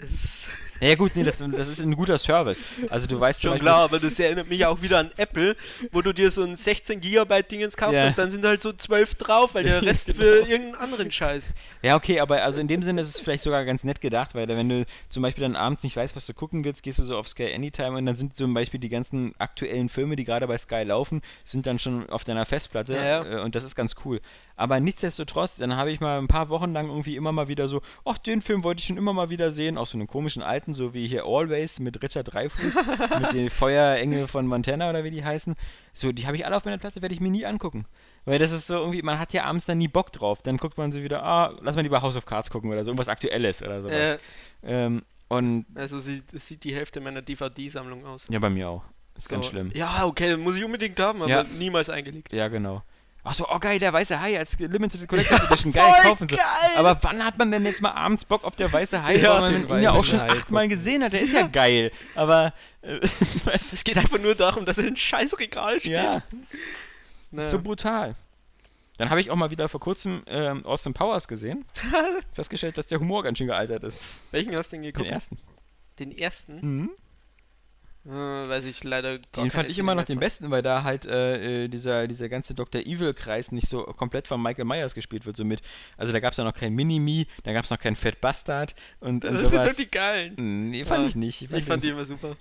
Das ist
Naja, gut, nee, das, das ist ein guter Service. Also, du weißt zum
schon
Beispiel-
klar, aber das erinnert mich auch wieder an Apple, wo du dir so ein 16 Gigabyte Dingens kaufst
Ja. Genau.
und dann sind halt so 12
[LAUGHS]
drauf, weil der Rest für irgendeinen anderen Scheiß.
Ja, okay, aber also in dem Sinne ist es vielleicht sogar ganz nett gedacht, weil da, wenn du zum Beispiel dann abends nicht weißt, was du gucken willst, gehst du so auf Sky Anytime und dann sind zum Beispiel die ganzen aktuellen Filme, die gerade bei Sky laufen, sind dann schon auf auf deiner Festplatte
Ja,
äh, und das ist ganz cool. Aber nichtsdestotrotz, dann habe ich mal ein paar Wochen lang irgendwie immer mal wieder so, ach, den Film wollte ich schon immer mal wieder sehen, auch so einen komischen alten, so wie hier Always mit Richard Dreifuß, mit den Feuerengel von Montana oder wie die heißen. So, die habe ich alle auf meiner Platte, werde ich mir nie angucken. Weil das ist so irgendwie, man hat ja abends dann nie Bock drauf. Dann guckt man so wieder, ah, lass mal lieber House of Cards gucken oder so, irgendwas Aktuelles oder sowas.
Äh,
Ähm, und
also sieht, das sieht die Hälfte meiner DVD-Sammlung aus.
ja, bei mir auch. Ist ganz
So.
schlimm.
Ja, okay, muss ich unbedingt haben, aber
Ja.
niemals eingelegt.
Ja, genau. Achso, oh geil, der weiße Hai als Limited Collectors Edition. Geil,
Voll
kaufen so.
geil!
Aber wann hat man denn jetzt mal abends Bock auf der weiße Hai,
Ja,
weil
den
man ihn ja auch
weißen
schon
Hai
achtmal gesehen hat? Der ist ja geil. Aber, äh, [LAUGHS] weißt du,
[LAUGHS] Es geht einfach nur darum, dass er in scheiß Regal steht.
ja,
Naja.
ist so brutal. Dann habe ich auch mal wieder vor kurzem ähm, Austin Powers
[LAUGHS]
gesehen. Festgestellt, dass der Humor ganz schön gealtert ist.
Welchen hast du denn
Den
geguckt?
ersten.
Den ersten?
Mhm.
Äh, weiß ich leider
Den fand ich immer noch den besten, weil da halt äh, äh, dieser, dieser ganze Dr. Evil-Kreis nicht so komplett von Michael Myers gespielt wird. So mit, also da gab es ja noch kein Mini-Me, da gab es noch keinen Fat Bastard und, und
[LAUGHS] Das sind doch
sowas.
die geilen.
Nee, fand
Ja,
ich nicht. Ich fand,
Ich fand die
den,
immer super.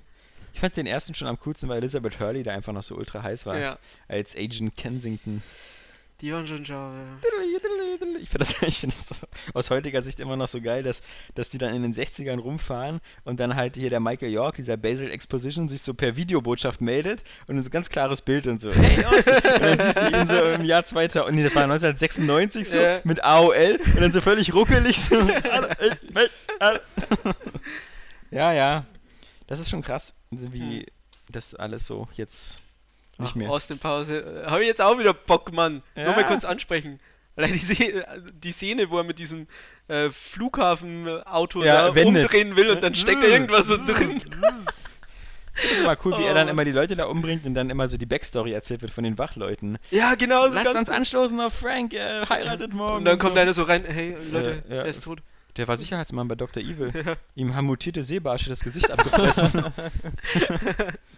ich fand den ersten schon am coolsten, weil Elizabeth Hurley da einfach noch so ultra heiß war.
Ja,
Als Agent Kensington.
die waren schon schau.
Ich finde das, [LAUGHS] ich find das aus heutiger Sicht immer noch so geil, dass, dass die dann in den 60ern rumfahren und dann halt hier der Michael York, dieser Basil Exposition, sich so per Videobotschaft meldet und so ein ganz klares Bild und so. [LAUGHS] Hey, Austin! und dann siehst du ihn so im Jahr 2000, nee, das war 1996 so,
Ja.
mit AOL und dann so völlig ruckelig so. Hallo, ey, mel- hallo. ja, ja. Das ist schon krass, also wie das alles so jetzt [LAUGHS] nicht
Ach,
mehr.
Aus der Pause. Habe ich jetzt auch wieder Bock, Mann. Nur mal
Ja.
kurz ansprechen. Allein die, Se die Szene, wo er mit diesem äh, Flughafenauto
Ja,
da
wendet.
umdrehen will und dann steckt da irgendwas so drin.
Das ist immer cool, wie er dann
Oh.
immer die Leute da umbringt und dann immer so die Backstory erzählt wird von den Wachleuten.
Ja, genau. so
Lasst
ganz-
uns anstoßen auf Frank, äh, heiratet morgen.
und dann kommt
so.
einer so rein, hey Leute,
Ja, ja.
er ist tot.
Der war Sicherheitsmann bei Dr. Evil. Ihm haben mutierte Seebarsche das Gesicht
[LAUGHS]
abgefressen.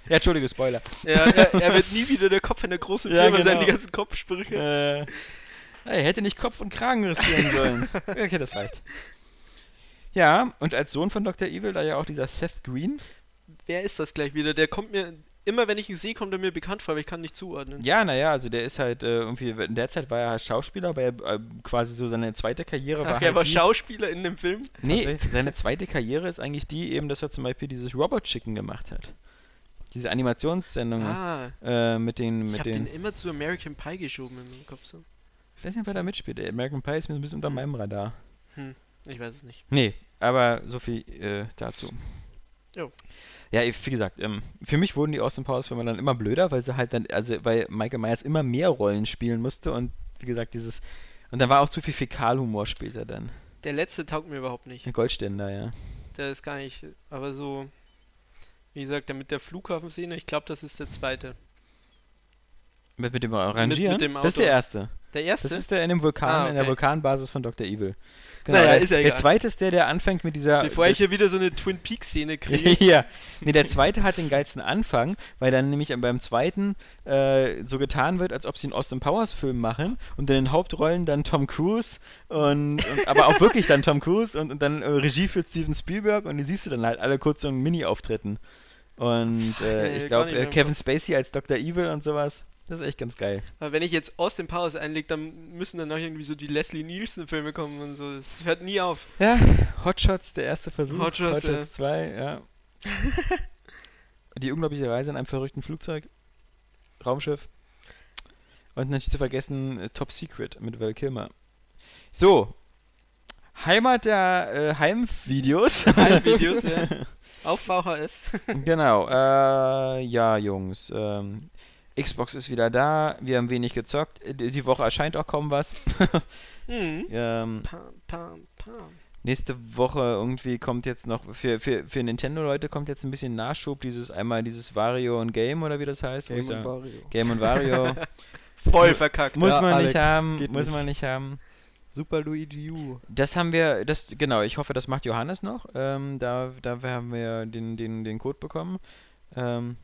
ja, entschuldige, Spoiler.
Ja, er, er wird nie wieder der Kopf in der großen
Ja,
Firma sein,
genau.
die ganzen Kopfsprüche.
Äh, ey, hätte nicht Kopf und Kragen
[LAUGHS]
riskieren sollen. Okay, das reicht. Ja, und als Sohn von Dr. Evil, da ja auch dieser Seth Green.
Wer ist das gleich wieder? Der kommt mir, immer wenn ich ihn sehe, kommt er mir bekannt vor, aber ich kann nicht zuordnen.
Ja, naja, also der ist halt äh, irgendwie, in der Zeit war er halt Schauspieler, aber er, äh, quasi so seine zweite Karriere war
Ach,
halt
er war
die,
Schauspieler in dem Film.
Nee,
Tatsächlich.
seine zweite Karriere ist eigentlich die eben, dass er zum Beispiel dieses Robot Chicken gemacht hat. Diese Animationssendung
Ah,
äh, mit den,
ich
mit
habe
den,
den immer zu American Pie geschoben in meinem Kopf. So.
ich weiß nicht, wer da mitspielt. Ey, American Pie ist mir so ein bisschen
Hm.
unter meinem Radar.
Ich weiß es nicht.
Nee, aber so viel äh, dazu.
Jo.
Ja, ich- wie gesagt, ähm, für mich wurden die Austin Powers Filme dann immer blöder, weil sie halt dann, also weil Michael Myers immer mehr Rollen spielen musste und wie gesagt, dieses, und dann war auch zu viel Fäkalhumor später dann.
Der letzte taugt mir überhaupt
Hm.
nicht.
Goldständer, ja.
Der ist gar nicht, aber so, wie gesagt, der mit der Flughafenszene, ich glaube, das ist der zweite.
Mit, mit dem Orangieren?
mit dem
Das ist
Auto.
der erste.
Der erste?
Das ist der in dem Vulkan,
Ah,
in der
okay.
Vulkanbasis von Dr. Evil. Genau,
Naja,
der,
ist ja
Der
egal.
zweite ist der, der anfängt mit dieser.
Bevor ich hier wieder so eine Twin
[LAUGHS]
Peaks-Szene kriege.
ja. Nee, der zweite hat den geilsten Anfang, weil dann nämlich beim zweiten äh, so getan wird, als ob sie einen Austin Powers Film machen und in den Hauptrollen dann Tom Cruise und, und aber auch wirklich dann Tom Cruise und, und dann äh, Regie für Steven Spielberg und die siehst du dann halt alle kurz so in Mini-Auftritten. Und äh,
ey,
ich
gar
glaube,
nicht mehr
äh,
im
Kevin Spacey als Dr. Evil und sowas, das ist echt ganz geil.
aber wenn ich jetzt aus dem Powers einlege, dann müssen danach irgendwie so die Leslie Nielsen-Filme kommen und so. Das hört nie auf.
Ja, Hotshots, der erste Versuch.
Hot Shots,
Hotshots 2,
[LAUGHS]
ja. Die unglaubliche Reise in einem verrückten Flugzeug. Raumschiff. Und nicht zu vergessen äh, Top Secret mit Val Kilmer. So. Heimat der äh,
[LAUGHS]
Heimvideos.
Alle Videos, ja.
[LAUGHS]
Auf VHS.
genau. Äh, ja, Jungs. Ähm, Xbox ist wieder da. Wir haben wenig gezockt. Äh, Die die Woche erscheint auch kaum was.
[LAUGHS] Mhm.
ähm,
Pam, pam, pam.
Nächste Woche irgendwie kommt jetzt noch, für, für, für Nintendo-Leute kommt jetzt ein bisschen Nachschub, dieses einmal dieses Vario und Game oder wie das heißt. wo ich sag-
Wario.
Game und
[LAUGHS]
Vario.
Voll verkackt.
muss
Ja,
man
Alex,
nicht haben,
geht
muss
nicht.
man nicht haben.
Super Luigi U.
Das haben wir, das, genau, ich hoffe, das macht Johannes noch. Ähm, da, da haben wir den, den, den Code bekommen. Ähm,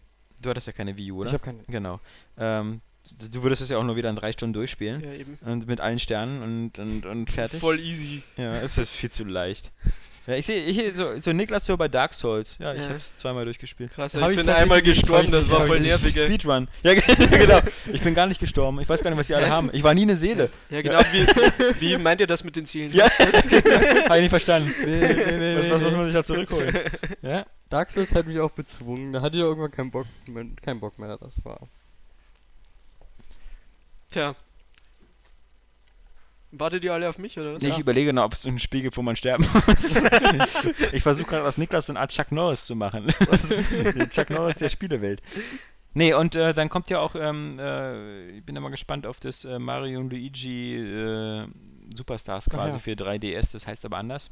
du hattest ja keine Wii U,
Ich
oder?
hab keine.
Genau. Ähm, du- du würdest es ja auch nur wieder in drei Stunden durchspielen.
Ja, eben.
Und mit allen Sternen und, und, und fertig.
[LAUGHS] Voll easy.
Ja, es ist viel zu leicht. Ja, ich sehe ich, so, so Niklas so bei Dark Souls. Ja, ich
Ja.
hab's zweimal durchgespielt.
Krass,
Hab
ich bin
ich tatsächlich
einmal
nicht, hab
gestorben,
ich
das
nicht,
war
hab
voll
ich nicht.
nervig. ey.
Speedrun. Ja, [LAUGHS] genau. Ich bin gar nicht gestorben. Ich weiß gar nicht, was die
[LAUGHS]
alle haben. Ich war nie eine Seele.
Ja, genau. Wie, wie meint ihr das mit den Zielen?
Ja. Habe ich nicht verstanden.
Nee, nee, nee,
Was,
nee,
was, was
nee.
muss ich da
[LAUGHS]
zurückholen? Ja?
Dark Souls hat mich auch bezwungen. Da hatte ich irgendwann keinen Bock, mehr, keinen Bock mehr. Das war.
Tja. Wartet ihr alle auf mich, oder was?
Ich überlege noch, ob es ein Spiel gibt, wo man sterben muss. ich versuche gerade aus Niklas so eine Art Chuck Norris zu machen. Den [LAUGHS] Chuck Norris der Spielewelt. Nee, und äh, dann kommt ja auch, ähm, äh, ich bin immer gespannt auf das äh, Mario und Luigi äh, Superstars
Ach
quasi
ja.
für 3DS, das heißt aber anders.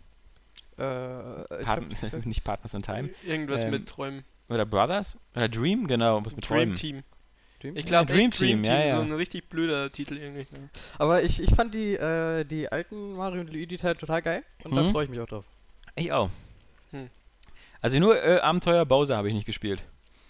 Äh, ich
Partn-
[LAUGHS] hab's
[LAUGHS]
vergessen.
nicht Partners in Time.
Irgendwas
Ähm,
mit Träumen.
Oder Brothers? Oder Dream, genau, was mit
Dream
Träumen.
Team.
Dream-
Ich glaube,
Dream
Dream Team,
Team, ja, ja.
so ein richtig blöder Titel irgendwie.
Aber ich, ich fand die, äh, die alten Mario und Luigi-Teile total geil. Und da
Mhm.
freue ich mich auch drauf.
Ich auch.
Hm.
Also nur äh, Abenteuer Bowser habe ich nicht gespielt.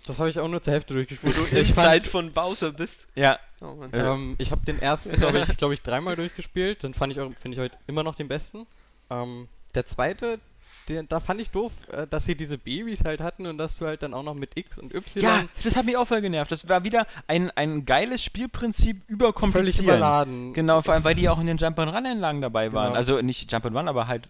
Das habe ich auch nur zur Hälfte durchgespielt.
Wo du
[LAUGHS] ich
Inside von Bowser bist.
Ja,
Oh Mann.
Äh.
Ähm, ich habe den ersten, glaube ich, glaube ich, dreimal durchgespielt. Dann fand ich auch, finde ich heute immer noch den besten. Ähm, der zweite, den, da fand ich doof, äh, dass sie diese Babys halt hatten und dass du halt dann auch noch mit X und Y
ja, das hat mich auch voll genervt. Das war wieder ein, ein geiles Spielprinzip
völlig
überkompliziert.
überladen.
Genau, vor allem, weil die auch in den Jump'n'Run-Anlagen dabei waren.
Genau.
Also nicht Jump'n'Run, aber halt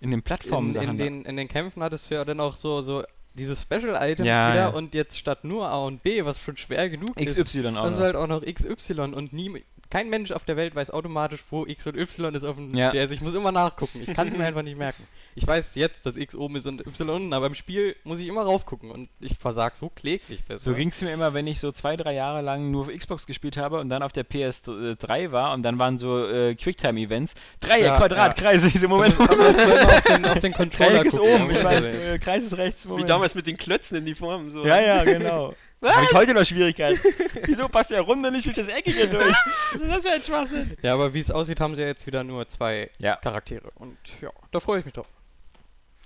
in den
in,
Plattformen-Sachen.
in,
da.
den, in den Kämpfen hattest du ja dann auch so, so diese Special-Items
Ja,
wieder
ja.
und jetzt statt nur A und B, was schon schwer genug ist,
XY auch.
hast du
noch.
halt auch noch XY und nie, kein Mensch auf der Welt weiß automatisch, wo X und Y ist auf dem
Ja.
DS. Ich muss immer nachgucken. Ich kann es mir einfach nicht merken. Ich weiß jetzt, dass X oben ist und Y unten, aber im Spiel muss ich immer raufgucken und ich versag so kläglich besser.
So ging es mir immer, wenn ich so zwei, drei Jahre lang nur auf Xbox gespielt habe und dann auf der PS3 war und dann waren so äh, Quicktime-Events. Dreieck,
Ja,
Quadrat,
ja.
Kreise, diese
[LAUGHS]
Moment.
aber das war immer auf den, auf den Controller
Dreieck ist
gucken,
oben,
aber
ich
das
weiß,
ist ja-
äh, Kreis ist rechts.
Wie
Moment.
damals mit den Klötzen in die Form. So.
Ja, ja, genau. Habe ich heute noch [LAUGHS] Schwierigkeiten. Wieso passt der Runde nicht durch das Eckige durch? Was ist [LAUGHS] das für ein Schwachsinn?
Ja, aber wie es aussieht, haben sie ja jetzt wieder nur zwei
Ja.
Charaktere. Und ja, da freue ich mich drauf.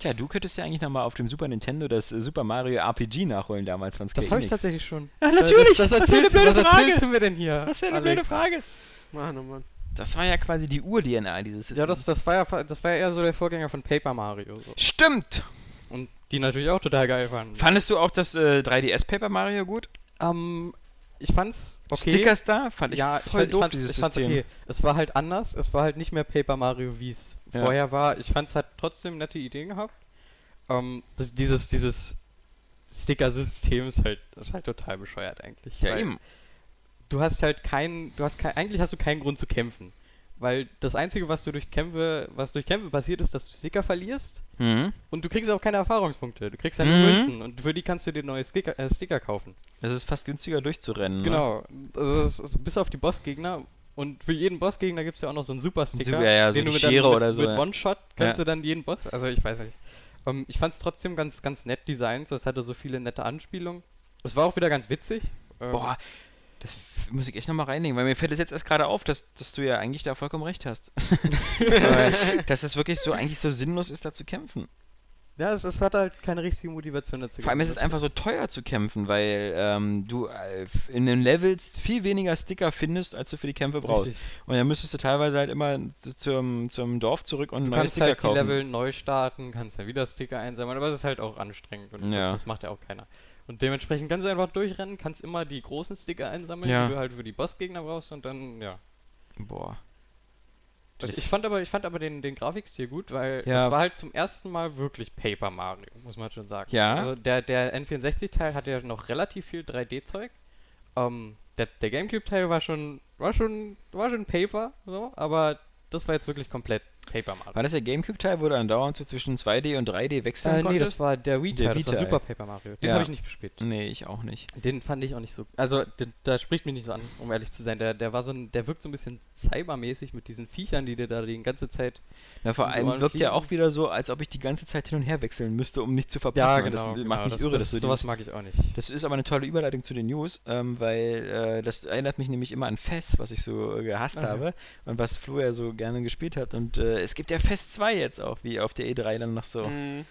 Tja, du könntest ja eigentlich nochmal auf dem Super Nintendo das äh, Super Mario RPG nachholen damals von
Das
Square
habe ich
Enix.
tatsächlich schon.
Ja, natürlich.
Das, das
Was für eine
erzählst,
blöde
was erzählst
Frage.
du mir denn hier?
Was für eine
Alex?
blöde Frage.
Mann, oh Mann.
Das war ja quasi die Ur-DNA dieses
Ja, das, das, war ja, fa- das war ja eher so der Vorgänger von Paper Mario. So.
Stimmt.
Und die natürlich auch total geil fanden.
Fandest du auch das äh, 3DS Paper Mario gut?
Ähm, ich fand's okay.
Stickers da fand ich
ja, ich,
voll
fand, ich
doof,
fand's,
dieses
ich fand's
System.
okay. Es war halt anders. Es war halt nicht mehr Paper Mario, wie es
Ja.
vorher war. Ich fand's hat trotzdem nette Ideen gehabt. Ähm, das, dieses, dieses Sticker-System ist halt, ist halt total bescheuert eigentlich.
Ja,
weil
eben.
Du hast halt keinen, du hast kein, eigentlich hast du keinen Grund zu kämpfen. Weil das Einzige, was du durch Kämpfe, was durch Kämpfe passiert, ist, dass du Sticker verlierst
Mhm.
und du kriegst auch keine Erfahrungspunkte. Du kriegst halt nur
Mhm.
Münzen und für die kannst du dir neue Sticker, äh, Sticker kaufen.
Das ist fast günstiger durchzurennen. Ne?
Genau, also es ist bis auf die Bossgegner. Und für jeden Bossgegner gibt es ja auch noch so einen Super-Sticker,
Super- ja, ja, so
den
die
du mit, dann-
Schere
mit,
oder so,
mit
ja.
One-Shot kannst
Ja.
du dann jeden Boss, also ich weiß nicht. Ähm, ich fand es trotzdem ganz, ganz nett designt, so, es hatte so viele nette Anspielungen. Es war auch wieder ganz witzig. Ähm,
Boah, das f- muss ich echt nochmal reinlegen, weil mir fällt es jetzt erst gerade auf, dass, dass du ja eigentlich da vollkommen recht
[LAUGHS]
hast. [LAUGHS] Aber dass es wirklich so eigentlich so sinnlos ist, da zu kämpfen.
Ja, es, es hat halt keine richtige Motivation dazu.
Vor allem ist es einfach so teuer zu kämpfen, weil ähm, du äh, f- in den Levels viel weniger Sticker findest, als du für die Kämpfe brauchst. Und dann müsstest du teilweise halt immer zu- zum, zum Dorf zurück und
Du
neue
kannst
Sticker
halt die
kaufen.
Level neu starten, kannst ja wieder Sticker einsammeln, aber es ist halt auch anstrengend und
Ja.
das, das macht ja auch keiner. Und dementsprechend kannst du einfach durchrennen, kannst immer die großen Sticker einsammeln,
Ja.
die du halt für die Bossgegner brauchst und dann, ja.
Boah.
Also
Das-
ich fand aber, ich fand aber den, den Grafikstil gut, weil
Ja.
es war halt zum ersten Mal wirklich Paper Mario, muss man schon sagen.
Ja.
Also der, der N64-Teil hatte ja noch relativ viel 3D-Zeug. Ähm, der, der GameCube-Teil war schon, war schon, war schon Paper, so, aber das war jetzt wirklich komplett Paper Mario.
War das der Gamecube-Teil, wo du andauernd so zwischen 2D und 3D wechseln
Äh, nee, das
konntest?
war der Vita,
Der
das war
Vita,
Super Paper Mario. Den
Ja.
habe ich nicht gespielt.
nee, ich auch nicht.
Den fand ich auch nicht so. Also, den, da spricht mich nicht so an, um ehrlich zu sein. Der, der war so ein, der wirkt so ein bisschen cybermäßig mit diesen Viechern, die dir da die ganze Zeit.
Na, vor
Und
allem
Ohren
wirkt ja
fliegen.
auch wieder so, als ob ich die ganze Zeit hin und her wechseln müsste, um nicht zu verpassen. Und Das macht mich
genau, das,
irre,
das,
dass du
sowas
dieses,
mag ich auch nicht.
Das ist aber eine tolle Überleitung zu den News, ähm, weil äh, das erinnert mich nämlich immer an Fest, was ich so äh, gehasst
Ah, ja.
habe und was Flo ja so gerne gespielt hat. Und äh, es gibt ja Fest 2 jetzt auch, wie auf der E3 dann noch so.
Mhm.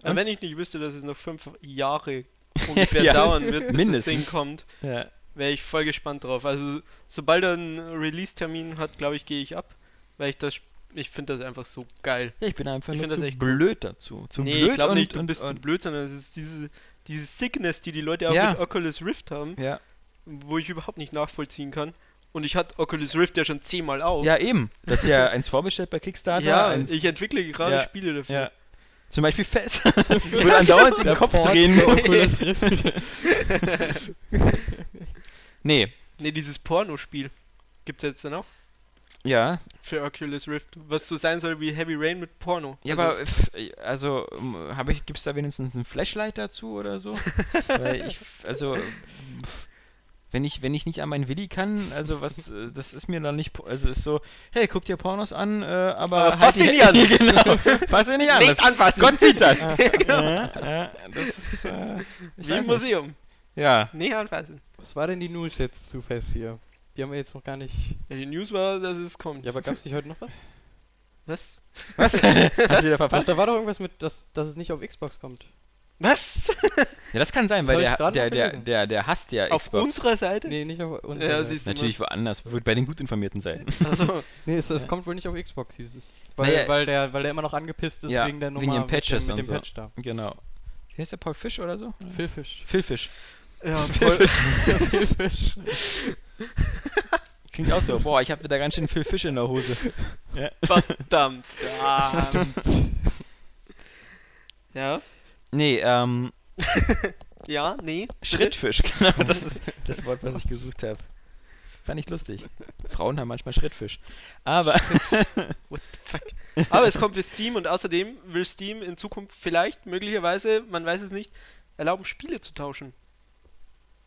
Aber
Und?
wenn ich nicht wüsste, dass es noch fünf
[LAUGHS]
Jahre ungefähr
Ja.
dauern wird, bis das
Mindestens.
Ding kommt,
Ja.
wäre ich voll gespannt drauf. Also sobald er einen Release-Termin hat, glaube ich, gehe ich ab, weil ich das Ich finde das einfach so geil.
Ich bin einfach
Ich
nur
find das
zu
echt
blöd dazu. Zu
nee,
blöd
ich glaube
und-
nicht, du
und-
bist zu
und-
blöd, sondern es ist diese, diese Sickness, die die Leute auch
Ja.
mit Oculus Rift haben,
Ja.
wo ich überhaupt nicht nachvollziehen kann. Und ich hatte Oculus Rift ja schon zehnmal auf.
ja, eben. Das ist
[LAUGHS]
ja eins vorbestellt bei Kickstarter.
Ja,
eins,
ich entwickle gerade
Ja.
Spiele dafür.
ja. Zum Beispiel
[LAUGHS]
Fest. Wo du andauernd den Kopf
[LAUGHS]
drehen musst. nee,
Ne, dieses Pornospiel gibt's jetzt dann auch
ja.
für Oculus Rift, was so sein soll wie Heavy Rain mit Porno.
Ja,
Also,
aber f- also ähm, habe ich, gibt's da wenigstens ein Flashlight dazu oder so? Weil ich, f- also pf, wenn ich, wenn ich nicht an meinen Willi kann, also was, äh, das ist mir dann nicht, po- also ist so, hey, guck dir Pornos an, äh, aber,
Aber fass
die
ihn nicht an.
Hände- [LAUGHS] genau, fass ihn nicht an.
Nicht
das-
anfassen.
Gott sieht das. [LAUGHS] genau. ja, ja, das ist, äh, ich
[LAUGHS] wie im
weiß nicht.
Museum.
Ja,
Nicht anfassen.
Was war denn die News jetzt zu fest hier? Die haben wir jetzt noch gar nicht.
Ja, die News war, dass es kommt.
Ja, aber gab's nicht heute noch was?
Was?
was? [LAUGHS] Hast du wieder
Was?
verpasst?
Da war doch irgendwas mit, dass, dass es nicht auf Xbox kommt.
Was?
Ja, das kann sein,
Das
weil
hab
der,
ich gerade
der,
noch
der,
gelesen.
der, der hasst ja
Auf
Xbox.
unserer Seite?
Nee, nicht auf und, äh,
Ja, siehst du mal.
Natürlich woanders, wird bei den gut informierten Seiten.
Also,
[LAUGHS]
Nee, es, es kommt wohl nicht auf Xbox, hieß es. Weil,
Naja.
weil, der, weil der immer noch angepisst ist
Ja,
wegen der
wegen
Nummer
den
mit dem-
Patches
mit
und
dem
so.
Patch da.
Genau. Wie heißt der Paul Fisch oder so?
Phil Fisch.
Phil Fisch.
ja, voll.
Phil Fisch.
Klingt auch so. Boah, ich habe wieder ganz schön viel Fisch in der Hose.
verdammt. Ah. ja,
Nee, ähm,
ja, nee.
Schrittfisch, [LAUGHS] genau. Das ist das Wort, was ich gesucht habe. Fand ich lustig. Frauen haben manchmal Schrittfisch. Aber
Aber es kommt für Steam und außerdem will Steam in Zukunft vielleicht, möglicherweise, man weiß es nicht, erlauben, Spiele zu tauschen.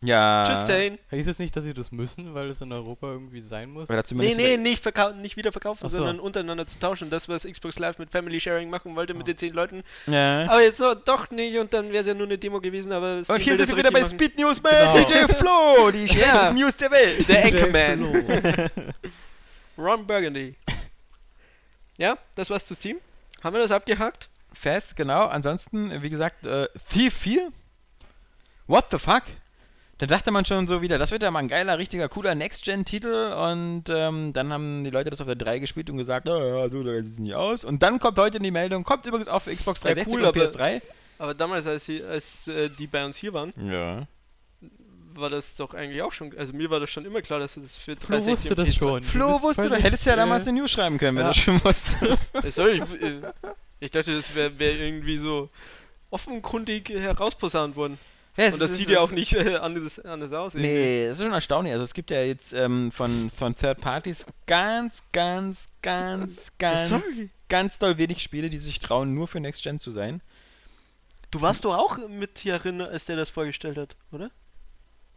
[LAUGHS] ja.
Just saying.
Hieß es nicht, dass sie das müssen, weil es in Europa irgendwie sein muss?
Oder
Nee,
zumindest
nee, nicht, verkau nicht wieder verkaufen,
Ach so.
sondern untereinander zu tauschen. Das, was Xbox Live mit Family Sharing machen wollte mit
Ah.
den zehn Leuten.
Ja.
Aber jetzt so, doch nicht und dann wäre es ja nur eine Demo gewesen, aber Steam
Und hier
will
sind wir
das
wieder bei
richtig
Speed News mit DJ Flo, [LAUGHS] die schlechtesten News der Welt.
machen. Der Anchorman. [LAUGHS] Ron Burgundy. Ja, das war's zu Steam. Haben wir das abgehakt?
Fest, genau. Ansonsten, wie gesagt, äh, Thief 4. What the fuck? Da dachte man schon so wieder, das wird ja mal ein geiler, richtiger, cooler Next-Gen-Titel. Und ähm, dann haben die Leute das auf der 3 gespielt und gesagt, ja, ja, so, da sieht es nicht aus. Und dann kommt heute die Meldung, kommt übrigens auch für Xbox
Ja,
360
cool,
und
aber-
PS3.
Aber damals, als, sie, als äh, die bei uns hier waren,
Ja.
war das doch eigentlich auch schon. Also mir war das schon immer klar, dass es für
Flo
360
wusste
und
das
PS3 [LAUGHS]
schon.
Flo,
bist
wusste, du
völlig,
hättest ja
äh,
damals
[LAUGHS]
eine News schreiben können, wenn
ja.
du schon wusstest.
Das soll ich, äh, ich dachte, das wäre wär irgendwie so offenkundig herausposaunt worden.
Ja, es
Und das
ist-
sieht
es
ja
ist-
auch nicht äh, anders, anders aus. irgendwie.
Nee, das ist schon erstaunlich. Also es gibt ja jetzt ähm, von, von Third Parties ganz, ganz, ganz, ganz,
Äh, Sorry.
ganz doll wenig Spiele, die sich trauen, nur für Next Gen zu sein.
Du warst doch auch mit hier drin, als der das vorgestellt hat, oder?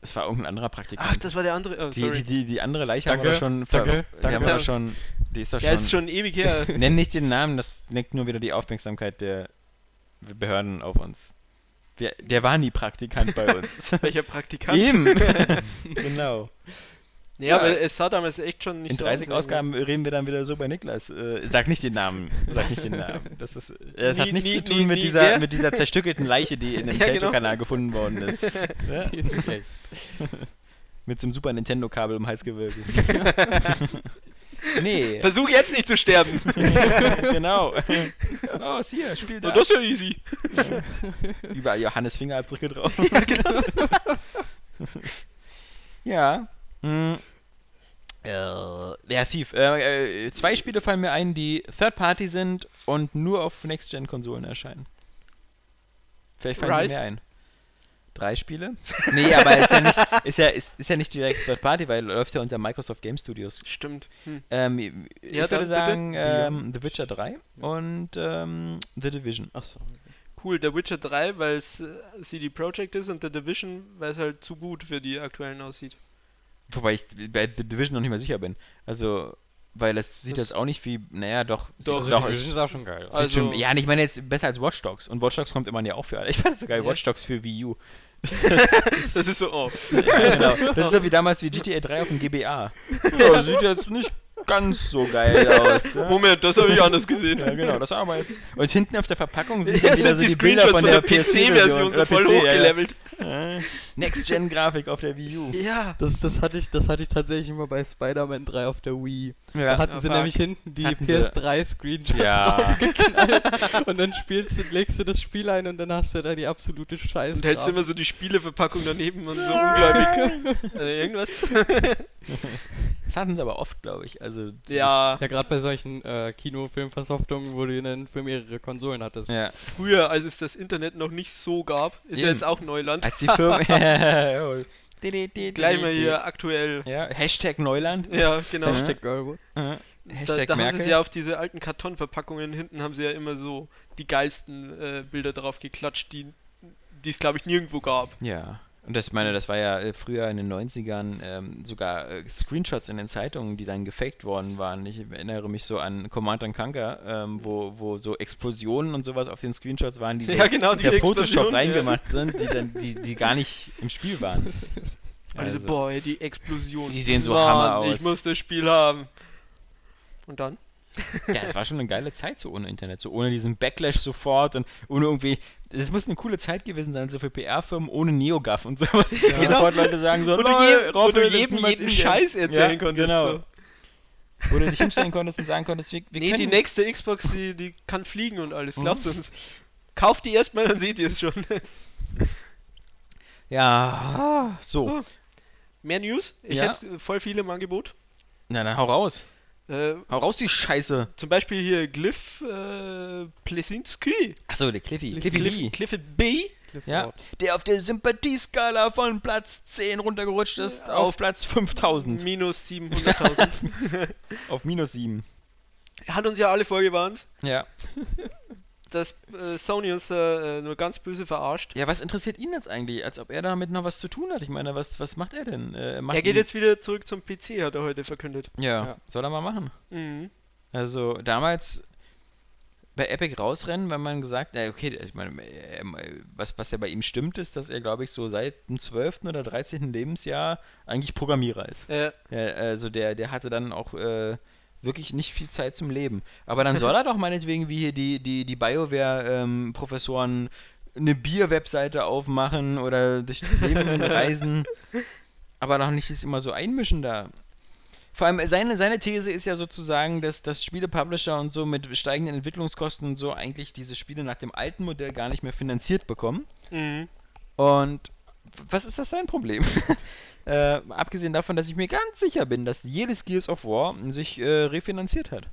Es war irgendein anderer Praktikant.
Ach, das war der andere. Oh,
die, die,
sorry.
die, die andere Leiche haben wir doch
Danke,
schon...
danke,
die
danke.
Haben wir doch schon... Die ist doch
ja,
schon...
ist schon ewig her.
[LAUGHS] Nenn nicht den Namen, das lenkt nur wieder die Aufmerksamkeit der Behörden auf uns. Der, der war nie Praktikant
[LAUGHS]
bei uns.
Welcher Praktikant? [LAUGHS]
Eben. genau.
Ja,
Ja.
aber es sah damals echt schon nicht
In
so
30
aus, [LAUGHS] irgendwie.
Ausgaben reden wir dann wieder so bei Niklas. Äh, sag nicht den Namen. Sag nicht den Namen. Das, ist, äh, das
Nie-
hat nichts
nie-
zu tun
nie-
mit,
nie
dieser,
wer?
mit dieser zerstückelten Leiche, die
[LAUGHS]
in dem
Ja, genau.
Telto-Kanal gefunden worden
[LAUGHS]
ist. Ja?
die ist schlecht.
Mit so einem Super Nintendo-Kabel um den Hals gewirbelt.
[LAUGHS]
nee.
Versuch jetzt nicht zu sterben.
[LAUGHS] genau. [LAUGHS] Los, hier, spiel da.
ist ja easy.
Überall Johannes Fingerabdrücke drauf. [LAUGHS] ja. Hm. Äh, ja, Thief. Äh, äh, zwei Spiele fallen mir ein, die Third-Party sind und nur auf Next-Gen-Konsolen erscheinen. Vielleicht fallen die
Rise.
mir ein. Drei Spiele? Nee, aber ist ja nicht, ist ja, ist, ist ja nicht direkt Third-Party, weil läuft ja unter Microsoft Game Studios.
Stimmt. Hm.
Ähm, ich
Ja, dann bitte.
würde sagen, ähm, The Witcher 3 und ähm, The Division.
Achso.
Cool, der Witcher 3, weil es äh, CD Projekt ist und der Division, weil es halt zu gut für die
[LAUGHS]
aktuellen aussieht.
Wobei ich bei The Division noch nicht mal sicher bin. Also, weil das sieht
Das-
jetzt auch nicht wie, naja, doch.
Doch,
sieht,
Also
doch es
die Vision
sieht
ist auch schon geil. aus.
Also-
schon, ja, ich meine jetzt besser als Watch Dogs. Und Watch Dogs kommt immerhin ja auch für alle. Ich weiß sogar
Ja.
Watch Dogs für Wii
[LAUGHS]
U.
Das ist so, oh. [LAUGHS]
Ja, genau. Das ist so wie damals wie GTA 3 auf dem GBA. Ja, sieht jetzt nicht ganz so geil aus. Ja?
Moment, das habe ich anders gesehen.
Ja, genau, das haben wir jetzt. Und hinten auf der Verpackung sind
[LAUGHS] Ja,
dann
sind
wieder so
die
die Bilder
Screenshots
von der PC-Version.
so voll hochgelevelt.
Next-Gen-Grafik auf der Wii
[LAUGHS]
U.
Ja.
Das, das, hatte ich, das hatte ich tatsächlich immer bei Spider-Man 3 auf der Wii. Da hatten
Ja,
sie
fuck.
nämlich hinten die
Hatten sie.
PS3-Screenshots
Ja.
draufgeknallt. und dann spielst du, legst du das Spiel ein und dann hast du da die absolute Scheiße.
Und hältst immer so die Spieleverpackung daneben und so ungläubig.
[LAUGHS]
Also irgendwas.
das hatten sie aber oft, glaube ich. Also, das-
ja.
Ja, gerade bei solchen äh, Kinofilmversoftungen, wo du dann für mehrere Konsolen hattest.
Ja.
Früher, als es das Internet noch nicht so gab, ist ja
Eben.
jetzt auch Neuland.
Als die [LAUGHS] Firma.
Gleich mal hier aktuell.
Ja, Hashtag Neuland.
Ja, genau.
Ja.
Hashtag Girlwood.
Äh,
Da,
Hashtag
da haben sie
Merkel.
es ja auf diese alten Kartonverpackungen hinten haben sie ja immer so die geilsten äh, Bilder drauf geklatscht, die die es glaube ich nirgendwo gab.
Ja. Und das ich meine, das war ja äh, früher in den 90ern ähm, sogar äh, Screenshots in den Zeitungen, die dann gefaked worden waren. Ich erinnere mich so an Command and Conquer, ähm, wo, wo so Explosionen und sowas auf den Screenshots waren,
[LAUGHS]
die so
Ja, genau, die
per Photoshop
Explosion, ja.
reingemacht sind, die dann, die, die gar nicht im Spiel
[LAUGHS]
waren.
Also,
Also,
boah, die Explosion.
Die sehen so
Mann,
Hammer aus.
Ich muss das Spiel haben. Und dann?
ja, es war schon eine geile Zeit so ohne Internet, so ohne diesen Backlash sofort und ohne irgendwie. Das muss eine coole Zeit gewesen sein, so für PR-Firmen ohne NeoGAF und sowas. Ja.
Genau.
Sofort Leute sagen so,
Wo du
"Lol,
jedem- wo
Rauf,
du
das ist
jedem
niemals
jeden
Indien."
Scheiß erzählen
ja,
konntest,
Genau.
so.
Wo du dich hinstellen konntest und sagen konntest, wir, wir
Nee, die
können
nächste Xbox, die, die kann fliegen und alles. Glaubt uns. Kauft die erstmal, dann seht ihr es schon.
Ja, so.
[LAUGHS] Mehr News? Ich
Ja.
hätte äh, voll viele im Angebot.
Na, dann hau raus.
Äh,
Hau raus, die Scheiße.
zum Beispiel hier Glyph äh, Plesinski.
Achso, der Cliffy. Cliffy Lee.
Cliff, Cliffy B.
Ja, der auf der Sympathieskala von Platz 10 runtergerutscht ist auf, Platz 5000.
[LAUGHS] Minus 700.000. [LAUGHS]
Auf minus 7.
Er Hat uns ja alle vorgewarnt,
Ja.
dass äh, Sony uns äh, äh, nur ganz böse verarscht.
Ja, was interessiert ihn jetzt eigentlich? Als ob er damit noch was zu tun hat. Ich meine, was, was macht er denn? Äh, macht
Er geht
ihn-
jetzt wieder zurück zum PC, hat er heute verkündet.
Ja,
Ja.
soll er mal machen.
Mhm.
Also damals bei Epic rausrennen, wenn man gesagt, na okay, ich meine, äh, was, was ja bei ihm stimmt, ist, dass er, glaube ich, so seit dem 12. oder 13. Lebensjahr eigentlich Programmierer ist.
Äh,
Ja, also der, der hatte dann auch äh, wirklich nicht viel Zeit zum Leben. Aber dann soll er doch meinetwegen wie hier die, die, die Bioware-Professoren eine Bier-Webseite aufmachen oder durch das Leben reisen. Aber doch nicht das immer so einmischen da. Vor allem äh, seine, seine These ist ja sozusagen, dass, dass Spiele-Publisher und so mit steigenden Entwicklungskosten und so eigentlich diese Spiele nach dem alten Modell gar nicht mehr finanziert bekommen.
mhm.
Und was ist das sein Problem? [LAUGHS] äh, abgesehen davon, dass ich mir ganz sicher bin, dass jedes Gears of War sich äh, refinanziert hat.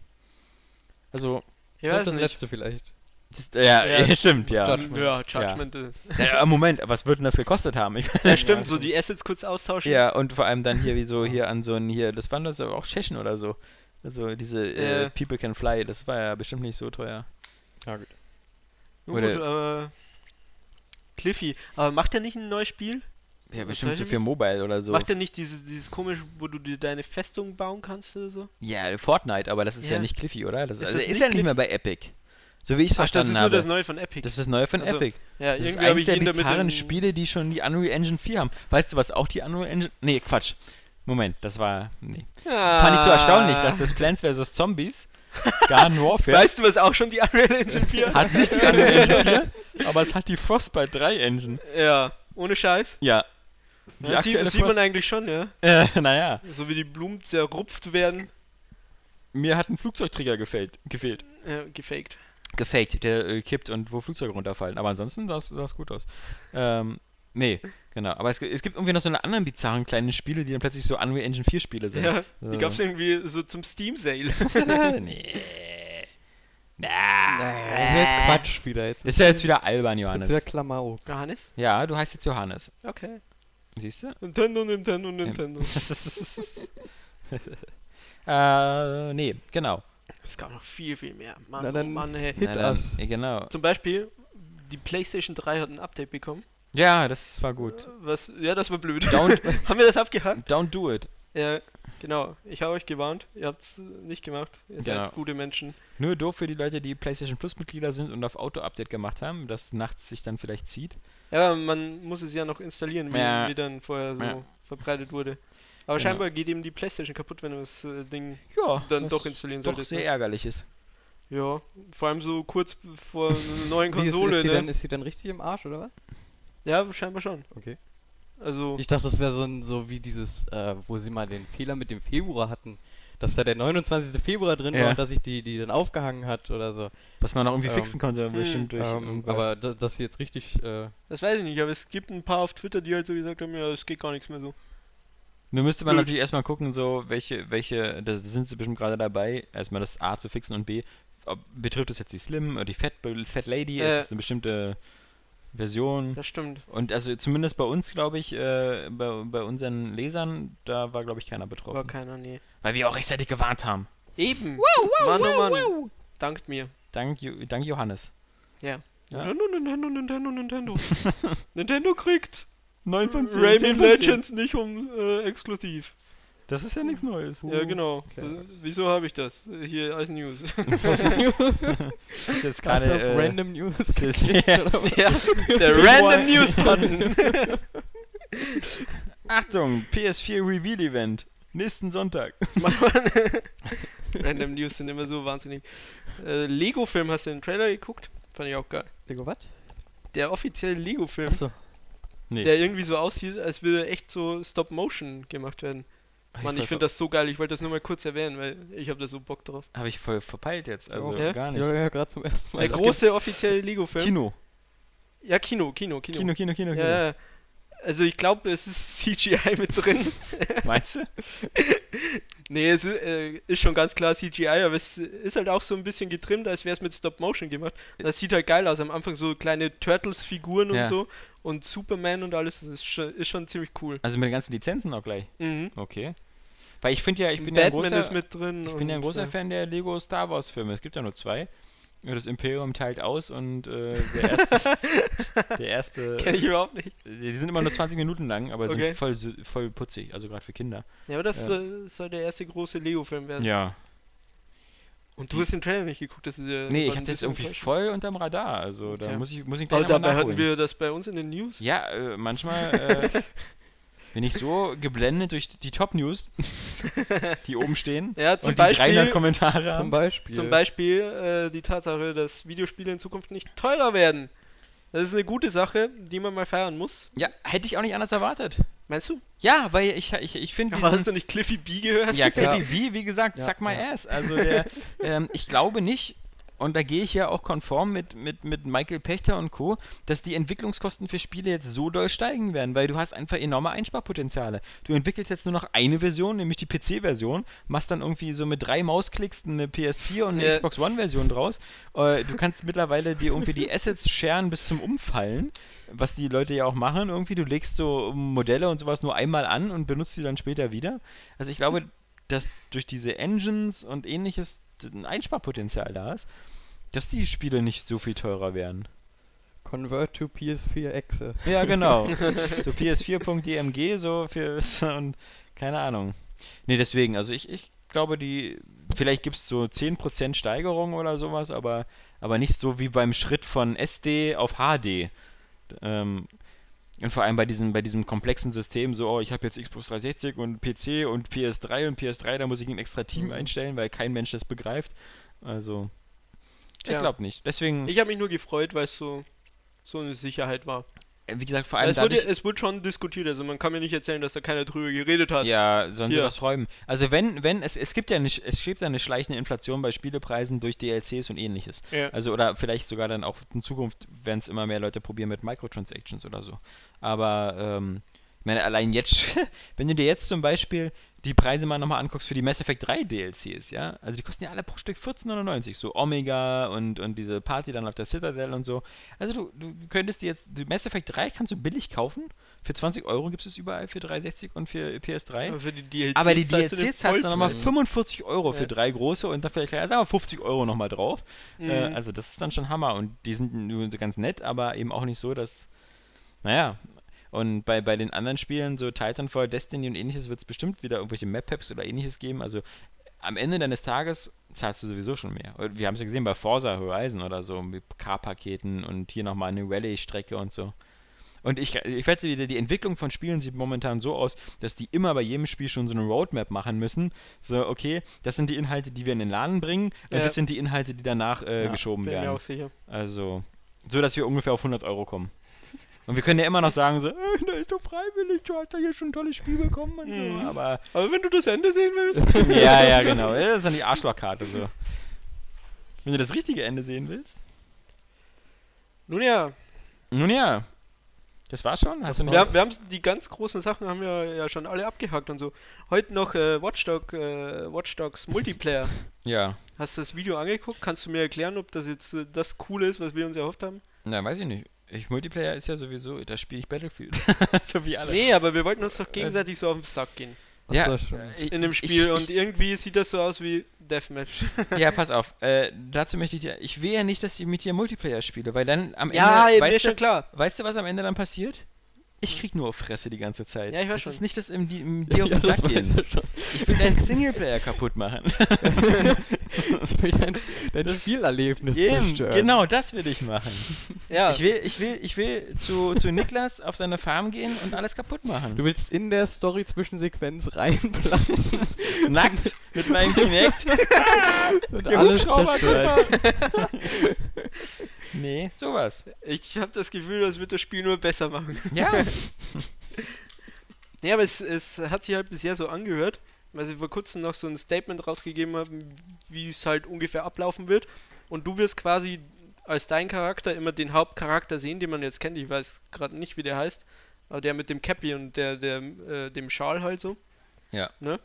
Also,
Ich
Ja,
glaub,
weiß
das
nicht.
letzte vielleicht.
das, äh, [LAUGHS] ja,
Ja,
stimmt, ja.
Judgment.
Ja, Judgment. äh,
ja. Moment, was wird denn das gekostet haben? Ich
Ja, stimmt, so die Assets kurz austauschen.
ja, und vor allem dann hier, wie [LAUGHS] so hier an so ein, hier, das waren das aber auch Tschechen oder so. Also diese äh,
Äh.
People Can Fly, das war ja bestimmt nicht so teuer.
Ja, gut.
Nun gut, äh, Cliffy, aber macht er nicht ein neues Spiel?
Ja,
bestimmt
bestimmt so
so viel
für Mobile oder so.
Macht er nicht dieses, dieses komische, wo du dir deine Festung bauen kannst oder so?
Ja, Fortnite, aber das ist ja,
Ja.
nicht Cliffy, oder? Das,
Ist
also,
das
ist
nicht
ja nicht mehr bei Epic. So wie ich es
Ach, das
verstanden
ist nur
habe.
das neue von Epic.
das ist das Neue von
Also,
Epic.
ja,
Das ist
irgendwie habe
eines
ich
der
ihn damit
bizarren
in-
Spiele, die schon die Unreal Engine 4 haben. Weißt du, was auch die Unreal Engine... Nee, Quatsch. Moment, das war... Nee.
Ah.
Fand ich so erstaunlich, dass
[LAUGHS]
das Plants vs. Zombies Garden Warfare
Weißt du, was auch schon die [LAUGHS] Unreal Engine 4
hat nicht die Unreal Engine 4, aber es hat die Frostbite 3 Engine.
Ja, ohne Scheiß.
Ja. Die
Das sieht,
aktuelle
das sieht man
Frost-
eigentlich schon, ja.
[LAUGHS] äh, naja,
So wie die Blumen zerrupft werden.
mir hat ein Flugzeugträger gefällt, gefehlt.
Äh, gefaked.
Gefaked, der äh, kippt und wo Flugzeuge runterfallen. Aber ansonsten sah es gut aus. Ähm, nee, genau. Aber es, gi- es gibt irgendwie noch so eine anderen bizarren kleinen Spiele, die dann plötzlich so Unreal Engine 4 Spiele sind.
Ja,
so.
die gab es irgendwie so zum Steam-Sale.
nee.
Ah.
Naja, das ist ja jetzt Quatsch wieder. Jetzt
Ist ja jetzt wieder albern,
das ist
Johannes.
jetzt wieder Klamauk.
Johannes?
ja, du heißt jetzt Johannes.
Okay.
Siehst
[LAUGHS]
du? [LAUGHS]
Nintendo, Nintendo, Nintendo.
äh, nee, genau.
Es gab noch viel, viel mehr. Mann,
Na dann-
oh Mann, hey.
Hit
Na dann,
us.
äh, Genau.
Zum Beispiel, die PlayStation 3 hat ein Update bekommen.
Ja, das war gut.
Was, ja, das war blöd.
Don't,
[LAUGHS]
[LAUGHS]
Haben wir das abgehakt?
don't do it.
Ja, genau. Ich habe euch gewarnt. Ihr habt es nicht gemacht. Ihr seid
Genau.
gute Menschen.
Nur doof für die Leute, die PlayStation Plus Mitglieder sind und auf Auto-Update gemacht haben, das nachts sich dann vielleicht zieht.
Ja, man muss es ja noch installieren, wie,
Ja.
wie dann vorher so
Ja.
verbreitet wurde.
Genau.
Aber scheinbar geht eben die Playstation kaputt, wenn du das äh, Ding
Ja,
dann
was
doch installieren
Doch
solltest,
sehr
ne?
ärgerlich ist.
Ja, vor allem so kurz
[LAUGHS]
vor einer neuen
Wie, ist,
Konsole,
ist, die
ne?
dann, ist die dann richtig im Arsch, oder was?
Ja, scheinbar schon.
Okay.
Also,
Ich dachte, das wäre so, ein- so wie dieses, äh, wo sie mal den Fehler mit dem Februar hatten. Dass da der 29. Februar drin
Ja.
war und dass sich die, die dann aufgehangen hat oder so.
Was man noch irgendwie
Ähm,
fixen
hm.
konnte, bestimmt durch.
Ähm,
irgendwas.
aber da, dass sie jetzt richtig. Äh,
das weiß ich nicht, aber es gibt ein paar auf Twitter, die halt so gesagt haben, ja, es geht gar nichts mehr so.
Nun müsste man
Blöd.
natürlich erstmal gucken, so welche, welche, da sind sie bestimmt gerade dabei, erstmal das A zu fixen und B, ob, betrifft es jetzt die Slim oder die Fat, Fat Lady,
Äh.
ist es eine bestimmte Version?
Hm.
Das stimmt.
Und also zumindest bei uns, glaube ich, äh, bei, bei unseren Lesern, da war, glaube ich, keiner
War
betroffen.
keiner, nee.
Weil wir auch rechtzeitig gewarnt haben.
Eben! Mann, oh Mann! Dankt mir.
Dank, Jo- dank Johannes. Ja.
Nintendo, Nintendo, Nintendo, [LAUGHS] Nintendo. Nintendo kriegt
9
Rayman Mhm. Legends nicht um äh, exklusiv.
Das ist ja nichts Neues. Uh.
ja, genau. Äh, Wieso habe ich das? Äh, Hier als [LAUGHS] News.
Das ist jetzt
hast du
keine.
auf
Äh,
Random News.
das ist-
[LAUGHS] geklickt, oder was?
ja, der Random News Button.
Achtung, PS4 Reveal Event. Nächsten Sonntag.
[LAUGHS] Random News sind immer so wahnsinnig. Äh, Lego-Film, hast du den Trailer geguckt? Fand ich auch geil.
Lego, was?
Der offizielle Lego-Film,
Achso.
Nee.
der irgendwie so aussieht, als würde echt so Stop-Motion gemacht werden. Mann, Ah, ich finde das so geil. Ich wollte das nur mal kurz erwähnen, weil ich habe da so Bock drauf.
Habe ich voll verpeilt jetzt. Also
Ja?
gar
Ich
nicht.
höre ja gerade zum ersten Mal.
Der
es
große offizielle Lego-Film.
Kino.
Ja, Kino, Kino, Kino.
Kino, Kino, Kino, Kino.
Ja, ja. Also ich glaube, es ist [LAUGHS] CGI mit drin.
Meinst du?
nee, es ist, äh, ist schon ganz klar CGI, aber es ist halt auch so ein bisschen getrimmt, als wäre es mit Stop Motion gemacht. Das sieht halt geil aus. Am Anfang so kleine Turtles-Figuren
Ja.
und so und Superman und alles. Das ist schon, ist schon ziemlich cool.
Also mit den ganzen Lizenzen auch gleich.
Mhm.
Okay. Weil ich finde ja, ich bin ja ein
Batman
großer,
ist mit drin.
ich bin ja ein
und,
großer
äh,
Fan der Lego Star Wars Filme. Es gibt ja nur zwei. Ja, Das Imperium teilt aus und äh, der erste,
[LAUGHS]
der
Kenn
erste
ich überhaupt nicht.
die sind immer nur 20 Minuten lang, aber
Okay.
sind voll, sü- voll putzig, also gerade für Kinder.
Ja, aber das
Ja.
äh, soll der erste große Lego-Film werden.
Ja.
Und du hast den Trailer nicht geguckt, das ist ja.
Nee, ich
Äh, war ein
habe das
bisschen
irgendwie
enttäuschend.
voll unterm Radar, also da
Tja.
muss ich muss ich gleich
Aber
nochmal
dabei
nachholen.
hatten wir das bei uns in den News.
Ja, äh, manchmal
[LAUGHS]
äh, bin ich so geblendet durch die Top
[LAUGHS]
News, die oben stehen.
Ja, zum
und die 300
Beispiel.
Kommentare
Zum
haben.
Beispiel.
Zum Beispiel äh, die Tatsache, dass Videospiele in Zukunft nicht teurer werden. Das ist eine gute Sache, die man mal feiern muss.
Ja, hätte ich auch nicht anders erwartet.
Meinst du?
Ja, weil ich, ich, ich finde
Aber hast du nicht Cliffy B gehört?
Ja, Cliffy B, wie gesagt,
Ja,
suck my
ja.
ass. Also [LAUGHS] der, ähm, ich glaube nicht, und da gehe ich ja auch konform mit, mit, mit Michael Pechter und Co., dass die Entwicklungskosten für Spiele jetzt so doll steigen werden, weil du hast einfach enorme Einsparpotenziale. Du entwickelst jetzt nur noch eine Version, nämlich die PC-Version, machst dann irgendwie so mit drei Mausklicks eine PS4 und eine
Ja.
Xbox One-Version draus. Äh, du kannst mittlerweile dir irgendwie die Assets scheren bis zum Umfallen, was die Leute ja auch machen irgendwie. Du legst so Modelle und sowas nur einmal an und benutzt sie dann später wieder. Also ich glaube, dass durch diese Engines und ähnliches ein Einsparpotenzial da ist, dass die Spiele nicht so viel teurer werden.
Convert to PS4 Exe.
Ja, genau. [LAUGHS] so PS4.emg, so für und keine Ahnung. Nee, deswegen, also ich, ich glaube, die vielleicht gibt es so 10% Steigerung oder sowas, aber, aber nicht so wie beim Schritt von SD auf HD. Ähm, und vor allem bei diesem, bei diesem komplexen System, so, oh, ich habe jetzt Xbox 360 und PC und PS3 und PS3, da muss ich ein extra Team
Mhm.
einstellen, weil kein Mensch das begreift. Also, ich
Tja.
glaube nicht. Deswegen,
[LAUGHS] Ich habe mich nur gefreut, weil es so, so eine Sicherheit war.
äh, wie gesagt, vor allem
Es
dadurch,
wurde, es wurde schon diskutiert, also man kann mir nicht erzählen, dass da keiner drüber geredet hat.
Ja, sollen sie
Hier.
das räumen. Also wenn, wenn, es, es gibt ja nicht, es gibt ja eine schleichende Inflation bei Spielepreisen durch DLCs und ähnliches.
Ja.
Also oder vielleicht sogar dann auch in Zukunft, wenn es immer mehr Leute probieren mit Microtransactions oder so. Aber ähm, ich meine, allein jetzt, [LAUGHS] wenn du dir jetzt zum Beispiel die Preise mal nochmal anguckst für die Mass Effect 3 DLCs, ja, also die kosten ja alle pro Stück 14,99, so Omega und, und diese Party dann auf der Citadel und so. Also du, du könntest dir jetzt, die Mass Effect 3 kannst du billig kaufen, für 20 Euro gibt es überall für 360 und für PS3.
Aber für die DLCs
Aber die
zahlst du den
DLC zahlst du nochmal
Vollpreis.
45 Euro für
Ja.
drei große und dafür sagen wir 50 Euro nochmal drauf.
Mhm.
Äh, also das ist dann schon Hammer und die sind nur ganz nett, aber eben auch nicht so, dass. Naja. Und bei, bei den anderen Spielen, so Titanfall, Destiny und ähnliches, wird es bestimmt wieder irgendwelche Map-Packs oder ähnliches geben. Also am Ende deines Tages zahlst du sowieso schon mehr. Und Wir haben es ja gesehen bei Forza Horizon oder so, mit K-Paketen und hier nochmal eine Rallye-Strecke und so. Und ich, ich wette wieder, die Entwicklung von Spielen sieht momentan so aus, dass die immer bei jedem Spiel schon so eine Roadmap machen müssen. So, okay, das sind die Inhalte, die wir in den Laden bringen und
Ja.
das sind die Inhalte, die danach äh, geschoben
bin mir
werden.
auch sicher.
Also, so dass wir ungefähr auf 100 Euro kommen. Und wir können ja immer noch sagen, so, äh, da ist doch freiwillig, du hast ja hier schon ein tolles Spiel bekommen und
Mhm.
so. Aber,
Aber wenn du das Ende sehen willst.
[LAUGHS] ja, ja, genau. Das ist dann die Arschlochkarte so. Wenn du das richtige Ende sehen willst.
Nun ja,
Nun ja, das war's schon. Hast du noch
Also wir,
was?
haben- wir haben die ganz großen Sachen haben wir ja schon alle abgehakt und so. Heute noch äh, Watchdog, äh,
[LAUGHS]
Watchdogs Multiplayer.
Ja,
Hast du das Video angeguckt? Kannst du mir erklären, ob das jetzt äh, das Coole ist, was wir uns erhofft haben?
na, weiß ich nicht. Ich, Multiplayer ist ja sowieso, da spiele ich Battlefield. [LAUGHS] so wie alle.
Nee, aber wir wollten uns doch gegenseitig so auf den Sack gehen
Ja,
Ach so, stimmt.
Äh, Ich-
in dem
ich-
Spiel
ich-
und irgendwie sieht das so aus wie Deathmatch.
Ja, pass auf. Äh, dazu möchte ich dir. Ich will ja nicht, dass ich mit dir Multiplayer spiele, weil dann am
ja,
Ende.
eben, ist
weißt,
schon
du,
klar.
weißt du, was am Ende dann passiert? Ich krieg nur auf Fresse die ganze Zeit.
Ja, ich weiß
das ist
schon.
nicht das im, die, im [LAUGHS] dir auf den Sack
weiß
gehen.
er [LAUGHS] schon.
Ich will deinen Singleplayer kaputt machen.
Ich will dein, dein Spielerlebnis
Eben,
zerstören.
genau, das will ich machen.
Ja,
Ich will, ich will, ich will zu, zu Niklas auf seine Farm gehen und alles kaputt machen.
Du willst in der Story Zwischensequenz [LAUGHS] reinplatzen
Nackt mit meinem Kinect.
und
Der
alles
Hubschrauber-
zerstören.
Nee, sowas.
ich habe das Gefühl, das wird das Spiel nur besser machen.
Ja.
Ja, aber es, es hat sich halt bisher so angehört, weil sie vor kurzem noch so ein Statement rausgegeben haben, wie es halt ungefähr ablaufen wird. Und du wirst quasi als dein Charakter immer den Hauptcharakter sehen, den man jetzt kennt. Ich weiß gerade nicht, wie der heißt. Aber der mit dem Cappy und der, der äh, dem Schal halt so.
Ja.
Ne?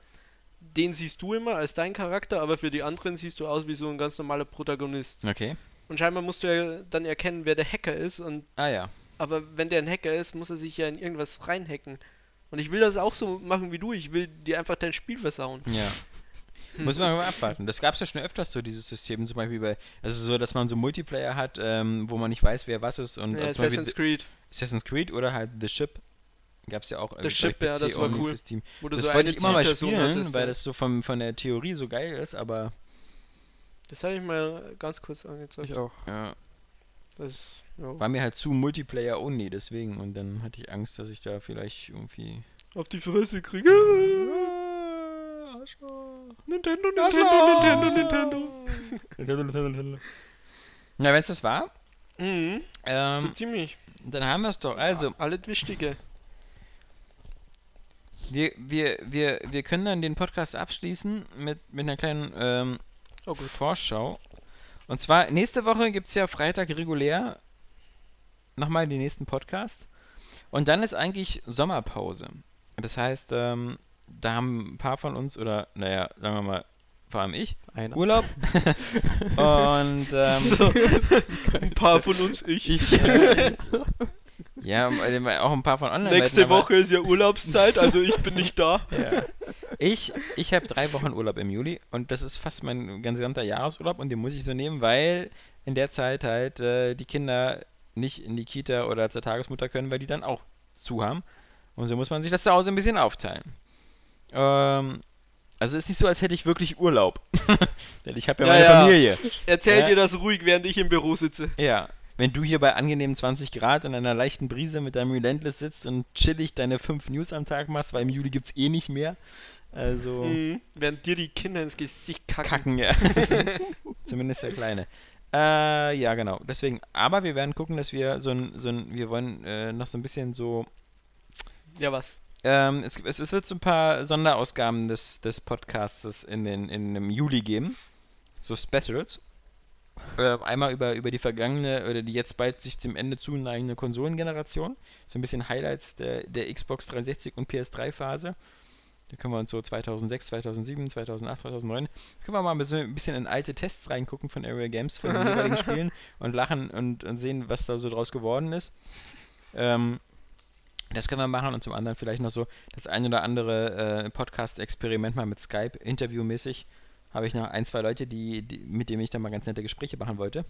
Den siehst du immer als dein Charakter, aber für die anderen siehst du aus wie so ein ganz normaler Protagonist.
Okay.
Und scheinbar musst du ja dann erkennen, wer der Hacker ist und
Ah ja.
aber wenn der ein Hacker ist, muss er sich ja in irgendwas reinhacken. Und ich will das auch so machen wie du. Ich will dir einfach dein Spiel versauen.
Ja. Muss man mal abwarten. Das gab es ja schon öfters so, dieses System, zum Beispiel bei, also so, dass man so Multiplayer hat, ähm, wo man nicht weiß, wer was ist und
Ja,
äh, zum Beispiel
Assassin's Creed,
Assassin's Creed oder halt The Ship. Gab es ja auch äh, bei
Ship, ja,
PC
das war
only
cool.
fürs Team.
wo du
Das
so eine
wollte ich immer mal
Zielperson
spielen,
hattest,
weil
ja.
das so vom, von der Theorie so geil ist, aber
Das habe ich mal ganz kurz angezeigt.
Ich auch.
ja,
Das ist, ja.
war mir halt zu Multiplayer only, deswegen. Und dann hatte ich Angst, dass ich da vielleicht irgendwie.
Auf die Fresse kriege. Nintendo, Nintendo, Nintendo, Nintendo.
Na, wenn es das war,
Mhm, so
ähm,
ziemlich.
dann haben wir es doch. Also,
Alles Wichtige.
Wir, wir, wir, wir können dann den Podcast abschließen mit, mit einer kleinen ähm,
Oh gut.
Vorschau. Und zwar, nächste Woche gibt es ja Freitag regulär nochmal den nächsten Podcast. Und dann ist eigentlich Sommerpause. Das heißt, ähm, da haben ein paar von uns, oder naja, sagen wir mal, vor allem ich,
Einer.
[LAUGHS]
Urlaub. Und ähm, [LAUGHS]
so. Ein paar von uns, ich.
ja, weil auch ein paar von online
Nächste Woche ist ja Urlaubszeit, also ich bin
[LAUGHS]
nicht da.
Ja. Ich, ich habe drei Wochen Urlaub im Juli und das ist fast mein ganz gesamter Jahresurlaub und den muss ich so nehmen, weil in der Zeit halt äh, die Kinder nicht in die Kita oder zur Tagesmutter können, weil die dann auch zu haben. Und so muss man sich das zu Hause ein bisschen aufteilen. Ähm, also ist nicht so, als hätte ich wirklich Urlaub. [LAUGHS] Denn ich habe ja,
Ja,
meine
ja.
Familie.
Erzähl
Ja.
dir das ruhig, während ich im Büro sitze.
Ja. Wenn du hier bei angenehmen 20 Grad und einer leichten Brise mit deinem Relentless sitzt und chillig deine fünf News am Tag machst, weil im Juli gibt's eh nicht mehr. Also.
Mhm. Während dir die Kinder ins Gesicht
kacken,
kacken.
ja. Zumindest der Kleine. Äh, ja, genau. Deswegen, aber wir werden gucken, dass wir so ein, so ein wir wollen äh, noch so ein bisschen so,
Ja, was?
ähm, es, gibt- es, es wird so ein paar Sonderausgaben des, des Podcasts in den, in dem Juli geben. So Specials. Äh, einmal über, über die vergangene oder die jetzt bald sich zum Ende zuneigende Konsolengeneration. So ein bisschen Highlights der, der Xbox 360 und PS3-Phase. Da können wir uns so 2006, 2007, 2008, 2009, können wir mal ein bisschen, ein bisschen in alte Tests reingucken von Area Games, von den jeweiligen Spielen und lachen und, und sehen, was da so draus geworden ist. Ähm, das können wir machen und zum anderen vielleicht noch so das ein oder andere äh, Podcast-Experiment mal mit Skype, interviewmäßig. Habe ich noch ein, zwei Leute, die, die, mit denen ich da mal ganz nette Gespräche machen wollte.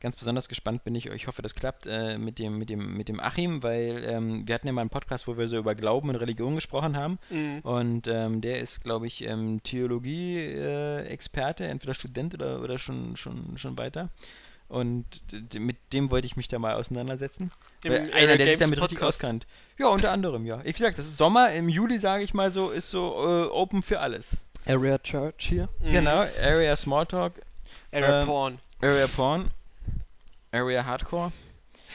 Ganz besonders gespannt bin ich, ich hoffe, das klappt äh, mit, dem, mit, dem, mit dem Achim, weil ähm, wir hatten ja mal einen Podcast, wo wir so über Glauben und Religion gesprochen haben.
Mhm.
Und ähm, der ist, glaube ich, äh, ähm, Theologie-Experte, entweder Student oder, oder schon, schon, schon weiter. Und d- mit dem wollte ich mich da mal auseinandersetzen.
Im
Weil
Area
einer, der sich
Games
damit richtig
Podcast.
auskannt. Ja, unter anderem, ja. Ich gesagt, das ist Sommer, im Juli, sage ich mal so, ist so äh, open für alles.
Area Church hier.
Mhm.
Genau, Area Smalltalk,
Area
Ähm,
Porn.
Area Porn, Area Hardcore.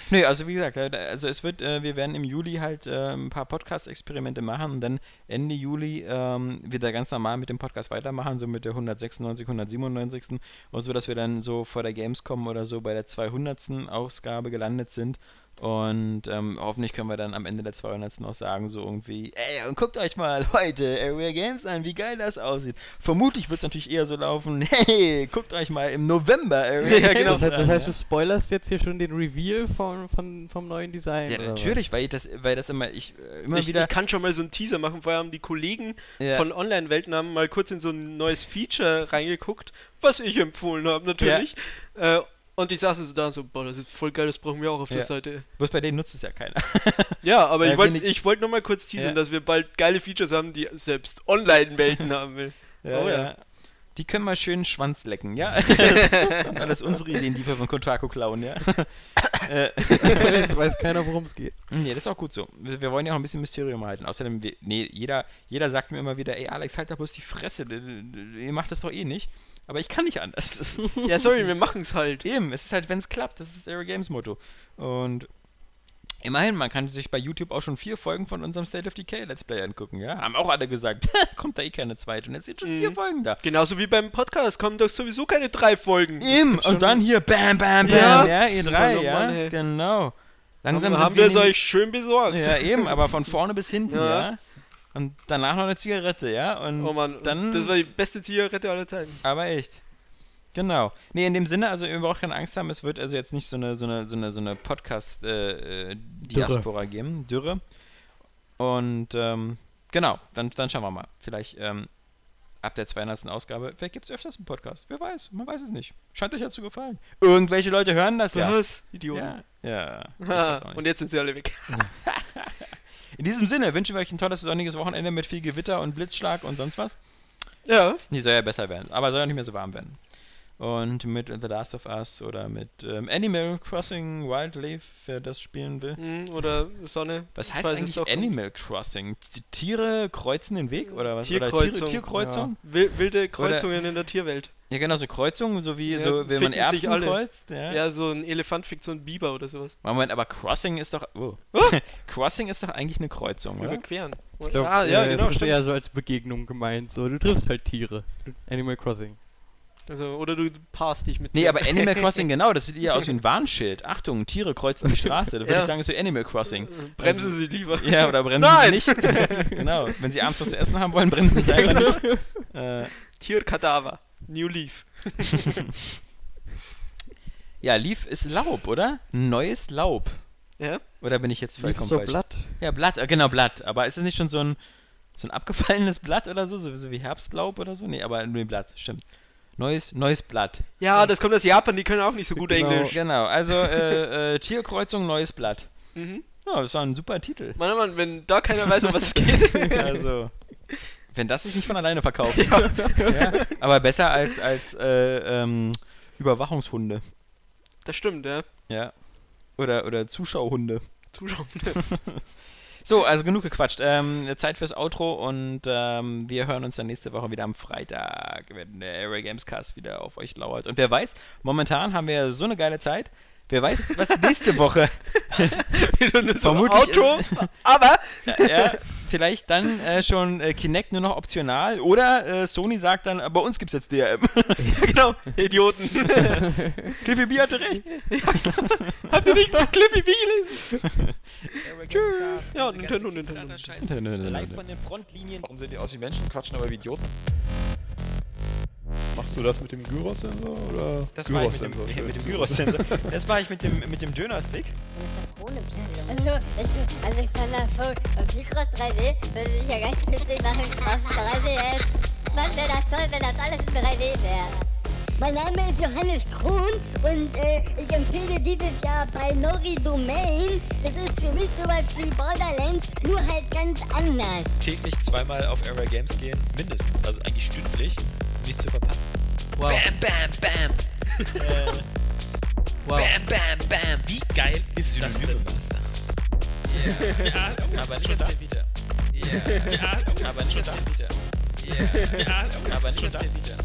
Nee, also wie gesagt, äh, also es wird, äh, wir werden im Juli halt äh, ein paar Podcast-Experimente machen und dann Ende Juli ähm, wieder ganz normal mit dem Podcast weitermachen, so mit der 196, 197. und so, dass wir dann so vor der Gamescom oder so bei der 200. Ausgabe gelandet sind und ähm, hoffentlich können wir dann am Ende der 200. auch sagen, so irgendwie, ey, und guckt euch mal [LAUGHS] heute Area Games an, wie geil das aussieht. Vermutlich wird es natürlich eher so laufen, [LAUGHS] hey, guckt euch mal im November Area
Ja,
Games
genau.
Das, heißt- das
an.
heißt, du spoilerst jetzt hier schon den Reveal vom, vom, vom neuen Design.
Ja,
oder was?
natürlich, weil ich das, weil das immer, ich äh, immer
Ich,
wieder.
ich kann schon mal so einen Teaser machen. Vorher haben die Kollegen
ja,
von Online-Welten haben mal kurz in so ein neues Feature reingeguckt, was ich empfohlen habe, natürlich. Äh, und ich saßen so da und so, boah, das ist voll geil, das brauchen wir auch auf
Ja.
der
[LAUGHS]
Seite.
bloß bei denen nutzt es ja [LAUGHS] keiner.
Ja, aber
Ja,
ich wollte
finde
ich wollt nur mal kurz teasern,
Ja.
dass wir bald geile Features haben, die
[LAUGHS]
selbst Online-Welten haben will. Oh ja.
Die können mal schön Schwanz lecken, [LAUGHS] ja? das sind [LAUGHS] alles unsere Ideen, die wir von Kotaku klauen, ja? äh,
[LAUGHS] Jetzt weiß keiner, worum es geht.
[LAUGHS] nee, das ist auch gut so. Wir, wir wollen ja auch ein bisschen Mysterium halten. Außerdem, wir, nee, jeder, jeder sagt mir immer wieder, ey Alex, halt da bloß die Fresse, d- d- d- ihr macht das doch eh nicht. Aber ich kann nicht anders. Das
Ja, sorry, wir machen's halt.
Eben, es ist halt, wenn es klappt, das ist Aero Games Motto. Und immerhin, man kann sich bei YouTube auch schon vier Folgen von unserem State of Decay Let's Play angucken, ja? Haben auch alle gesagt, [LAUGHS] kommt da eh keine zweite. Und jetzt sind schon vier
Mhm.
Folgen da.
Genauso wie beim Podcast kommen doch sowieso keine drei Folgen.
Eben, und dann hier, bam, bam, bam,
Ja.
ja, ihr drei,
Mann, oh
ja,
Mann, ey.
genau. Langsam
haben, haben
sind
wir
wir
es euch schön besorgt.
Ja, eben, aber von vorne bis hinten,
Ja.
ja. Und danach noch eine Zigarette, ja? Und
Oh Mann,
dann-
das war die beste Zigarette aller Zeiten.
Aber echt. Genau. Nee, in dem Sinne, also ihr braucht keine Angst haben, es wird also jetzt nicht so eine, so eine, so eine, so eine Podcast-Diaspora geben, Dürre. Und ähm, genau, dann, dann schauen wir mal. Vielleicht ähm, ab der 200. Ausgabe, vielleicht gibt es öfters einen Podcast. Wer weiß, man weiß es nicht. Scheint euch ja zu gefallen. Irgendwelche Leute hören das ja.
Was? Idioten. [LAUGHS]
Ja, ja. Ich weiß auch
Ha,
nicht.
[LAUGHS] und jetzt sind sie alle weg.
in diesem Sinne wünschen wir euch ein tolles sonniges Wochenende mit viel Gewitter und Blitzschlag und sonst was.
Ja.
Die soll ja besser werden, aber soll ja nicht mehr so warm werden. Und mit The Last of Us oder mit ähm, Animal Crossing Wildlife, wer das spielen will.
Mhm, Oder Sonne.
Was
Ich
heißt
weiß es
eigentlich
doch.
Animal Crossing? T- Tiere kreuzen den Weg oder was? Oder Tiere,
Tierkreuzung.
Tierkreuzung?
Wil- Wilde Kreuzungen in der Tierwelt.
Ja. genau, so Kreuzungen, so wie
Ja,
so, wenn man
ficken sich
Erbsen
alle.
kreuzt. Ja.
Ja, so ein Elefant fickt so einen Biber oder sowas.
Moment, aber Crossing ist doch. Oh. [LAUGHS] Crossing ist doch eigentlich eine Kreuzung, oder?
Überqueren.
Ich glaub,
ah, ja,
äh,
genau,
Das ist
stimmt.
eher so als Begegnung gemeint. So, du triffst halt Tiere. Animal Crossing.
Also, oder du passt dich mit
Nee,
dir.
aber Animal
[LAUGHS]
Crossing, genau, das sieht eher aus wie ein Warnschild. Achtung, Tiere kreuzen die Straße. Da würde
Ja.
ich sagen, ist so Animal Crossing.
Bremsen sie lieber.
Ja, oder bremsen
Nein!
sie
[LAUGHS]
nicht. genau. Wenn sie abends was zu essen haben wollen, bremsen sie einfach nicht. Äh,
Tierkadaver. New Leaf.
ja, Leaf ist Laub, oder? Neues Laub.
Ja?
Oder bin ich jetzt vollkommen falsch?
Blatt.
Ja, Blatt, äh, genau, Blatt. Aber ist es nicht schon so ein, so ein abgefallenes Blatt oder so? So, so wie Herbstlaub oder so? Nee, aber nur ein Blatt, stimmt. Neues, neues Blatt.
Ja, das kommt aus Japan, die können auch nicht so gut
Genau.
Englisch.
Genau, also äh, äh, Tierkreuzung, neues Blatt.
Mhm.
Ja, das war ein super Titel.
Mann, oh Mann, wenn da keiner weiß, um was es geht.
Also, wenn das sich nicht von alleine verkauft. Ja. Aber besser als, als äh, ähm, Überwachungshunde.
Das stimmt, ja.
Ja. Oder, oder Zuschauhunde.
[LAUGHS] Zuschauen.
So, also genug gequatscht. Ähm, Zeit fürs Outro und ähm, wir hören uns dann nächste Woche wieder am Freitag, wenn der Area Games Cast wieder auf euch lauert. Und wer weiß, momentan haben wir so eine geile Zeit. Wer weiß, was nächste Woche.
Wieder nur so ein
Vermutlich
Outro. Aber
ja, vielleicht dann äh, schon äh, Kinect nur noch optional oder äh, Sony sagt dann, äh, bei uns gibt's jetzt DRM.
Ja, genau, Idioten.
Cliffy B hatte recht.
Habt ihr nicht mal Cliffy B gelesen?
Tschüss.
Ja,
Also
Nintendo, Nintendo.
Live von den Frontlinien.
Warum sehen die aus wie Menschen, quatschen aber wie Idioten? Machst du das mit dem Gyrosensor oder?
Das war ich mit dem, äh, [LAUGHS]
[LAUGHS]
mit dem Gyrosensor. Das war ich mit dem, mit dem Dönerstick.
Also, ich, Alexander Vogt und Mikros 3D würde ich ja ganz witzig machen auf dem 3DS. Mann, wäre das toll, wenn das alles in 3D wäre. Mein Name ist Johannes Kron und äh, ich empfehle dieses Jahr Binary Domain. Das ist für mich sowas wie Borderlands, nur halt ganz anders.
Täglich zweimal auf Era Games gehen, mindestens. Also eigentlich stündlich, um nichts zu verpassen.
Wow.
Bam, bam, bam.
[LAUGHS] Wow. Bam, bam, bam. Wie geil ist das denn? Ja, oh, aber nicht schon da. Wieder. Ja, ja, oh, aber nicht schon da. Wieder. Ja, ja, oh, aber nicht schon da. Wieder.